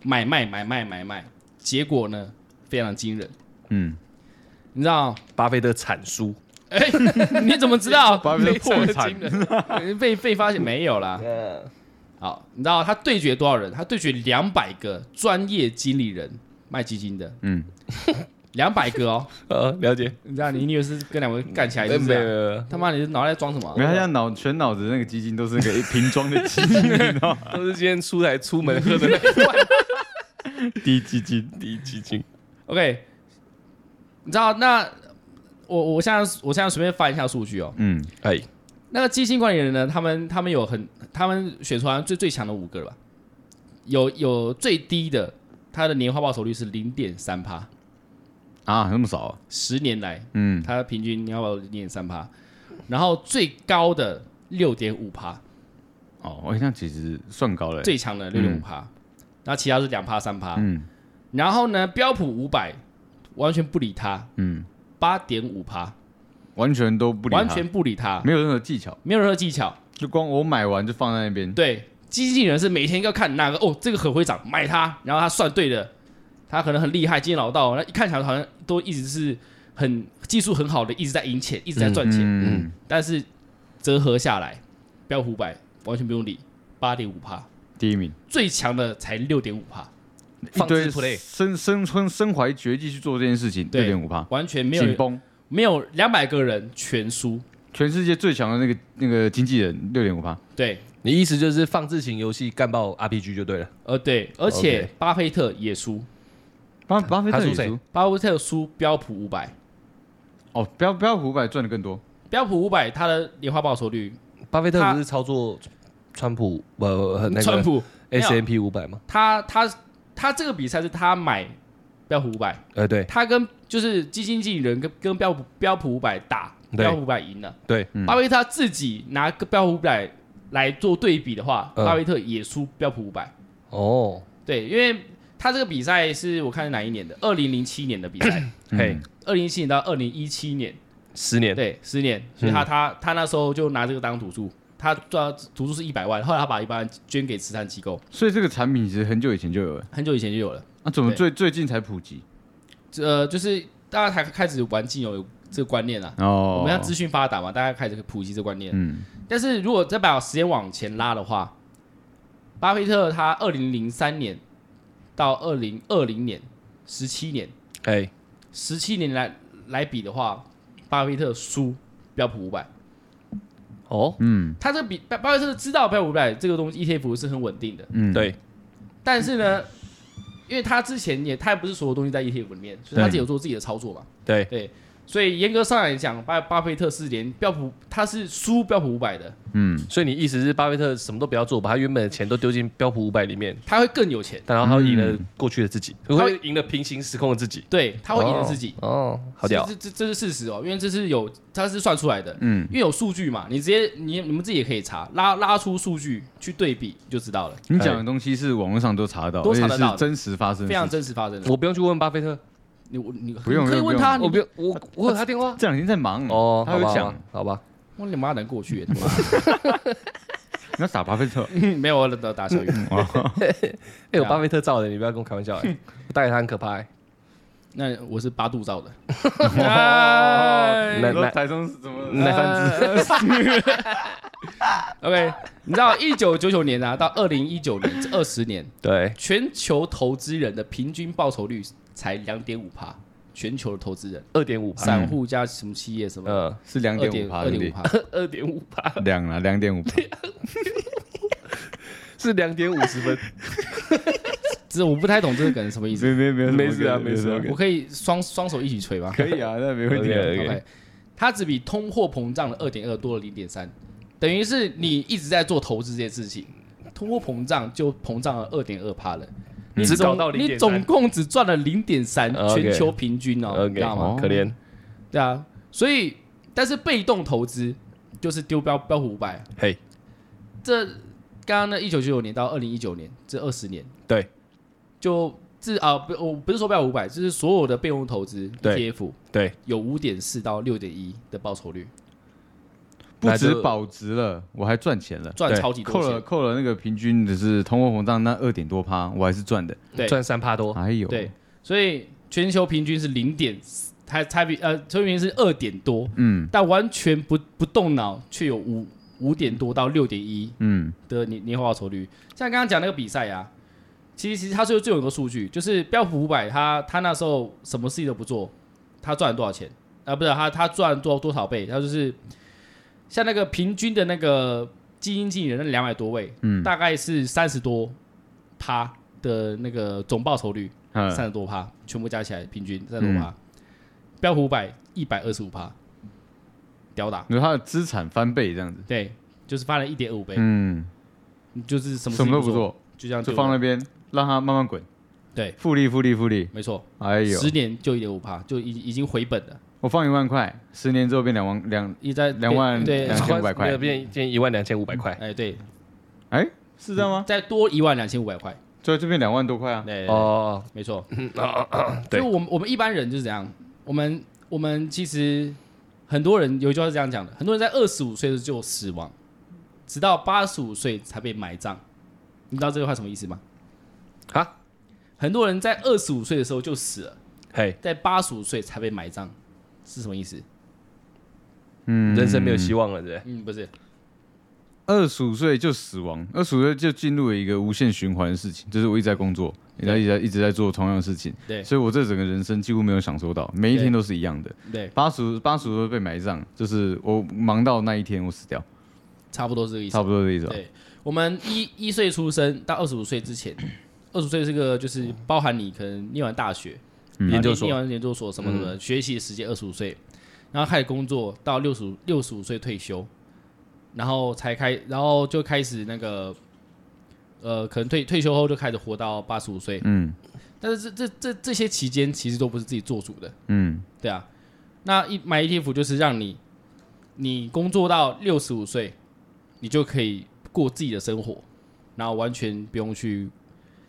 Speaker 1: 买卖买卖买卖，结果呢非常惊人，
Speaker 4: 嗯，
Speaker 1: 你知道？
Speaker 3: 巴菲特产书，
Speaker 1: 哎， 你怎么知道？
Speaker 4: 巴菲特破
Speaker 3: 非常
Speaker 4: 产
Speaker 3: 惊人
Speaker 1: 被被发现没有啦。
Speaker 3: 嗯
Speaker 1: 好，你知道他对决多少人？他对决两百个专业经理人卖基金的，
Speaker 4: 嗯，
Speaker 1: 两百个哦。
Speaker 3: 呃，了解。
Speaker 1: 你知道你你以为是跟两位干起来
Speaker 3: 哎
Speaker 1: 是不
Speaker 3: 没有没
Speaker 1: 是？
Speaker 3: 有没有，
Speaker 1: 他妈，你的脑袋在装什么
Speaker 4: 没有，他现在脑全脑子那个基金都是那个瓶装的基金，你知道吗？
Speaker 3: 啊都是今天出来出门喝的那一罐。 低基金，低基金，
Speaker 1: ？OK，你知道那我我现在我现在随便翻一下数据哦。
Speaker 4: 嗯，
Speaker 3: 哎，
Speaker 1: 那个基金管理人呢，他们他们有很，他们选出来最最强的五个了吧？有有最低的，他的年化报酬率是零点三趴，
Speaker 4: 啊，那么少啊，
Speaker 1: 十年来
Speaker 4: 嗯，
Speaker 1: 他平均年化报酬零点三趴，然后最高的六点五趴，
Speaker 4: 哦，我那其实算高了欸，
Speaker 1: 最强的六点五趴，那其他是两趴三趴，
Speaker 4: 嗯
Speaker 1: 然后呢标普五百完全不理他，
Speaker 4: 嗯，
Speaker 1: 八点五趴，
Speaker 4: 完全都不理他
Speaker 1: 完全不理他，
Speaker 4: 没有任何技巧，
Speaker 1: 没有任何技巧，
Speaker 4: 就光我买完就放在那边，
Speaker 1: 对，经纪人是每天要看哪个哦，这个很会涨，买它，然哦后他算对了，他可能很厉害，经验老道，那一看起来好像都一直是很技术很好的，一直在赢钱，一直在赚钱，
Speaker 4: 嗯，
Speaker 1: 但是折合下来，标普百完全不用理，八点五趴，
Speaker 4: 第一名，
Speaker 1: 最强的才六点五趴，
Speaker 4: 一
Speaker 3: 放
Speaker 4: 堆
Speaker 3: 置 play
Speaker 4: 身身身身怀绝技去做这件事情，六
Speaker 1: 对
Speaker 4: 点五趴，
Speaker 1: 完全没
Speaker 4: 紧
Speaker 1: 有
Speaker 4: 绷，
Speaker 1: 没有两百个人全输，
Speaker 4: 全世界最强的那个那个经纪人，六点五趴，
Speaker 1: 对，
Speaker 3: 你意思就是放置型游戏干爆 RPG 就对了。
Speaker 1: 呃对，而且
Speaker 3: OK
Speaker 1: 巴菲特也输，
Speaker 4: 巴巴菲特
Speaker 3: 他输
Speaker 4: 也
Speaker 3: 谁
Speaker 4: 输，
Speaker 1: 巴菲特输标普五百，
Speaker 4: 哦，标标普五百赚的更多，
Speaker 1: 标普五百它的年化报酬率，
Speaker 3: 巴菲特
Speaker 1: 他
Speaker 3: 不是操作川普呃那
Speaker 1: 川
Speaker 3: 个
Speaker 1: 普
Speaker 3: S M P 五百吗？
Speaker 1: 他他他这个比赛是他买标普五百，
Speaker 3: 呃，对
Speaker 1: 他跟就是基金经理人跟跟标普标普五百打，
Speaker 3: 对
Speaker 1: 标普五百赢了。
Speaker 3: 对，
Speaker 4: 嗯
Speaker 1: 巴菲特自己拿个标普五百来做对比的话，
Speaker 3: 嗯
Speaker 1: 巴菲特也输标普五百。
Speaker 3: 哦，
Speaker 1: 对，因为他这个比赛是我看是哪一年的？二零零七年的比赛，
Speaker 4: 嗯
Speaker 3: 嘿，
Speaker 1: 二零零七年到二零一七年，
Speaker 3: 十年，
Speaker 1: 对，十年，所以他、他他那时候就拿这个当赌注。他赚赌注是一百万，后来他把一百万捐给慈善机构，
Speaker 4: 所以这个产品其实很久以前就有了，
Speaker 1: 很久以前就有了。
Speaker 4: 那怎么
Speaker 1: 对
Speaker 4: 最最近才普及？
Speaker 1: 呃，就是大家才开始玩精油有这个观念啊。
Speaker 4: 哦
Speaker 1: 我们要资讯发达嘛，大家开始普及这个观念。
Speaker 4: 嗯，
Speaker 1: 但是如果再把时间往前拉的话，巴菲特他二零零三年到二零二零年十七年，
Speaker 3: 哎，
Speaker 1: 十七年来来比的话，巴菲特输标普五百。
Speaker 3: 哦，
Speaker 4: 嗯
Speaker 1: 他这个比巴巴菲特知道标普五百这个东西 ETF 是很稳定的，
Speaker 4: 嗯，
Speaker 3: 对，
Speaker 1: 但是呢，因为他之前也他也不是所有东西在 ETF 里面，所以他自己有做自己的操作嘛。
Speaker 3: 对，
Speaker 1: 对，所以严格上来讲，巴巴菲特是连标普他是输标普五百的，
Speaker 4: 嗯，
Speaker 3: 所以你意思是巴菲特什么都不要做，把他原本的钱都丢进标普五百里面，
Speaker 1: 他会更有钱，
Speaker 3: 但然后他赢了过去的自己，
Speaker 1: 嗯
Speaker 3: 会赢了平行时空的自己，
Speaker 1: 对，他会赢了自己。
Speaker 3: 哦，好屌，
Speaker 1: 这这这是事实哦，因为这是有他是算出来的，
Speaker 4: 嗯，
Speaker 1: 因为有数据嘛，你直接你你们自己也可以查，拉拉出数据去对比就知道了，
Speaker 4: 你讲的东西是网络上都查得到，
Speaker 1: 都
Speaker 4: 而且
Speaker 1: 查得到
Speaker 4: 是真实发生的
Speaker 1: 非常
Speaker 4: 事情。
Speaker 1: 真实发生的。
Speaker 3: 我不用去问巴菲特，
Speaker 1: 你我你
Speaker 4: 不用
Speaker 1: 你可以
Speaker 4: 不用
Speaker 1: 问他，
Speaker 3: 我
Speaker 1: 你
Speaker 3: 不用，我我有他电话，
Speaker 4: 这两天在忙
Speaker 3: 哦，
Speaker 4: 他
Speaker 3: 好
Speaker 4: 会
Speaker 3: 吧，好
Speaker 4: 讲
Speaker 3: 吧，好吧，
Speaker 1: 我你妈难过 去，他妈
Speaker 4: 你要打巴菲特，
Speaker 1: 没有我打打 小雨，
Speaker 3: 哎，有巴菲特照的，你不要跟我开玩笑， 哎我带给他很可怕，哎
Speaker 1: 那我是八度照的，
Speaker 3: 那
Speaker 4: 你说
Speaker 3: 那
Speaker 4: 台中是怎么
Speaker 3: 那
Speaker 4: 三只？
Speaker 1: 只。OK，你知道一九九九年啊，到二零一九年这二十年，
Speaker 3: 对，
Speaker 1: 全球投资人的平均报酬率才两点五趴，全球的投资人，
Speaker 3: 二点五趴，
Speaker 1: 散户加什么企业什么，
Speaker 3: 嗯，
Speaker 4: 是两
Speaker 1: 二
Speaker 4: 点五
Speaker 1: 点
Speaker 4: 趴，
Speaker 1: 二
Speaker 4: 对不
Speaker 1: 点
Speaker 4: 对
Speaker 1: 五趴，
Speaker 3: 二点五趴
Speaker 4: 两啊，两点五趴。
Speaker 3: 是两点五十 分，
Speaker 1: 这我不太懂这个梗是什么意 思，
Speaker 4: 没没没
Speaker 3: 没事啊没事啊
Speaker 1: 我可以双双手一起捶 吗
Speaker 4: 可以啊，那没问 题啊。
Speaker 3: OK，OK
Speaker 1: ？OK，它只比通货膨胀的二点二多了零点三，等于是你一直在做投资这件事情，通货膨胀就膨胀了二点二趴了。你
Speaker 3: 只
Speaker 1: 总
Speaker 3: 搞到
Speaker 1: 你
Speaker 3: 0.3
Speaker 1: 总共只赚了零点三，
Speaker 3: OK
Speaker 1: 全球平均哦，你知
Speaker 3: OK，
Speaker 1: 道吗？
Speaker 3: 可怜，
Speaker 1: 对啊，所以但是被动投资就是丢标标普五百，啊
Speaker 3: 嘿，
Speaker 1: 这刚刚那一九九九年到二零一九年这二十年，
Speaker 3: 对，
Speaker 1: 就自啊不我不是说标普五百，就是所有的被动投资
Speaker 3: 对
Speaker 1: ETF
Speaker 3: 对，
Speaker 1: 有五点四到六点一的报酬率，
Speaker 4: 不
Speaker 3: 那就
Speaker 4: 止保值了，我还赚钱了。
Speaker 1: 赚
Speaker 3: 对
Speaker 1: 超级多
Speaker 4: 扣了
Speaker 1: 钱，
Speaker 4: 扣了那个平均的是通货膨胀那二点多趴，我还是赚的。
Speaker 1: 对
Speaker 3: 赚三趴多，
Speaker 4: 哎呦，
Speaker 1: 对，，所以全球平均是零点，还差比呃，全球平均是二点多，
Speaker 4: 嗯，
Speaker 1: 但完全不不动脑却有五五点多到六点一
Speaker 4: 嗯，
Speaker 1: 的年年化报酬率。像刚刚讲那个比赛啊，其实其实它最最有一个数据，就是标普五百，它它那时候什么事情都不做，它赚了多少钱？啊，不是它它赚多多少倍？它就是像那个平均的那个基金经理人那两百多位，
Speaker 4: 嗯
Speaker 1: 大概是三十多趴的那个总报酬率。
Speaker 4: 嗯
Speaker 1: 三十多趴，全部加起来平均三十多趴，标普五百一百二十五趴，吊打，
Speaker 4: 你说他的资产翻倍这样子，
Speaker 1: 对，就是翻了一点二五倍，
Speaker 4: 嗯，
Speaker 1: 你就是什么
Speaker 4: 什么都
Speaker 1: 不
Speaker 4: 不，做，
Speaker 1: 就这样
Speaker 4: 就放那
Speaker 1: 了，
Speaker 4: 边让它慢慢滚，
Speaker 1: 对，
Speaker 4: 复利复利复利，
Speaker 1: 没错，
Speaker 4: 哎呦，
Speaker 1: 十年就一点五趴，就已已经回本了，
Speaker 4: 我放一万块，十年之后变两万两，
Speaker 1: 一直在
Speaker 4: 两万
Speaker 1: 对，
Speaker 4: 两千五百块
Speaker 3: 没有变变一万两千五百块。
Speaker 1: 哎对，
Speaker 4: 哎，是这样吗？
Speaker 1: 再多一万两千五百块，
Speaker 4: 所以这边两万多块啊，
Speaker 1: 对，哦，
Speaker 3: 哦，
Speaker 1: 没错，所
Speaker 3: 对
Speaker 1: 以我们我们一般人就是怎样，我们我们其实很多人有一句话是这样讲的，很多人在二十五岁的时候就死亡，直到八十五岁才被埋葬。你知道这句话什么意思吗？
Speaker 3: 啊，
Speaker 1: 很多人在二十五岁的时候就死了，
Speaker 3: 嘿，
Speaker 1: 在八十五岁才被埋葬，是什么意思？
Speaker 4: 嗯
Speaker 3: 人生没有希望了，对不
Speaker 1: 嗯，不是，
Speaker 4: 二十五岁就死亡，二十五岁就进入了一个无限循环的事情，就是我一直在工作，然后一直在一直在做同样的事情，
Speaker 1: 对
Speaker 4: 所以我这整个人生几乎没有享受到，每一天都是一样的。
Speaker 1: 对，
Speaker 4: 八十八十岁被埋葬，就是我忙到那一天我死掉，
Speaker 1: 差不多是这个意思
Speaker 4: 差。不多这意思吧。
Speaker 1: 对，我们一一岁出生到二十五岁之前， 二十岁这个就是包含你可能念完大学、
Speaker 3: 对？研究
Speaker 1: 念
Speaker 3: 所，
Speaker 1: 完研究所什么什么的，学习的时间二十五岁，然后开始工作到六十六十五岁退休，然后才开，然后就开始那个，呃，可能退退休后就开始活到八十五岁，
Speaker 4: 嗯
Speaker 1: 但是这这这这些期间其实都不是自己做主的，
Speaker 4: 嗯
Speaker 1: 对啊，那一买 ETF 就是让你你工作到六十五岁，你就可以过自己的生活，然后完全不用去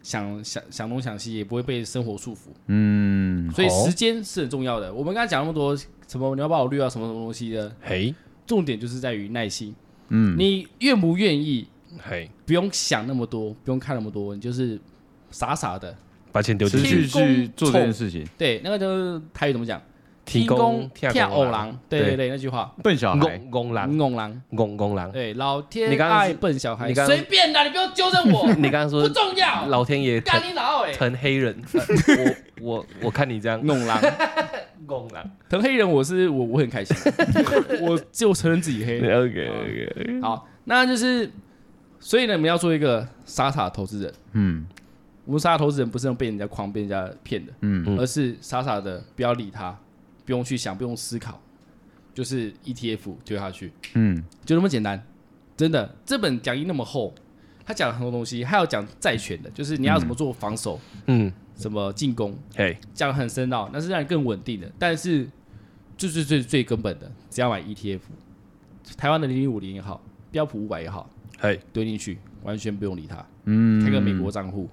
Speaker 1: 想想想东想西，也不会被生活束缚。
Speaker 4: 嗯，
Speaker 1: 所以
Speaker 3: 哦
Speaker 1: 时间是很重要的。我们刚才讲那么多什么你要把我绿啊，什么什么东西的，
Speaker 3: 嘿，
Speaker 1: 重点就是在于耐心。
Speaker 4: 嗯，
Speaker 1: 你愿不愿意？
Speaker 3: 嘿，
Speaker 1: 不用想那么多，不用看那么多，你就是傻傻的。
Speaker 3: 把钱丢
Speaker 4: 持
Speaker 3: 进去，
Speaker 4: 续去做
Speaker 1: 天公
Speaker 4: 这件事情，
Speaker 1: 对，那个就是台语怎么讲？
Speaker 3: 天公跳
Speaker 1: 跳
Speaker 3: 狗
Speaker 1: 偶
Speaker 3: 狼
Speaker 1: 狼。对对
Speaker 4: 对啊
Speaker 1: 对，那句话。
Speaker 4: 笨小孩，嗯
Speaker 3: 公公狼，
Speaker 1: 偶狼。
Speaker 3: 公公狼。
Speaker 1: 对，老
Speaker 3: 你
Speaker 1: 天
Speaker 3: 刚刚是
Speaker 1: 爱笨小孩
Speaker 3: 你，刚刚，
Speaker 1: 随便啦，你不要纠正我
Speaker 3: 你刚刚
Speaker 1: 不
Speaker 3: 说
Speaker 1: 重要。
Speaker 3: 老天爷疼
Speaker 1: 干你老哎，
Speaker 3: 疼黑 人，呃我我我看你这样
Speaker 1: 弄狼，
Speaker 3: 公狼。
Speaker 1: 疼黑人，我是我我很开心，我就承认自己黑。
Speaker 3: OK OK，
Speaker 1: 好，那就是，所以呢，我们要做一个傻傻的投资人。
Speaker 4: 嗯
Speaker 1: 我们傻傻投资人不是那种被人家诓、被人家骗的，
Speaker 4: 嗯
Speaker 3: 嗯
Speaker 1: 而是傻傻的不要理他，不用去想，不用思考，就是 E ETF 丢下去，
Speaker 4: 嗯
Speaker 1: 就那么简单。真的，这本讲义那么厚，他讲了很多东西，还有讲债权的，就是你要怎么做防守，
Speaker 3: 嗯，
Speaker 1: 怎么进攻，
Speaker 3: 嘿，
Speaker 1: 讲得很深奥，那是让你更稳定的。但是最最最最根本的，只要买 ETF，台湾的零零五零也好，标普五百也好，
Speaker 3: 嘿，
Speaker 1: 丢进去，完全不用理它。
Speaker 4: 嗯，
Speaker 1: 开个美国账户，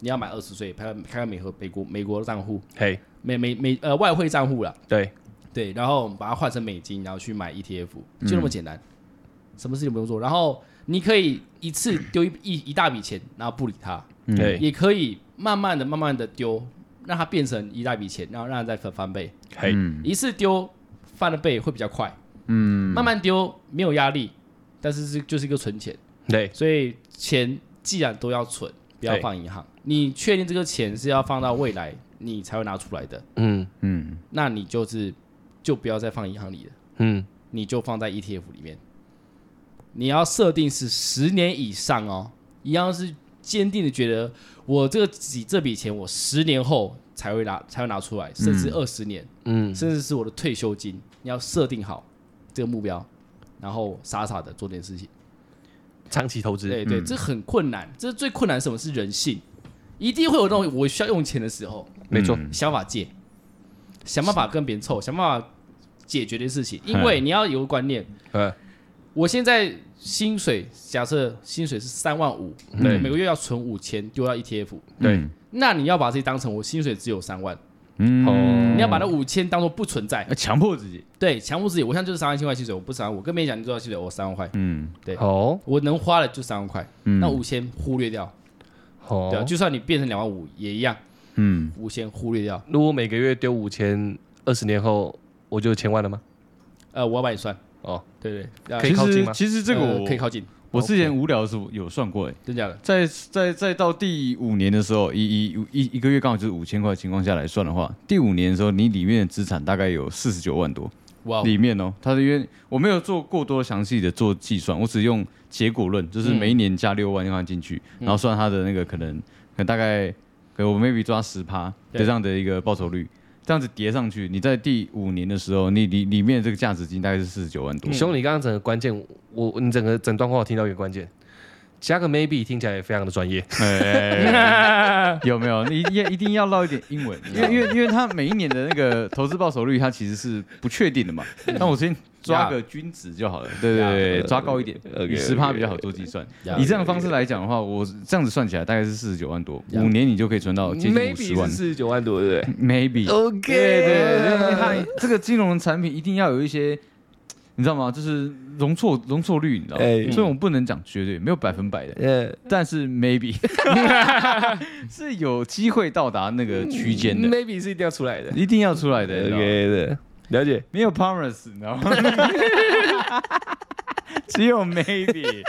Speaker 1: 你要满二十岁，开个开个美和美国美国的账户，
Speaker 3: 嘿，
Speaker 1: 美美美呃外汇账户啦，
Speaker 3: 对，
Speaker 1: 对，然后把它换成美金，然后去买 ETF，就那么简单，什么事情不用做。然后你可以一次丢一一一大笔钱，然后不理它，
Speaker 4: 嗯
Speaker 3: 对
Speaker 1: 也可以慢慢的慢慢的丢，让它变成一大笔钱，然后让它再翻翻倍，
Speaker 3: 嘿，
Speaker 4: 嗯
Speaker 1: 一次丢翻了倍会比较快，
Speaker 4: 嗯
Speaker 1: 慢慢丢没有压力，但是是就是一个存钱。
Speaker 3: 对，
Speaker 1: 所以钱既然都要存，不要
Speaker 3: 对
Speaker 1: 放银行。你确定这个钱是要放到未来你才会拿出来的，
Speaker 3: 嗯
Speaker 4: 嗯
Speaker 1: 那你就是就不要再放银行里了，
Speaker 3: 嗯，
Speaker 1: 你就放在 ETF 里面。你要设定是十年以上哦，一样是坚定的觉得我这个几这笔钱我十年后才会拿才会拿出来，甚至二十年，
Speaker 3: 嗯，
Speaker 1: 甚至是我的退休金，你要设定好这个目标，然后傻傻的做这件事情。
Speaker 3: 长期投资，
Speaker 1: 对
Speaker 4: 嗯
Speaker 1: 对，这很困难，这最困难是什么是人性，一定会有那种我需要用钱的时候，
Speaker 3: 没错，
Speaker 4: 嗯
Speaker 1: 想法借，想办法跟别人凑，想办法解决这事情，因
Speaker 4: 嗯
Speaker 1: 为你要有个观念，
Speaker 3: 呃，
Speaker 1: 我现在薪水假设薪水是三万五，
Speaker 4: 对
Speaker 1: 每个月要存五千丢到 ETF，
Speaker 3: 对，
Speaker 1: 那你要把自己当成我薪水只有三万，
Speaker 4: 嗯
Speaker 3: 哦
Speaker 1: 你要把那五千当做不存在，
Speaker 4: 要强迫自己，
Speaker 1: 对，强迫自己，我现在就是三万千块薪水，我不三万，我跟别人讲你多少薪水，我三万块，
Speaker 4: 嗯
Speaker 3: 哦
Speaker 1: 我能花的就三万块，
Speaker 4: 嗯
Speaker 1: 那五千忽略掉。对啊，
Speaker 3: 哦，
Speaker 1: 就算你变成两万五也一样，
Speaker 4: 嗯
Speaker 1: 无限忽略掉。
Speaker 3: 如果每个月丢五千，二十年后我就有千万了吗？
Speaker 1: 呃，我要帮你算，
Speaker 3: 哦，
Speaker 1: 对对，
Speaker 3: 可以
Speaker 1: 呃
Speaker 3: 靠近吗
Speaker 4: 其实其实这个
Speaker 1: 呃
Speaker 4: 我
Speaker 1: 可以靠近，哦
Speaker 4: 我之前无聊的时候有算过，哎，
Speaker 1: 真假的？
Speaker 4: 在在在到第五年的时候，一一一一个月刚好就是五千块的情况下来算的话，第五年的时候，你里面的资产大概有四十九万多。
Speaker 1: 哇哦，
Speaker 4: 里面哦，它是因为我没有做过多详细的做计算，我只用结果论，就是每一年加六万块进去，
Speaker 1: 嗯
Speaker 4: 然后算它的那个可能，可能大概，可能我 maybe 抓十趴的
Speaker 1: 对
Speaker 4: 这样的一个报酬率，这样子叠上去，你在第五年的时候，你里里面的这个价值金大概是四十九万
Speaker 1: 嗯
Speaker 4: 多，
Speaker 3: 兄，你刚刚整个关键，我我你整个整段话我听到一个关键，加个 maybe 听起来也非常的专 业。
Speaker 4: 哎哎哎有没有？你一一定要唠一点英文，因为因为因为它每一年的那个投资报酬率，它其实是不确定的嘛。那我先抓个均值就好了，对对对，抓高一点，以十趴比较好做计算。以这样的方式来讲的话，我这样子算起来大概是四十九万多，五年你就可以存到接近五
Speaker 3: maybe
Speaker 4: 十万
Speaker 3: 是。四十九万多，对不对
Speaker 4: Maybe，
Speaker 3: ？OK，
Speaker 4: 对对对，因为它这个金融产品一定要有一些，你知道吗？就是容错容错率，你知道吗？
Speaker 3: 哎
Speaker 4: 所以我们不能讲绝对，没有百分百的。
Speaker 3: 呃
Speaker 4: 但是 maybe 是有机会到达那个区间的，
Speaker 3: ，maybe 是一定要出来的。
Speaker 4: 一定要出来的。你知道吗
Speaker 3: OK 的，了解。
Speaker 4: 没有 promise，你知道吗？只有 maybe，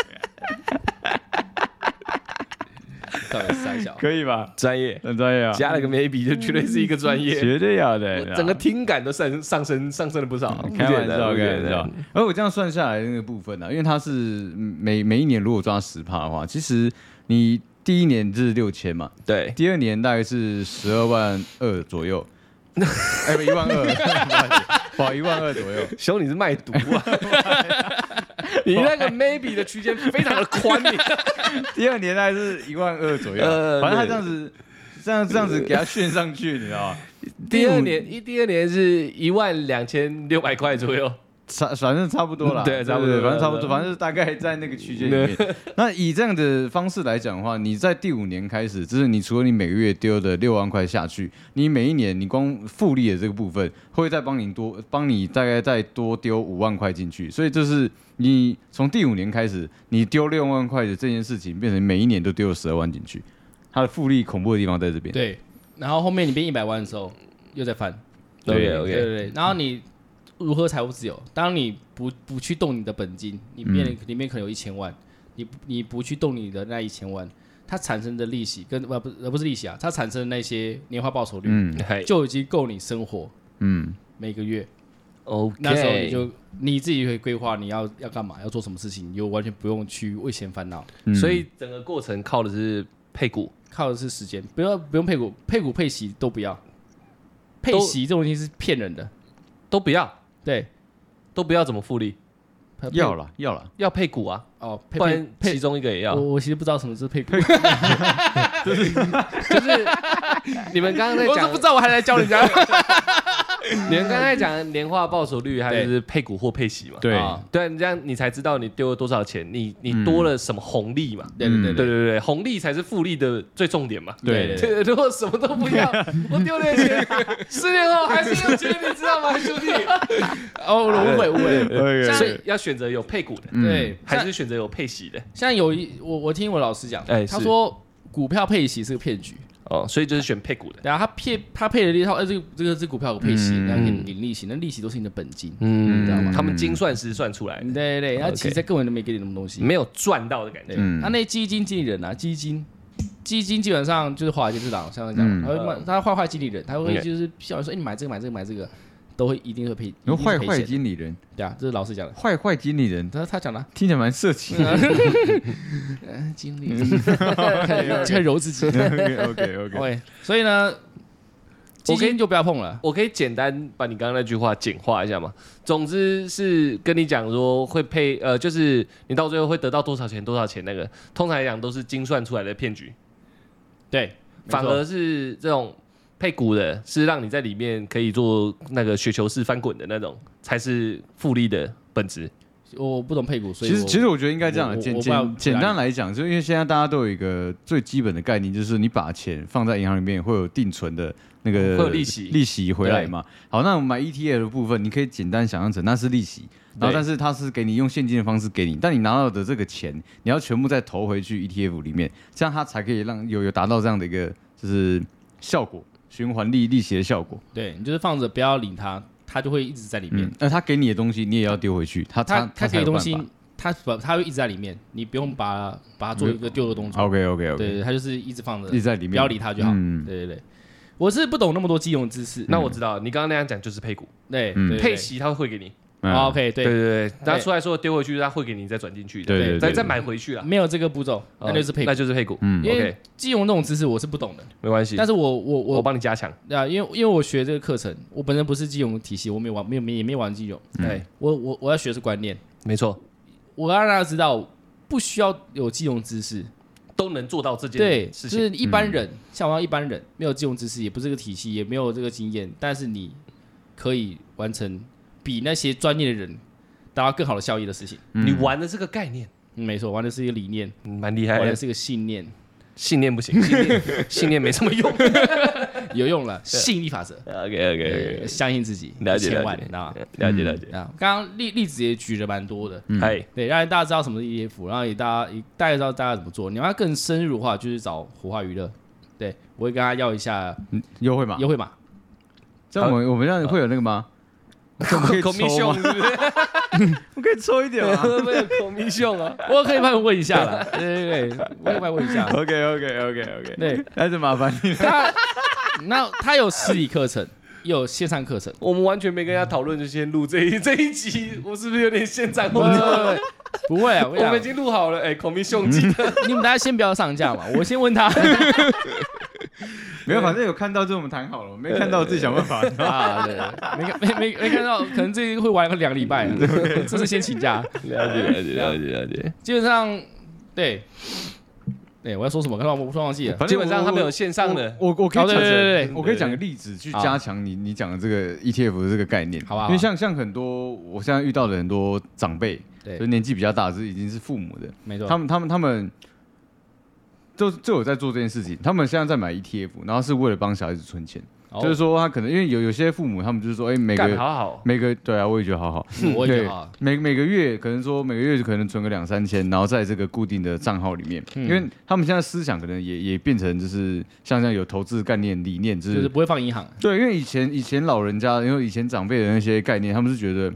Speaker 1: 到底三 小，
Speaker 4: 可以吧？
Speaker 3: 专业，
Speaker 4: 很专业啊，
Speaker 3: 加了个 maybe 就绝对是一个专业，
Speaker 4: 绝对要的。你知道
Speaker 3: 整个听感都上上升上升了不少。
Speaker 4: 开玩
Speaker 3: 不简单
Speaker 4: 笑，
Speaker 3: 不
Speaker 4: 开
Speaker 3: 简
Speaker 4: 玩
Speaker 3: 单
Speaker 4: 笑。而我这样算下来的那个部分呢、啊，因为它是每每一年如果抓十趴的话，其实你第一年是六千嘛，
Speaker 3: 对，
Speaker 4: 第二年大概是十二万二左右，哎，不一万二， 不好意思不好一万二左右。
Speaker 3: 兄你是卖毒 啊！你那个 maybe 的区间非常的 宽，你
Speaker 4: 第二年大概是一万二左右，
Speaker 3: 呃
Speaker 4: 反正他
Speaker 3: 对
Speaker 4: 这样子，这样这样子给他炫上去，你知道吗？
Speaker 3: 第二年一第二年是一万两千六百块左右，
Speaker 4: 差反正差不多啦，
Speaker 3: 对差不多
Speaker 4: 对反正差不
Speaker 3: 差不
Speaker 4: 多，
Speaker 3: 多
Speaker 4: 反正是大概在那个区间里面。那以这样的方式来讲的话，你在第五年开始，就是你除了你每个月丢的六万块下去，你每一年你光复利的这个部分，会再帮你多帮你大概再多丢五万块进去，所以就是你从第五年开始，你丢六万块的这件事情，变成每一年都丢了十二万进去。它的复利恐怖的地方在这边，
Speaker 1: 对，然后后面你变一百万的时候又在翻，
Speaker 4: 对
Speaker 3: OK，OK
Speaker 1: 对对对，然后你如何财务自由？当你不不去动你的本金，你面
Speaker 4: 嗯
Speaker 1: 临里面可能有一千万，你不你不去动你的那一千万，它产生的利息跟呃不呃不是利息啊，它产生的那些年化报酬率、
Speaker 4: 嗯
Speaker 3: 嗨
Speaker 1: 就已经够你生活
Speaker 4: 嗯，
Speaker 1: 每个月。
Speaker 3: OK，
Speaker 1: 那时候你就你自己会规划你要要干嘛，要做什么事情，你就完全不用去为钱烦恼，
Speaker 4: 嗯
Speaker 3: 所以整个过程靠的是配股，
Speaker 1: 靠的是时间，不要不用配股，配股配息都不要，配
Speaker 3: 都
Speaker 1: 息这种东西是骗人的，
Speaker 3: 都不要，
Speaker 1: 对，
Speaker 3: 都不要怎么复利，
Speaker 1: 配
Speaker 4: 要了要了，
Speaker 3: 要配股啊，
Speaker 1: 哦，配
Speaker 3: 不然
Speaker 1: 配哦
Speaker 3: 其中一个也要
Speaker 1: 我。我其实不知道什么是配股，
Speaker 3: 就是你们刚刚在
Speaker 1: 我都
Speaker 3: 讲
Speaker 1: 不知，道我还来教人家。
Speaker 3: 你们刚才讲年化报酬率，还有就是配股或配息嘛。
Speaker 4: 对
Speaker 1: 啊
Speaker 3: 对，你这样你才知道你丢了多少钱，你
Speaker 1: 嗯
Speaker 3: 你多了什么红利嘛。
Speaker 1: 对对对
Speaker 3: 对对对，红利才是复利的最重点嘛。
Speaker 1: 对对
Speaker 3: 对，如果什么都不要，我丢了 钱，四年后还是有钱，你知道吗，兄弟？嗯
Speaker 1: 哦，误会误会。
Speaker 4: 对
Speaker 3: 所以要选择有配股的，
Speaker 1: 对，
Speaker 3: 嗯还
Speaker 1: 像
Speaker 3: 是选择有配息的？
Speaker 1: 像有一我我听我老师讲
Speaker 3: 哎，
Speaker 1: 他
Speaker 3: 是
Speaker 1: 说股票配息是个骗局，
Speaker 3: 哦，所以就是选配股的。
Speaker 1: 然后他骗他配了一套，哎，这个这个是股票有配息，
Speaker 4: 嗯
Speaker 1: 然后给你领利息，那利息都是你的本金。
Speaker 3: 嗯
Speaker 4: 知道吗
Speaker 3: 他们精算师算出来的
Speaker 1: 对对对，然后其实
Speaker 3: OK
Speaker 1: 根本就没给你什么东西。
Speaker 3: 没有赚到的感
Speaker 1: 对，
Speaker 3: 觉。
Speaker 4: 嗯
Speaker 1: 他那基金经理人啊，基金基金基本上就是华尔街之狼，像这样讲，
Speaker 4: 嗯
Speaker 1: 他会卖他坏坏经理人，他会
Speaker 3: OK
Speaker 1: 就是叫你说，哎，你买这个买这个买这个，都会一定会赔，一
Speaker 4: 然
Speaker 1: 定
Speaker 4: 后
Speaker 1: 会
Speaker 4: 坏
Speaker 1: 赔
Speaker 4: 坏
Speaker 1: 钱
Speaker 4: 经理人，
Speaker 1: 对啊，这是老师讲的，
Speaker 4: 坏坏经理人，
Speaker 1: 他他讲的啊。
Speaker 4: 听起来蛮色情的。
Speaker 1: 嗯，经理，很揉自己。
Speaker 4: OK OK，
Speaker 1: OK，所以呢，基金就不要碰了。
Speaker 3: 我可以简单把你刚刚那句话简化一下嘛？总之是跟你讲说会配，呃，就是你到最后会得到多少钱，多少钱那个，通常来讲都是精算出来的骗局，
Speaker 1: 对，
Speaker 3: 反而是这种配股的，是让你在里面可以做那个雪球式翻滚的那种，才是复利的本质。
Speaker 1: 我不懂配股，所以
Speaker 4: 其实
Speaker 1: 我
Speaker 4: 其实我觉得应该这样
Speaker 1: 我
Speaker 4: 的，
Speaker 1: 我
Speaker 4: 简
Speaker 1: 我不知道
Speaker 4: 简简单来讲，就是因为现在大家都有一个最基本的概念，就是你把钱放在银行里面会有定存的那
Speaker 1: 哦
Speaker 4: 个
Speaker 3: 会有利息
Speaker 4: 利息回来嘛。好，那我们买 ETF 的部分，你可以简单想象成那是利息，然后但是它是给你用现金的方式给你，但你拿到的这个钱，你要全部再投回去 ETF 里面，这样它才可以让有有达到这样的一个就是效果，循环利利息的效果。
Speaker 1: 对你就是放着不要理它，它就会一直在里面。
Speaker 4: 嗯，那他给你的东西，你也要丢回去。啊他
Speaker 1: 它它
Speaker 4: 他
Speaker 1: 给的东西
Speaker 4: 才有办，
Speaker 1: 它把它会一直在里面，你不用把把它做一个丢的动
Speaker 4: 法。
Speaker 1: 作。
Speaker 4: OK OK OK，
Speaker 1: 对，它就是一直放着，
Speaker 4: 哦一直在里面
Speaker 1: 不要理它就好。
Speaker 4: 嗯
Speaker 1: 对对对，我是不懂那么多基隆知识。
Speaker 3: 那我知道，你刚刚那样讲就是配股，
Speaker 1: 对
Speaker 4: 嗯
Speaker 1: 嗯对
Speaker 3: 配息他会给你，
Speaker 1: 哦
Speaker 4: 嗯
Speaker 1: 配对
Speaker 3: 对对对，拿出来说丢回去，他会给你再转进去的，
Speaker 4: 对
Speaker 1: 对
Speaker 4: 对
Speaker 3: 再
Speaker 4: 对，
Speaker 3: 再买回去啊，哦
Speaker 1: 没有这个步骤，那就是配
Speaker 3: 那就是配股，
Speaker 4: 嗯
Speaker 1: 因为
Speaker 3: OK
Speaker 1: 基隆这种知识我是不懂的，
Speaker 3: 没关系
Speaker 1: 但，是我我
Speaker 3: 我
Speaker 1: 我
Speaker 3: 帮你加强，
Speaker 1: 啊，因为因为我学这个课程，我本身不是基隆体系，我没有玩，没有没也没玩基隆，
Speaker 3: 对，
Speaker 1: 我我我要学的是观念，
Speaker 3: 没错，
Speaker 1: 我要让大家知道，不需要有基隆知识，
Speaker 3: 都能做到这
Speaker 1: 对，
Speaker 3: 件
Speaker 1: 就
Speaker 3: 事情，嗯
Speaker 1: 是一般人，像我一样一般人，没有基隆知识，也不是这个体系，也没有这个经验，但是你可以完成比那些专业的人达到更好的效益的事情。
Speaker 3: 你玩的这个概念
Speaker 1: 嗯没错，玩的是一个理念，
Speaker 3: 嗯蛮厉害
Speaker 1: 玩的
Speaker 3: 的，
Speaker 1: 是一个信念，
Speaker 3: 信念不行，信 念信念没什么用。
Speaker 1: 有用 了，吸引力法则，
Speaker 3: OK OK
Speaker 1: 对相信自己，
Speaker 3: 了解
Speaker 1: 千
Speaker 3: 了
Speaker 1: 万，你
Speaker 3: 解
Speaker 1: 知道吗？
Speaker 3: 了解了解，
Speaker 1: 啊，刚刚例例子也举了蛮多的，
Speaker 3: 嗨，
Speaker 1: 对，让大家知道什么是 ETF，然后也大家也大概知道大家怎么做。你要更深入的话，就是找火化娱乐，对我会跟他要一下
Speaker 4: 优惠码。
Speaker 1: 优惠码，
Speaker 4: 这样我们我们这样会有那个吗？这样我们可以抽吗？
Speaker 3: 是不是？
Speaker 4: 我可以抽一点 吗
Speaker 3: 会不会有 commission 啊？
Speaker 1: 我可以帮你问一下啦，对对对，我可以帮你问一下。
Speaker 4: ？OK OK OK OK，
Speaker 1: 对，
Speaker 4: 那就哎麻烦你 了。
Speaker 1: 他那他有实体课程，也有线上课程，
Speaker 3: 我们完全没跟人家讨论，就先录这一这一集，我是不是有点先斩后奏？
Speaker 1: 不会啊，我
Speaker 3: 我
Speaker 1: 跟你
Speaker 3: 们已
Speaker 1: 讲
Speaker 3: 经录好了，哎，commission 记 得
Speaker 1: 你们大家先不要上架嘛，我先问他
Speaker 4: 没有，反正有看到就我们谈好了，没看到自己想办法。
Speaker 1: 啊，对，没看没没没看到，可能这个会玩个两个礼拜啊，这是先请假，
Speaker 3: 了解了解了解了解。
Speaker 1: 基本上对，对我要说什么，刚才我突然忘记了。
Speaker 4: 反正
Speaker 3: 基本上他们有
Speaker 4: 我
Speaker 3: 线上的，
Speaker 4: 我我可以
Speaker 1: 哦对
Speaker 4: 讲
Speaker 1: 对对对
Speaker 4: 我可以讲个例子去加强你你讲的这个 ETF 的这个概念，
Speaker 1: 好吧好吧
Speaker 4: 因为像像很多我现在遇到的很多长辈，
Speaker 1: 对
Speaker 4: 就是年纪比较大，是已经是父母的，
Speaker 1: 没错，
Speaker 4: 他们他们他们就就有在做这件事情，他们现在在买 ETF，然后是为了帮小孩子存钱，
Speaker 1: 哦
Speaker 4: 就是说他可能因为有有些父母他们就是说，哎、每
Speaker 3: 干
Speaker 4: 个
Speaker 3: 好好，
Speaker 4: 每个对啊，我也觉得好好，
Speaker 1: 嗯我也觉
Speaker 4: 对
Speaker 1: 得啊，
Speaker 4: 每每个月可能说每个月就可能存个两三千，然后在这个固定的账号里面，
Speaker 1: 嗯
Speaker 4: 因为他们现在思想可能也也变成就是像这样有投资概念理念，就、
Speaker 1: 就是是不会放银行，
Speaker 4: 对，因为以前以前老人家，因为以前长辈的那些概念，他们是觉得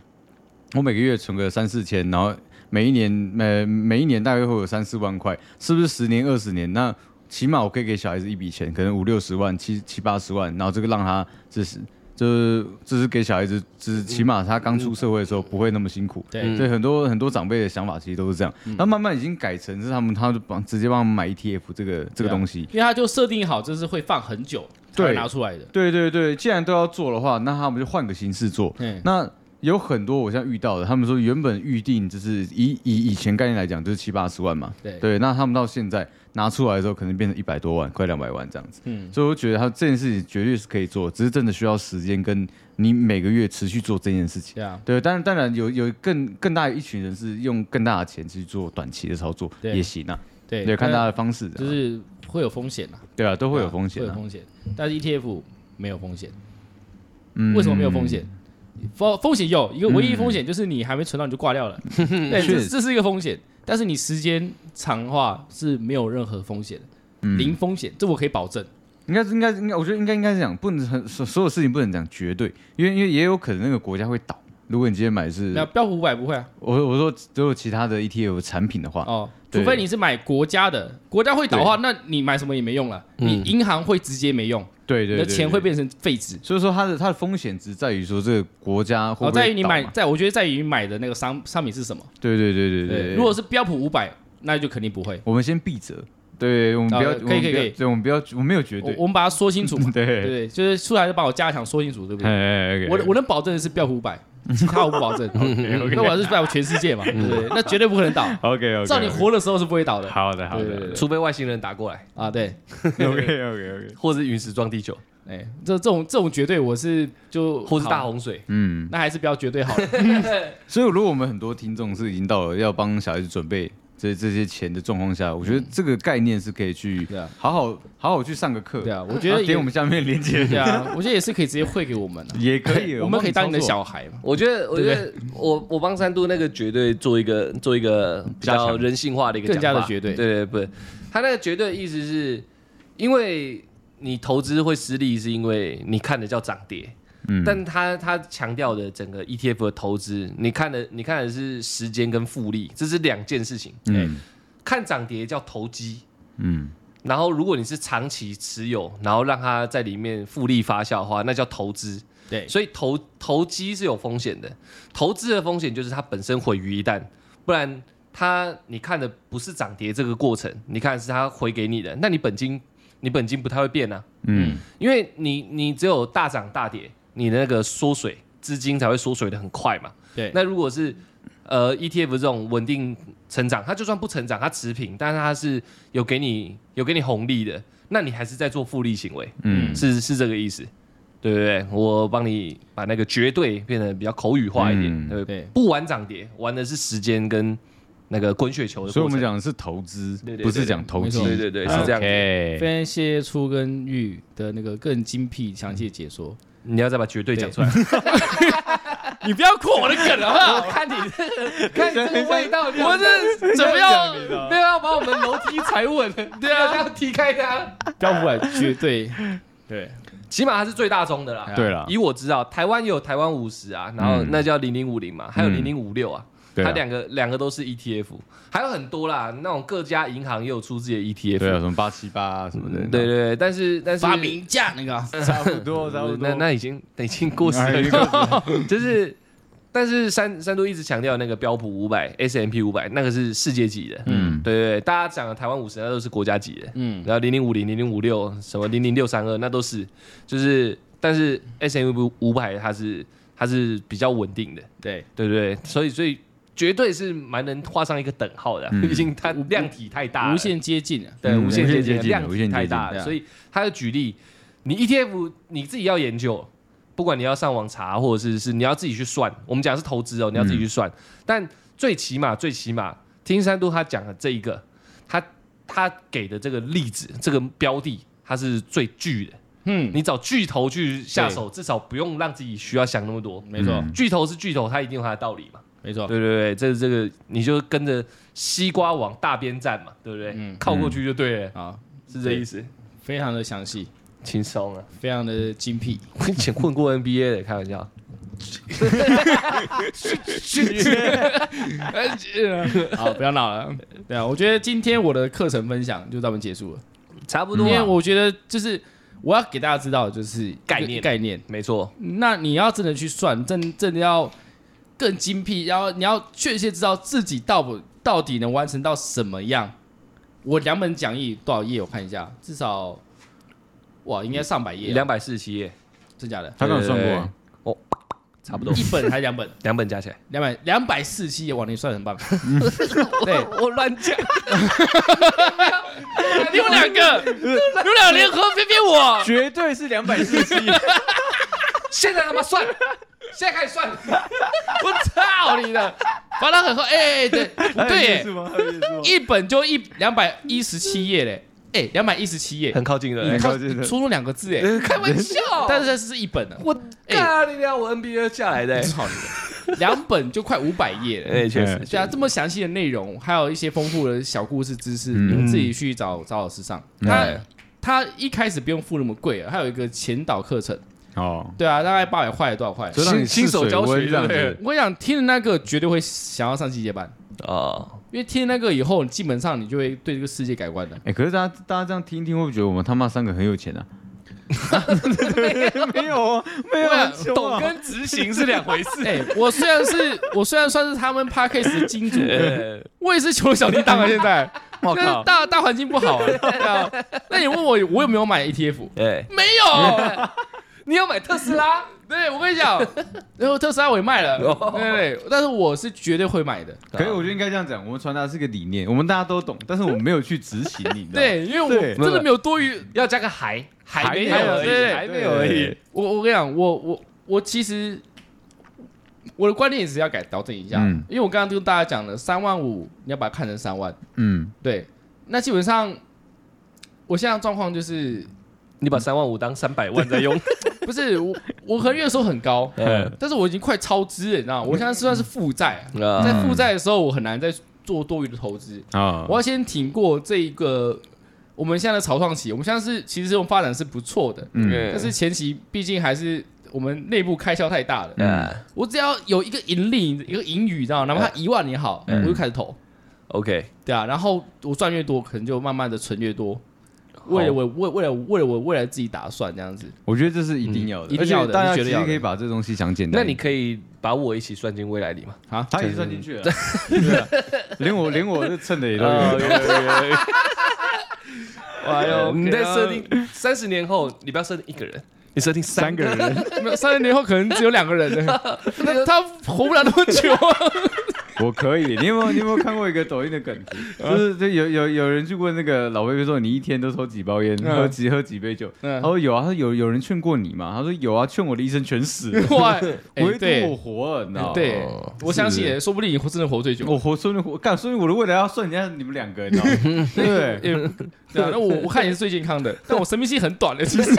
Speaker 4: 我每个月存个三四千，然后每一年呃每一年大概会有三四万块，是不是十年二十年？那起码我可以给小孩子一笔钱，可能五六十万、七七八十万，然后这个让他这是就是就是给小孩子，就是起码他刚出社会的时候不会那么辛苦。
Speaker 1: 对，
Speaker 4: 对，很多很多长辈的想法其实都是这样，那慢慢已经改成是他们，他就帮直接帮他们买 ETF 这个这
Speaker 1: 对
Speaker 4: 个
Speaker 1: 啊
Speaker 4: 东西。
Speaker 1: 因为他就设定好，这是会放很久才会
Speaker 4: 对
Speaker 1: 拿出来的，
Speaker 4: 对对对，既然都要做的话，那他们就换个形式做。
Speaker 1: 嗯，
Speaker 4: 那有很多我现在遇到的，他们说原本预定就是以以以前概念来讲就是七八十万嘛，
Speaker 1: 对
Speaker 4: 对，那他们到现在拿出来的时候，可能变成一百多万，快两百万这样子。
Speaker 1: 嗯，
Speaker 4: 所以我觉得他这件事情绝对是可以做，只是真的需要时间跟你每个月持续做这件事情。
Speaker 1: 对啊，
Speaker 4: 对，当然当然有有更更大一群人是用更大的钱去做短期的操作
Speaker 1: 对
Speaker 4: 也行啊，
Speaker 1: 对，
Speaker 4: 对，看大家
Speaker 1: 家
Speaker 4: 的方式这
Speaker 1: 就
Speaker 4: 样，
Speaker 1: 是会有风险啊，
Speaker 4: 对啊，都会有
Speaker 1: 对啊
Speaker 4: 风险
Speaker 1: 会有
Speaker 4: 啊。
Speaker 1: 风险，但是 ETF 没有风险，
Speaker 4: 嗯
Speaker 1: 为什么没有风险？风风险有一个唯一风险就是你还没存到你就挂 掉了，对，这
Speaker 4: 确实
Speaker 1: 这是一个风险，但是你时间长的话是没有任何风险的，
Speaker 4: 嗯
Speaker 1: 零风险，这我可以保证。
Speaker 4: 应该是应该应该，我觉得应该应该是讲，不能很所所有事情不能讲绝对，因为因为也有可能那个国家会倒。如果你今天买的是
Speaker 1: 那标普五百不会啊，
Speaker 4: 我我说只有其他的 ETF 产品的话，
Speaker 1: 哦，
Speaker 4: 对
Speaker 1: 除非你是买国家的，国家会倒的话，那你买什么也没用了，你银行会直接没用，你
Speaker 4: 对嗯对
Speaker 1: 的
Speaker 4: 对，
Speaker 1: 钱
Speaker 4: 对
Speaker 1: 会。变成废纸。
Speaker 4: 所以说它的它的风险值在于说这个国家会
Speaker 1: 哦，
Speaker 4: 不会
Speaker 1: 在于你
Speaker 4: 倒嘛
Speaker 1: 买，在我觉得在于你买的那个商商品是什么。
Speaker 4: 对对对对对。
Speaker 1: 如果是标普五百，那就肯定不会。
Speaker 4: 我们先避责，对我们不要，
Speaker 1: 哦
Speaker 4: 我
Speaker 1: 可以
Speaker 4: 们
Speaker 1: 可以
Speaker 4: 不要
Speaker 1: 可以
Speaker 4: 对我们不要，我没有绝
Speaker 1: 我
Speaker 4: 对，，
Speaker 1: 我们把它说清楚嘛
Speaker 4: 对
Speaker 1: 对不对，就是出来就把我加强说清楚，对不对？
Speaker 4: 哎哎，哎
Speaker 1: 我我能保证的是标普五百，其他我不保证。那我还是代表全世界嘛，对不对？那绝对不可能倒，
Speaker 4: OK OK，
Speaker 1: 只要你活的时候是不会倒的
Speaker 4: 好的好
Speaker 1: 对对
Speaker 4: 的
Speaker 1: 对
Speaker 3: 除非外星人打过来，
Speaker 1: 啊。对，
Speaker 4: ，OK OK OK，
Speaker 3: 或是陨石撞地球，
Speaker 1: 哎，这这种这种绝对我是就
Speaker 3: 或是大
Speaker 1: 好，
Speaker 3: 洪水，
Speaker 4: 嗯。
Speaker 1: 那还是不要绝对好了。
Speaker 4: 所以，如果我们很多听众是已经到了要帮小孩子准备这这些钱的状况下，我觉得这个概念是可以去
Speaker 1: 对啊
Speaker 4: 好好好好去上个课。
Speaker 1: 对啊，我
Speaker 4: 然
Speaker 1: 觉
Speaker 4: 后
Speaker 1: 得
Speaker 4: 点
Speaker 1: 也
Speaker 4: 我们下面连接
Speaker 1: 对啊，我觉得也是可以直接汇给我们的，啊
Speaker 4: 也可以，
Speaker 1: 我们可以当
Speaker 4: 帮
Speaker 1: 你的
Speaker 4: 操作
Speaker 1: 小孩嘛。
Speaker 3: 我觉得，我觉得我我帮三度那个绝对做一个做一个比
Speaker 4: 加
Speaker 3: 较
Speaker 4: 强
Speaker 3: 人性化的一个
Speaker 1: 更加的
Speaker 3: 讲法
Speaker 1: 绝对
Speaker 3: 对对不是，他那个绝对意思是，因为你投资会失利，是因为你看的叫涨跌，
Speaker 4: 嗯
Speaker 3: 但他他强调的整个 ETF 的投资，你看的你看的是时间跟复利，这是两件事情。
Speaker 4: 嗯
Speaker 3: 看涨跌叫投机，
Speaker 4: 嗯
Speaker 3: 然后如果你是长期持有，然后让它在里面复利发酵的话，那叫投资。
Speaker 1: 对
Speaker 3: 所以投投机是有风险的，投资的风险就是它本身毁于一旦，不然它你看的不是涨跌这个过程，你看的是它回给你的，那你本金你本金不太会变啊，
Speaker 4: 嗯
Speaker 3: 因为你你只有大涨大跌，你的那个缩水资金才会缩水的很快嘛。
Speaker 1: 对
Speaker 3: 那如果是呃 ETF 这种稳定成长，它就算不成长，它持平，但是它是有给你有给你红利的，那你还是在做复利行为，
Speaker 4: 嗯
Speaker 3: 是是这个意思，对不对？我帮你把那个绝对变得比较口语化一点，
Speaker 4: 嗯
Speaker 3: 对不对？
Speaker 2: 对
Speaker 3: 不玩涨跌，玩的是时间跟那个滚雪球的过程。
Speaker 4: 所以我们讲的是投资
Speaker 3: 对对，对
Speaker 4: 不是讲投机。
Speaker 2: 没错
Speaker 3: 对对对是这样子
Speaker 4: OK
Speaker 2: 非常谢谢初跟玉的那个更精辟、详细的解说。
Speaker 3: 你要再把绝对讲出 来，
Speaker 1: 你不要扩我的梗好不 好？
Speaker 3: 我看你这个，看你这个味道，
Speaker 1: 我这怎么样？
Speaker 3: 没有要把我们楼梯踩稳，对啊，要踢开它。
Speaker 2: 要不然绝对对
Speaker 3: 起码它是最大宗的啦。
Speaker 4: 对啦啊
Speaker 3: 以我知道，台湾也有台湾五十啊，然后
Speaker 4: 嗯
Speaker 3: 那叫零零五零嘛，还有
Speaker 4: 嗯
Speaker 3: 零零五六啊，
Speaker 4: 对
Speaker 3: 它
Speaker 4: 啊
Speaker 3: 两个两个都是 ETF，还有很多啦，那种各家银行也有出自己的 ETF。
Speaker 4: 对啊，什么八七八什么的，
Speaker 3: 嗯对对对，但是但是
Speaker 2: 发明价那个啊
Speaker 4: 差不多差不
Speaker 3: 嗯
Speaker 4: 多。
Speaker 3: 那那已经已经过时
Speaker 4: 哎
Speaker 3: 了， 就是。但是三三都一直强调那个标普五百、S M P 五百，那个是世界级的，
Speaker 4: 嗯
Speaker 3: 对对对，大家讲的台湾五十那都是国家级的，嗯，然后零零五零、零零五六什么零零六三二那都是，就是但是 S M P 五百它是它是比较稳定的，
Speaker 2: 对，
Speaker 3: 对不对？所以所以绝对是蛮能画上一个等号的啊、
Speaker 4: 嗯
Speaker 3: 毕竟它量体太大了，
Speaker 2: 无限接近啊。
Speaker 3: 对
Speaker 4: 嗯
Speaker 3: 无限接近
Speaker 4: 无限接
Speaker 3: 的
Speaker 4: 近
Speaker 3: 量
Speaker 4: 无
Speaker 3: 体
Speaker 4: 限接
Speaker 3: 太
Speaker 4: 近
Speaker 3: 大
Speaker 2: 对啊
Speaker 3: 了，所以它的举例，你 ETF 你自己要研究，不管你要上网查或者是是你要自己去算，我们讲的是投资哦，你要自己去算，但最起码最起码，听三度他讲的这一个，他他给的这个例子这个标的，它是最巨的，
Speaker 2: 嗯，
Speaker 3: 你找巨头去下手，至少不用让自己需要想那么多。
Speaker 2: 没错
Speaker 4: 嗯
Speaker 3: 巨头是巨头，它一定有它的道理嘛。
Speaker 2: 没错，
Speaker 3: 对对对，这这个你就跟着西瓜往大边站嘛，对不对？靠过去就对了，
Speaker 2: 好，
Speaker 3: 是这意思。
Speaker 2: 非常的详细，
Speaker 3: 轻松啊！
Speaker 2: 非常的精 辟。
Speaker 3: 我以前混过 NBA 的，开玩笑。
Speaker 2: 好，不要闹了。 对啊，我觉得今天我的课程分享就到这边结束了，
Speaker 3: 差不
Speaker 2: 因
Speaker 3: 多
Speaker 2: 为
Speaker 3: 啊，
Speaker 2: 我觉得就是我要给大家知道的就是
Speaker 3: 概念
Speaker 2: 概念。
Speaker 3: 没错，
Speaker 2: 那你要真的去算，真真的要更精辟，然后你要确切知道自己到不到底能完成到什么样。我两本讲义多少页？我看一下，至少哇，应该上百页啊，
Speaker 3: 两百四十七页，
Speaker 2: 真假的？
Speaker 4: 他刚有算过啊，
Speaker 3: 差不多
Speaker 2: 一本还是两本？
Speaker 3: 两本加起来。
Speaker 2: 两百两百四十七页，哇，你算得很 棒。对，
Speaker 3: 我乱 讲，
Speaker 1: 你们两 个，你们俩联合偏偏我，
Speaker 4: 绝对是两百四十一。
Speaker 3: 现在他妈算，现在开始算，
Speaker 1: 我操你的！把它很厚，哎、哎对对，哎
Speaker 4: 吗？
Speaker 1: 一本就一两百一十七页嘞，哎、两百一十七页，
Speaker 3: 很靠近了
Speaker 4: 很。靠
Speaker 1: 靠
Speaker 4: 近的
Speaker 1: 出了两个 字哎，
Speaker 3: 开玩笑，
Speaker 1: 但是这是一本呢，
Speaker 3: 我干你娘，我 NBA 下来的。
Speaker 1: 操你的，两本就快五百页了。
Speaker 3: 哎，确实
Speaker 4: 哎，
Speaker 1: 对啊，这么详细的内容，还有一些丰富的小故事知识，
Speaker 4: 嗯
Speaker 1: 你们自己去找找老师上。他
Speaker 3: 哎
Speaker 1: 他一开始不用付那么贵啊，还有一个前导课程，
Speaker 4: 哦，
Speaker 1: 对啊，大概八百块多少块？
Speaker 4: 就让你
Speaker 3: 新新手
Speaker 4: 试水
Speaker 3: 教学
Speaker 4: 温这样
Speaker 3: 对
Speaker 4: 子。
Speaker 1: 我跟你讲，听了那个绝对会想要上季节班，
Speaker 3: 哦，
Speaker 1: 因为听了那个以后，基本上你就会对这个世界改观 的。
Speaker 4: 哎，可是大家大家这样听一听，会不会觉得我们他妈三个很有钱啊？没有啊，没有啊，
Speaker 3: 懂跟执行是两回事。
Speaker 1: 哎，我虽然是我虽然算是他们 podcast 的金 主，
Speaker 3: 哎
Speaker 1: 我也是穷小叮当啊，现在。
Speaker 3: 我
Speaker 1: 但是
Speaker 3: 靠，
Speaker 1: 大大环境不好啊，对啊。那你问我我有没有买 E ETF？
Speaker 3: 哎，
Speaker 1: 没有。
Speaker 3: 你要买特斯拉？
Speaker 1: 对，我跟你 讲，然后特斯拉我也卖了，
Speaker 3: 哦
Speaker 1: 对对对，但是我是绝对会买的，
Speaker 4: 可是我觉得应该这样讲，我们传达是个理念，我们大家都懂，但是我们没有去执行，你知道吗？
Speaker 1: 对，因为我
Speaker 4: 对
Speaker 1: 真的没有多余，
Speaker 3: 要加个还，还没有
Speaker 1: 还没有
Speaker 3: 而
Speaker 1: 对
Speaker 3: 已，还没有而
Speaker 4: 对
Speaker 3: 已。
Speaker 1: 我我跟你讲，我我我其实我的观念也是要改调整一下，
Speaker 4: 嗯
Speaker 1: 因为我刚刚跟大家讲了，三万五你要把它看成三万，
Speaker 4: 嗯，
Speaker 1: 对，那基本上我现在的状况就是
Speaker 3: 你把三万五当三百万在用，
Speaker 1: 不是我我合约的时候很 高，
Speaker 3: 嗯
Speaker 1: 但是我已经快超支了，你知道吗？我现在算是负债啊，
Speaker 3: 啊，
Speaker 1: 在负债的时候我很难再做多余的投资，
Speaker 4: 啊
Speaker 1: 我，要先挺过这一个我们现在的草创期。我们现在是其实这种发展是不错的，
Speaker 4: 嗯
Speaker 1: 但是前期毕竟还是我们内部开销太大了，
Speaker 3: 嗯
Speaker 1: 我只要有一个盈利，一个盈余，你知道吗，哪怕一万也好，
Speaker 3: 嗯
Speaker 1: 我就开始投，
Speaker 3: ，OK，
Speaker 1: 对啊，然后我赚越多，可能就慢慢的存越多，为了我为为了为了我未来自己打算这样子，
Speaker 4: 我觉得这是一定要的，
Speaker 1: 嗯一定要的
Speaker 4: 而且大家
Speaker 1: 是
Speaker 4: 其
Speaker 1: 绝对
Speaker 4: 实
Speaker 1: 要的
Speaker 4: 可以把这东西想简单
Speaker 3: 那
Speaker 4: 一
Speaker 3: 你
Speaker 4: 点。
Speaker 3: 可以把我一起算进未来里吗？
Speaker 1: 啊，
Speaker 4: 他也算进去了，对啊连我连我这蹭的也都
Speaker 3: 哦
Speaker 4: 有
Speaker 3: 有。有有有
Speaker 1: 哎
Speaker 3: 有你在嗯设定三十年后，你不要设定一个人，你设定三个人，
Speaker 1: 没有三十年后可能只有两个人了，那他活不了那么久啊。
Speaker 4: 我可以，你有没有你有 没有看过一个抖音的梗图？就是就有有有人去问那个老贝贝说，你一天都抽几包烟，
Speaker 1: 嗯
Speaker 4: 喝几喝几杯酒？他
Speaker 1: 嗯
Speaker 4: 说有啊，他说有有人劝过你吗？他说有啊，劝我的医生全死了，
Speaker 1: 哇，哎
Speaker 4: 唯独我
Speaker 1: 对哎
Speaker 4: 活了，你知道吗？
Speaker 1: 对，我相信，说不定你真的活最久。
Speaker 4: 我活说明我干，所以我的未来要算人家你们两个，你知道吗？ 对不对，
Speaker 1: 也对啊，那我我看你是最健康的，但我生命线很短的，其实。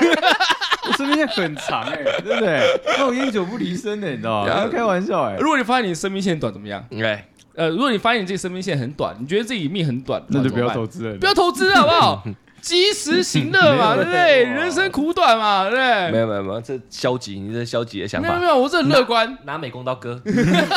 Speaker 4: 我生命线很长哎、对不对？那我烟酒不离身的、你知道吗？
Speaker 3: 然后
Speaker 4: 不要开玩笑哎、
Speaker 1: 如果你发现你生命线短怎么样？
Speaker 3: 哎，
Speaker 1: 呃，如果你发现你自己生命线很短，你觉得自己命很短，
Speaker 4: 那就不要
Speaker 1: 怎么
Speaker 4: 投资了，
Speaker 1: 办不要投资好不好？及时行乐 嘛，对不对？人生苦短嘛，对不对？
Speaker 3: 没有没有没有，这消极，你这消极的想
Speaker 1: 没有没
Speaker 3: 法。
Speaker 1: 有，我这很乐观，
Speaker 3: 拿美工刀割，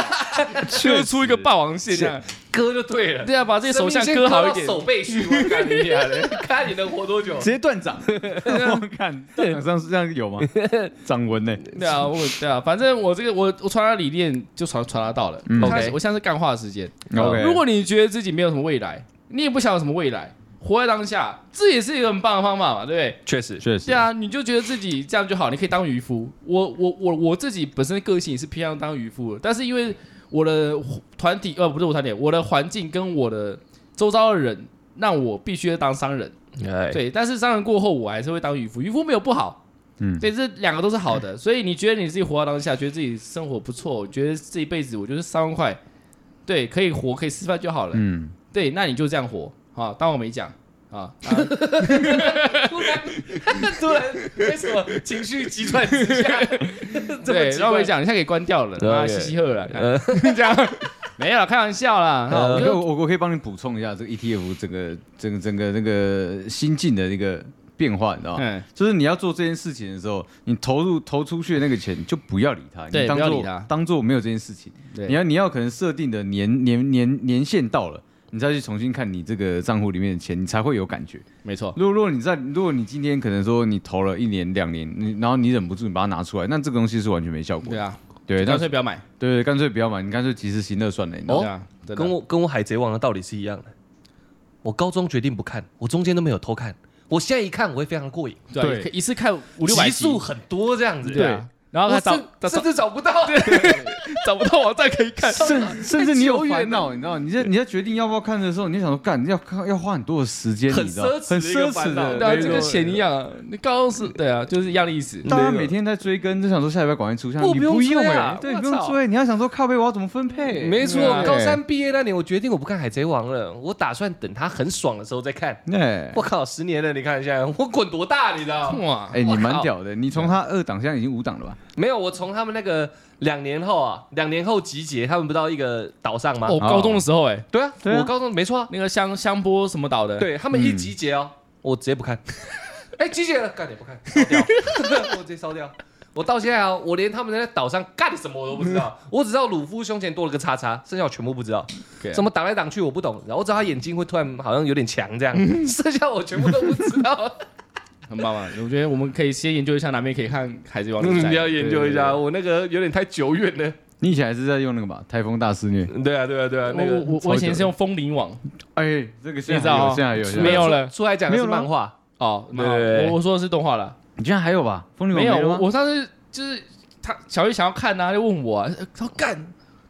Speaker 1: 就是出一个霸王线这样。
Speaker 3: 割就对了。
Speaker 1: 对啊，把自己手相割好一点。
Speaker 3: 手背虚，我看你啊， 看你能活多久
Speaker 4: 直。接断掌。我 看断掌上是这样有吗？ 掌纹呢、
Speaker 1: 对啊，我对啊，反正我这个我我传达理念就传传达到了。
Speaker 4: 嗯
Speaker 1: OK，
Speaker 3: OK
Speaker 1: 我现在是干话的时间。
Speaker 4: OK，
Speaker 1: 如果你觉得自己没有什么未来，你也不想有什么未来，活在当下，这也是一个很棒的方法嘛，对不对？
Speaker 3: 确实，
Speaker 4: 确实
Speaker 1: 对啊，你就觉得自己这样就好，你可以当渔夫。我我我我自己本身个性也是偏向当渔夫的，但是因为我的团体呃不是我团体，我的环境跟我的周遭的人让我必须要当商人。
Speaker 3: 哎，
Speaker 1: 对，但是商人过后，我还是会当渔夫。渔夫没有不好，
Speaker 4: 嗯
Speaker 1: 对，这两个都是好的。所以你觉得你自己活到当下，觉得自己生活不错，觉得这一辈子我就是三万块，对，可以活，可以吃饭就好了。
Speaker 4: 嗯，
Speaker 1: 对，那你就这样活啊，当我没讲啊。
Speaker 3: 突然为什么情绪急转直下？ 这么
Speaker 1: 对，
Speaker 3: 奇
Speaker 1: 然后
Speaker 3: 怪
Speaker 1: 没？讲，你现在给关掉了，
Speaker 3: 对
Speaker 1: 啊，
Speaker 3: OK
Speaker 1: 嘻嘻呵了，看
Speaker 3: 呃，
Speaker 1: 这样没有啦，开玩笑啦。
Speaker 3: 呃
Speaker 1: 啊我
Speaker 4: 我可以
Speaker 1: 就
Speaker 4: 我我可以帮你补充一下这个 ETF 整个整个整个那个心境的那个变化，
Speaker 3: 啊
Speaker 4: 你知道吗？
Speaker 1: 嗯，
Speaker 4: 就是你要做这件事情的时候，你投入投出去的那个钱，你就不要理它，
Speaker 1: 对
Speaker 4: 你当
Speaker 1: 不要理
Speaker 4: 做
Speaker 1: 它
Speaker 4: 当做没有这件事情。
Speaker 1: 对
Speaker 4: 你要你要可能设定的年年年年限到了，你再去重新看你这个账户里面的钱，你才会有感觉。
Speaker 1: 没错，
Speaker 4: 如果如果你在如果你今天可能说你投了一年两年，你然后你忍不住你把它拿出来，那这个东西是完全没效果
Speaker 1: 对
Speaker 4: 的。
Speaker 1: 啊，
Speaker 4: 对，
Speaker 1: 干
Speaker 4: 那
Speaker 1: 脆不要买。
Speaker 4: 对对，干脆不要买，你干脆及时行乐算了。你知道吗
Speaker 1: 对啊，真的
Speaker 3: 哦跟我跟我海贼王的道理是一样的。我高中决定不看，我中间都没有偷看，我现在一看我会非常过瘾，
Speaker 1: 对啊
Speaker 4: 对
Speaker 1: 可以一次看五六百
Speaker 3: 集
Speaker 1: 集
Speaker 3: 数，很多这样子。
Speaker 1: 对啊，然后他
Speaker 3: 我
Speaker 1: 找
Speaker 3: 甚
Speaker 1: 找
Speaker 3: 甚至找不到。
Speaker 1: 找不到网站可以 看，
Speaker 4: 甚甚至你有烦恼，你知道，你在你在决定要不要看的时候，你就想说，干要看要花很多的时间，
Speaker 3: 很
Speaker 4: 你知道，
Speaker 3: 奢侈
Speaker 4: 很
Speaker 3: 的一个
Speaker 4: 奢侈
Speaker 3: 烦恼
Speaker 4: 的。
Speaker 1: 对啊，
Speaker 4: 没
Speaker 1: 这
Speaker 4: 错
Speaker 1: 跟钱一样啊，你高中是，对啊，就是一样的意思。
Speaker 4: 大家每天在追更，就想说下礼拜赶快出，像
Speaker 3: 不
Speaker 4: 你
Speaker 3: 不用
Speaker 4: 不用
Speaker 3: 追啊
Speaker 4: 哎，对，
Speaker 3: 我
Speaker 4: 你不用
Speaker 3: 操
Speaker 4: 追，你要想说靠背我要怎么分配，
Speaker 3: 没错
Speaker 4: 对啊，
Speaker 3: 高三，毕业那年，我决定我不看《海贼王》了，我打算等他很爽的时候再看。
Speaker 4: 哎
Speaker 3: 我靠，十年了，你看一下，我滚多大，你知道？
Speaker 1: 哇，
Speaker 4: 哎，你
Speaker 3: 我靠
Speaker 4: 蛮屌的，你从他二档现在已经五档了吧？
Speaker 3: 没有，我从他们那个两年后啊，两年后集结，他们不到一个岛上吗？
Speaker 1: 我高中的时候，哎，
Speaker 3: 对啊，
Speaker 4: 对啊
Speaker 3: 我高中没错啊，
Speaker 1: 那个香香波什么岛的，
Speaker 3: 对他们一集结哦，我直接不看。 哎，集结了，干点不看，烧掉， 我直接烧掉。我到现在啊，我连他们在岛上干什么我都不知道，我只知道鲁夫胸前多了个叉叉，剩下我全部不知道。
Speaker 1: OK
Speaker 3: 什么挡来挡去我不懂，然后我知道他眼睛会突然好像有点强 这样，剩下我全部都不知 道。
Speaker 1: 很棒啊！我觉得我们可以先研究一下哪边可以看《海贼王》比赛。
Speaker 3: 嗯你要研究一下，
Speaker 1: 对。
Speaker 3: 我那个有点太久远了。
Speaker 4: 你以前还是在用那个吧，台风大肆虐，
Speaker 3: 对啊，对啊，对啊，那
Speaker 1: 对对
Speaker 3: 个
Speaker 1: 我我我以前是用风铃网
Speaker 4: 哎，这个现
Speaker 1: 你知
Speaker 4: 在还
Speaker 1: 道
Speaker 4: 有，
Speaker 1: 哦
Speaker 4: 现在还有，现在
Speaker 1: 没有了
Speaker 3: 出来讲的是
Speaker 4: 没有了
Speaker 3: 漫画，
Speaker 1: 哦，蛮好
Speaker 3: 对对对
Speaker 1: 我我说的是动画了，
Speaker 4: 你居然还有吧？风铃
Speaker 1: 没
Speaker 4: 网
Speaker 1: 有我
Speaker 4: 了吗？
Speaker 1: 我上次就是他小月想要看啊，他就问我啊，他说干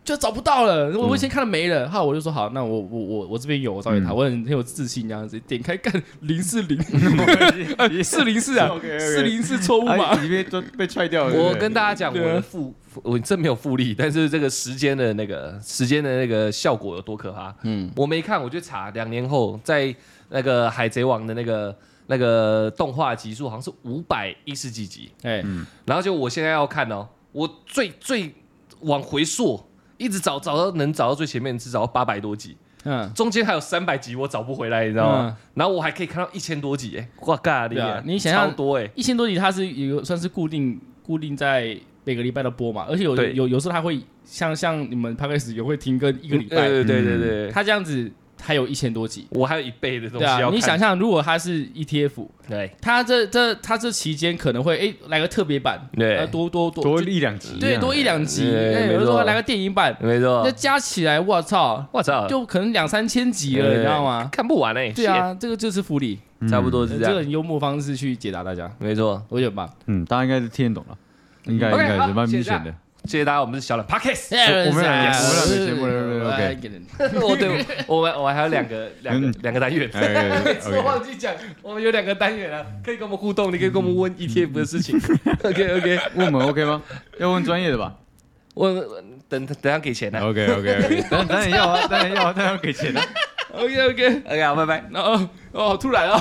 Speaker 1: 就找不到了，我我以前看了没了，好我就说好，那我我我我这边有，我找给他，
Speaker 4: 嗯
Speaker 1: 我很很有自信这样子，点开干零四 零四零四啊
Speaker 4: OK，OK
Speaker 1: 四零四 错误
Speaker 4: 哎，
Speaker 1: 码，
Speaker 4: 里面都被踹掉了。对
Speaker 3: 我
Speaker 4: 不对
Speaker 3: 跟大家讲，
Speaker 1: 对啊
Speaker 3: 我的复复我真没有复利，但是这个时间的那个时间的那个效果有多可怕？嗯，我没看，我去查，两年后在那个《海贼王》的那个那个动画集数好像是五百一十几集，
Speaker 1: 哎，
Speaker 3: 然后就我现在要看哦，我最最往回溯，一直找找到能找到最前面，只找到八百多集，
Speaker 1: 嗯，
Speaker 3: 中间还有三百集我找不回来，你知道吗？然后我还可以看到一千多集，哎，哇嘎你
Speaker 1: 对啊
Speaker 3: 嗯啊，
Speaker 1: 你想象
Speaker 3: 超多哎，
Speaker 1: 一千多集它是一个算是固定。固定在每个礼拜的播嘛，而且有
Speaker 3: 对
Speaker 1: 有有时候他会像像你们 p 开始也会停更一个礼拜，
Speaker 3: 对对对对对，
Speaker 1: 他这样子还有一千多集，
Speaker 3: 我还有一倍的东
Speaker 1: 对
Speaker 3: 西要
Speaker 1: 啊，
Speaker 3: 看。
Speaker 1: 你想象如果他是 ETF，
Speaker 3: 对
Speaker 1: 他这这他这期间可能会哎、来个特别版，呃
Speaker 3: 对，
Speaker 1: 多多多
Speaker 4: 多
Speaker 1: 就
Speaker 4: 一两集，啊
Speaker 1: 对多一两集，啊
Speaker 3: 对
Speaker 1: 哎
Speaker 3: 没
Speaker 1: 有的时
Speaker 3: 错
Speaker 1: 候来个电影版，
Speaker 3: 没
Speaker 1: 那
Speaker 3: 错。
Speaker 1: 加起来我操，
Speaker 4: 啊
Speaker 3: 我操，
Speaker 1: 就可能两三千集了，你知道吗？
Speaker 3: 看不完哎。
Speaker 1: 对啊，这个就是福利，
Speaker 3: shit，差不多是
Speaker 1: 这
Speaker 3: 这
Speaker 1: 个
Speaker 3: 样，
Speaker 1: 很幽默方式去解答大家，
Speaker 3: 没错。
Speaker 1: 我觉得很棒。
Speaker 4: 嗯，大家应该是听得懂了，应该
Speaker 3: OK，
Speaker 4: 应该
Speaker 3: 好
Speaker 4: 是蛮明
Speaker 3: 谢谢大
Speaker 4: 显
Speaker 3: 家
Speaker 4: 的。
Speaker 3: 谢谢大家，我们是小 懒 Pockets。
Speaker 4: 我们俩
Speaker 1: Yes
Speaker 3: 我们
Speaker 4: 俩没节目了对对对 ，OK
Speaker 1: 哎给人
Speaker 3: 哦，对， 我们我们还有两个两个
Speaker 4: 嗯
Speaker 3: 两个 单元。
Speaker 4: 哎哎哎
Speaker 3: 我
Speaker 4: OK
Speaker 3: 忘记讲，我们有两个单元啊，可以跟我们互动，你可以跟我们问 ETF 的 事情。OK OK，
Speaker 4: 问我们 OK 吗？要问专业的吧。
Speaker 3: 我等等下给钱啊。
Speaker 4: OK OK OK，当当然要啊，当然要啊，当然要给钱啊。
Speaker 1: OK OK，
Speaker 3: OK，好，拜拜。
Speaker 1: 然后哦，突然哦，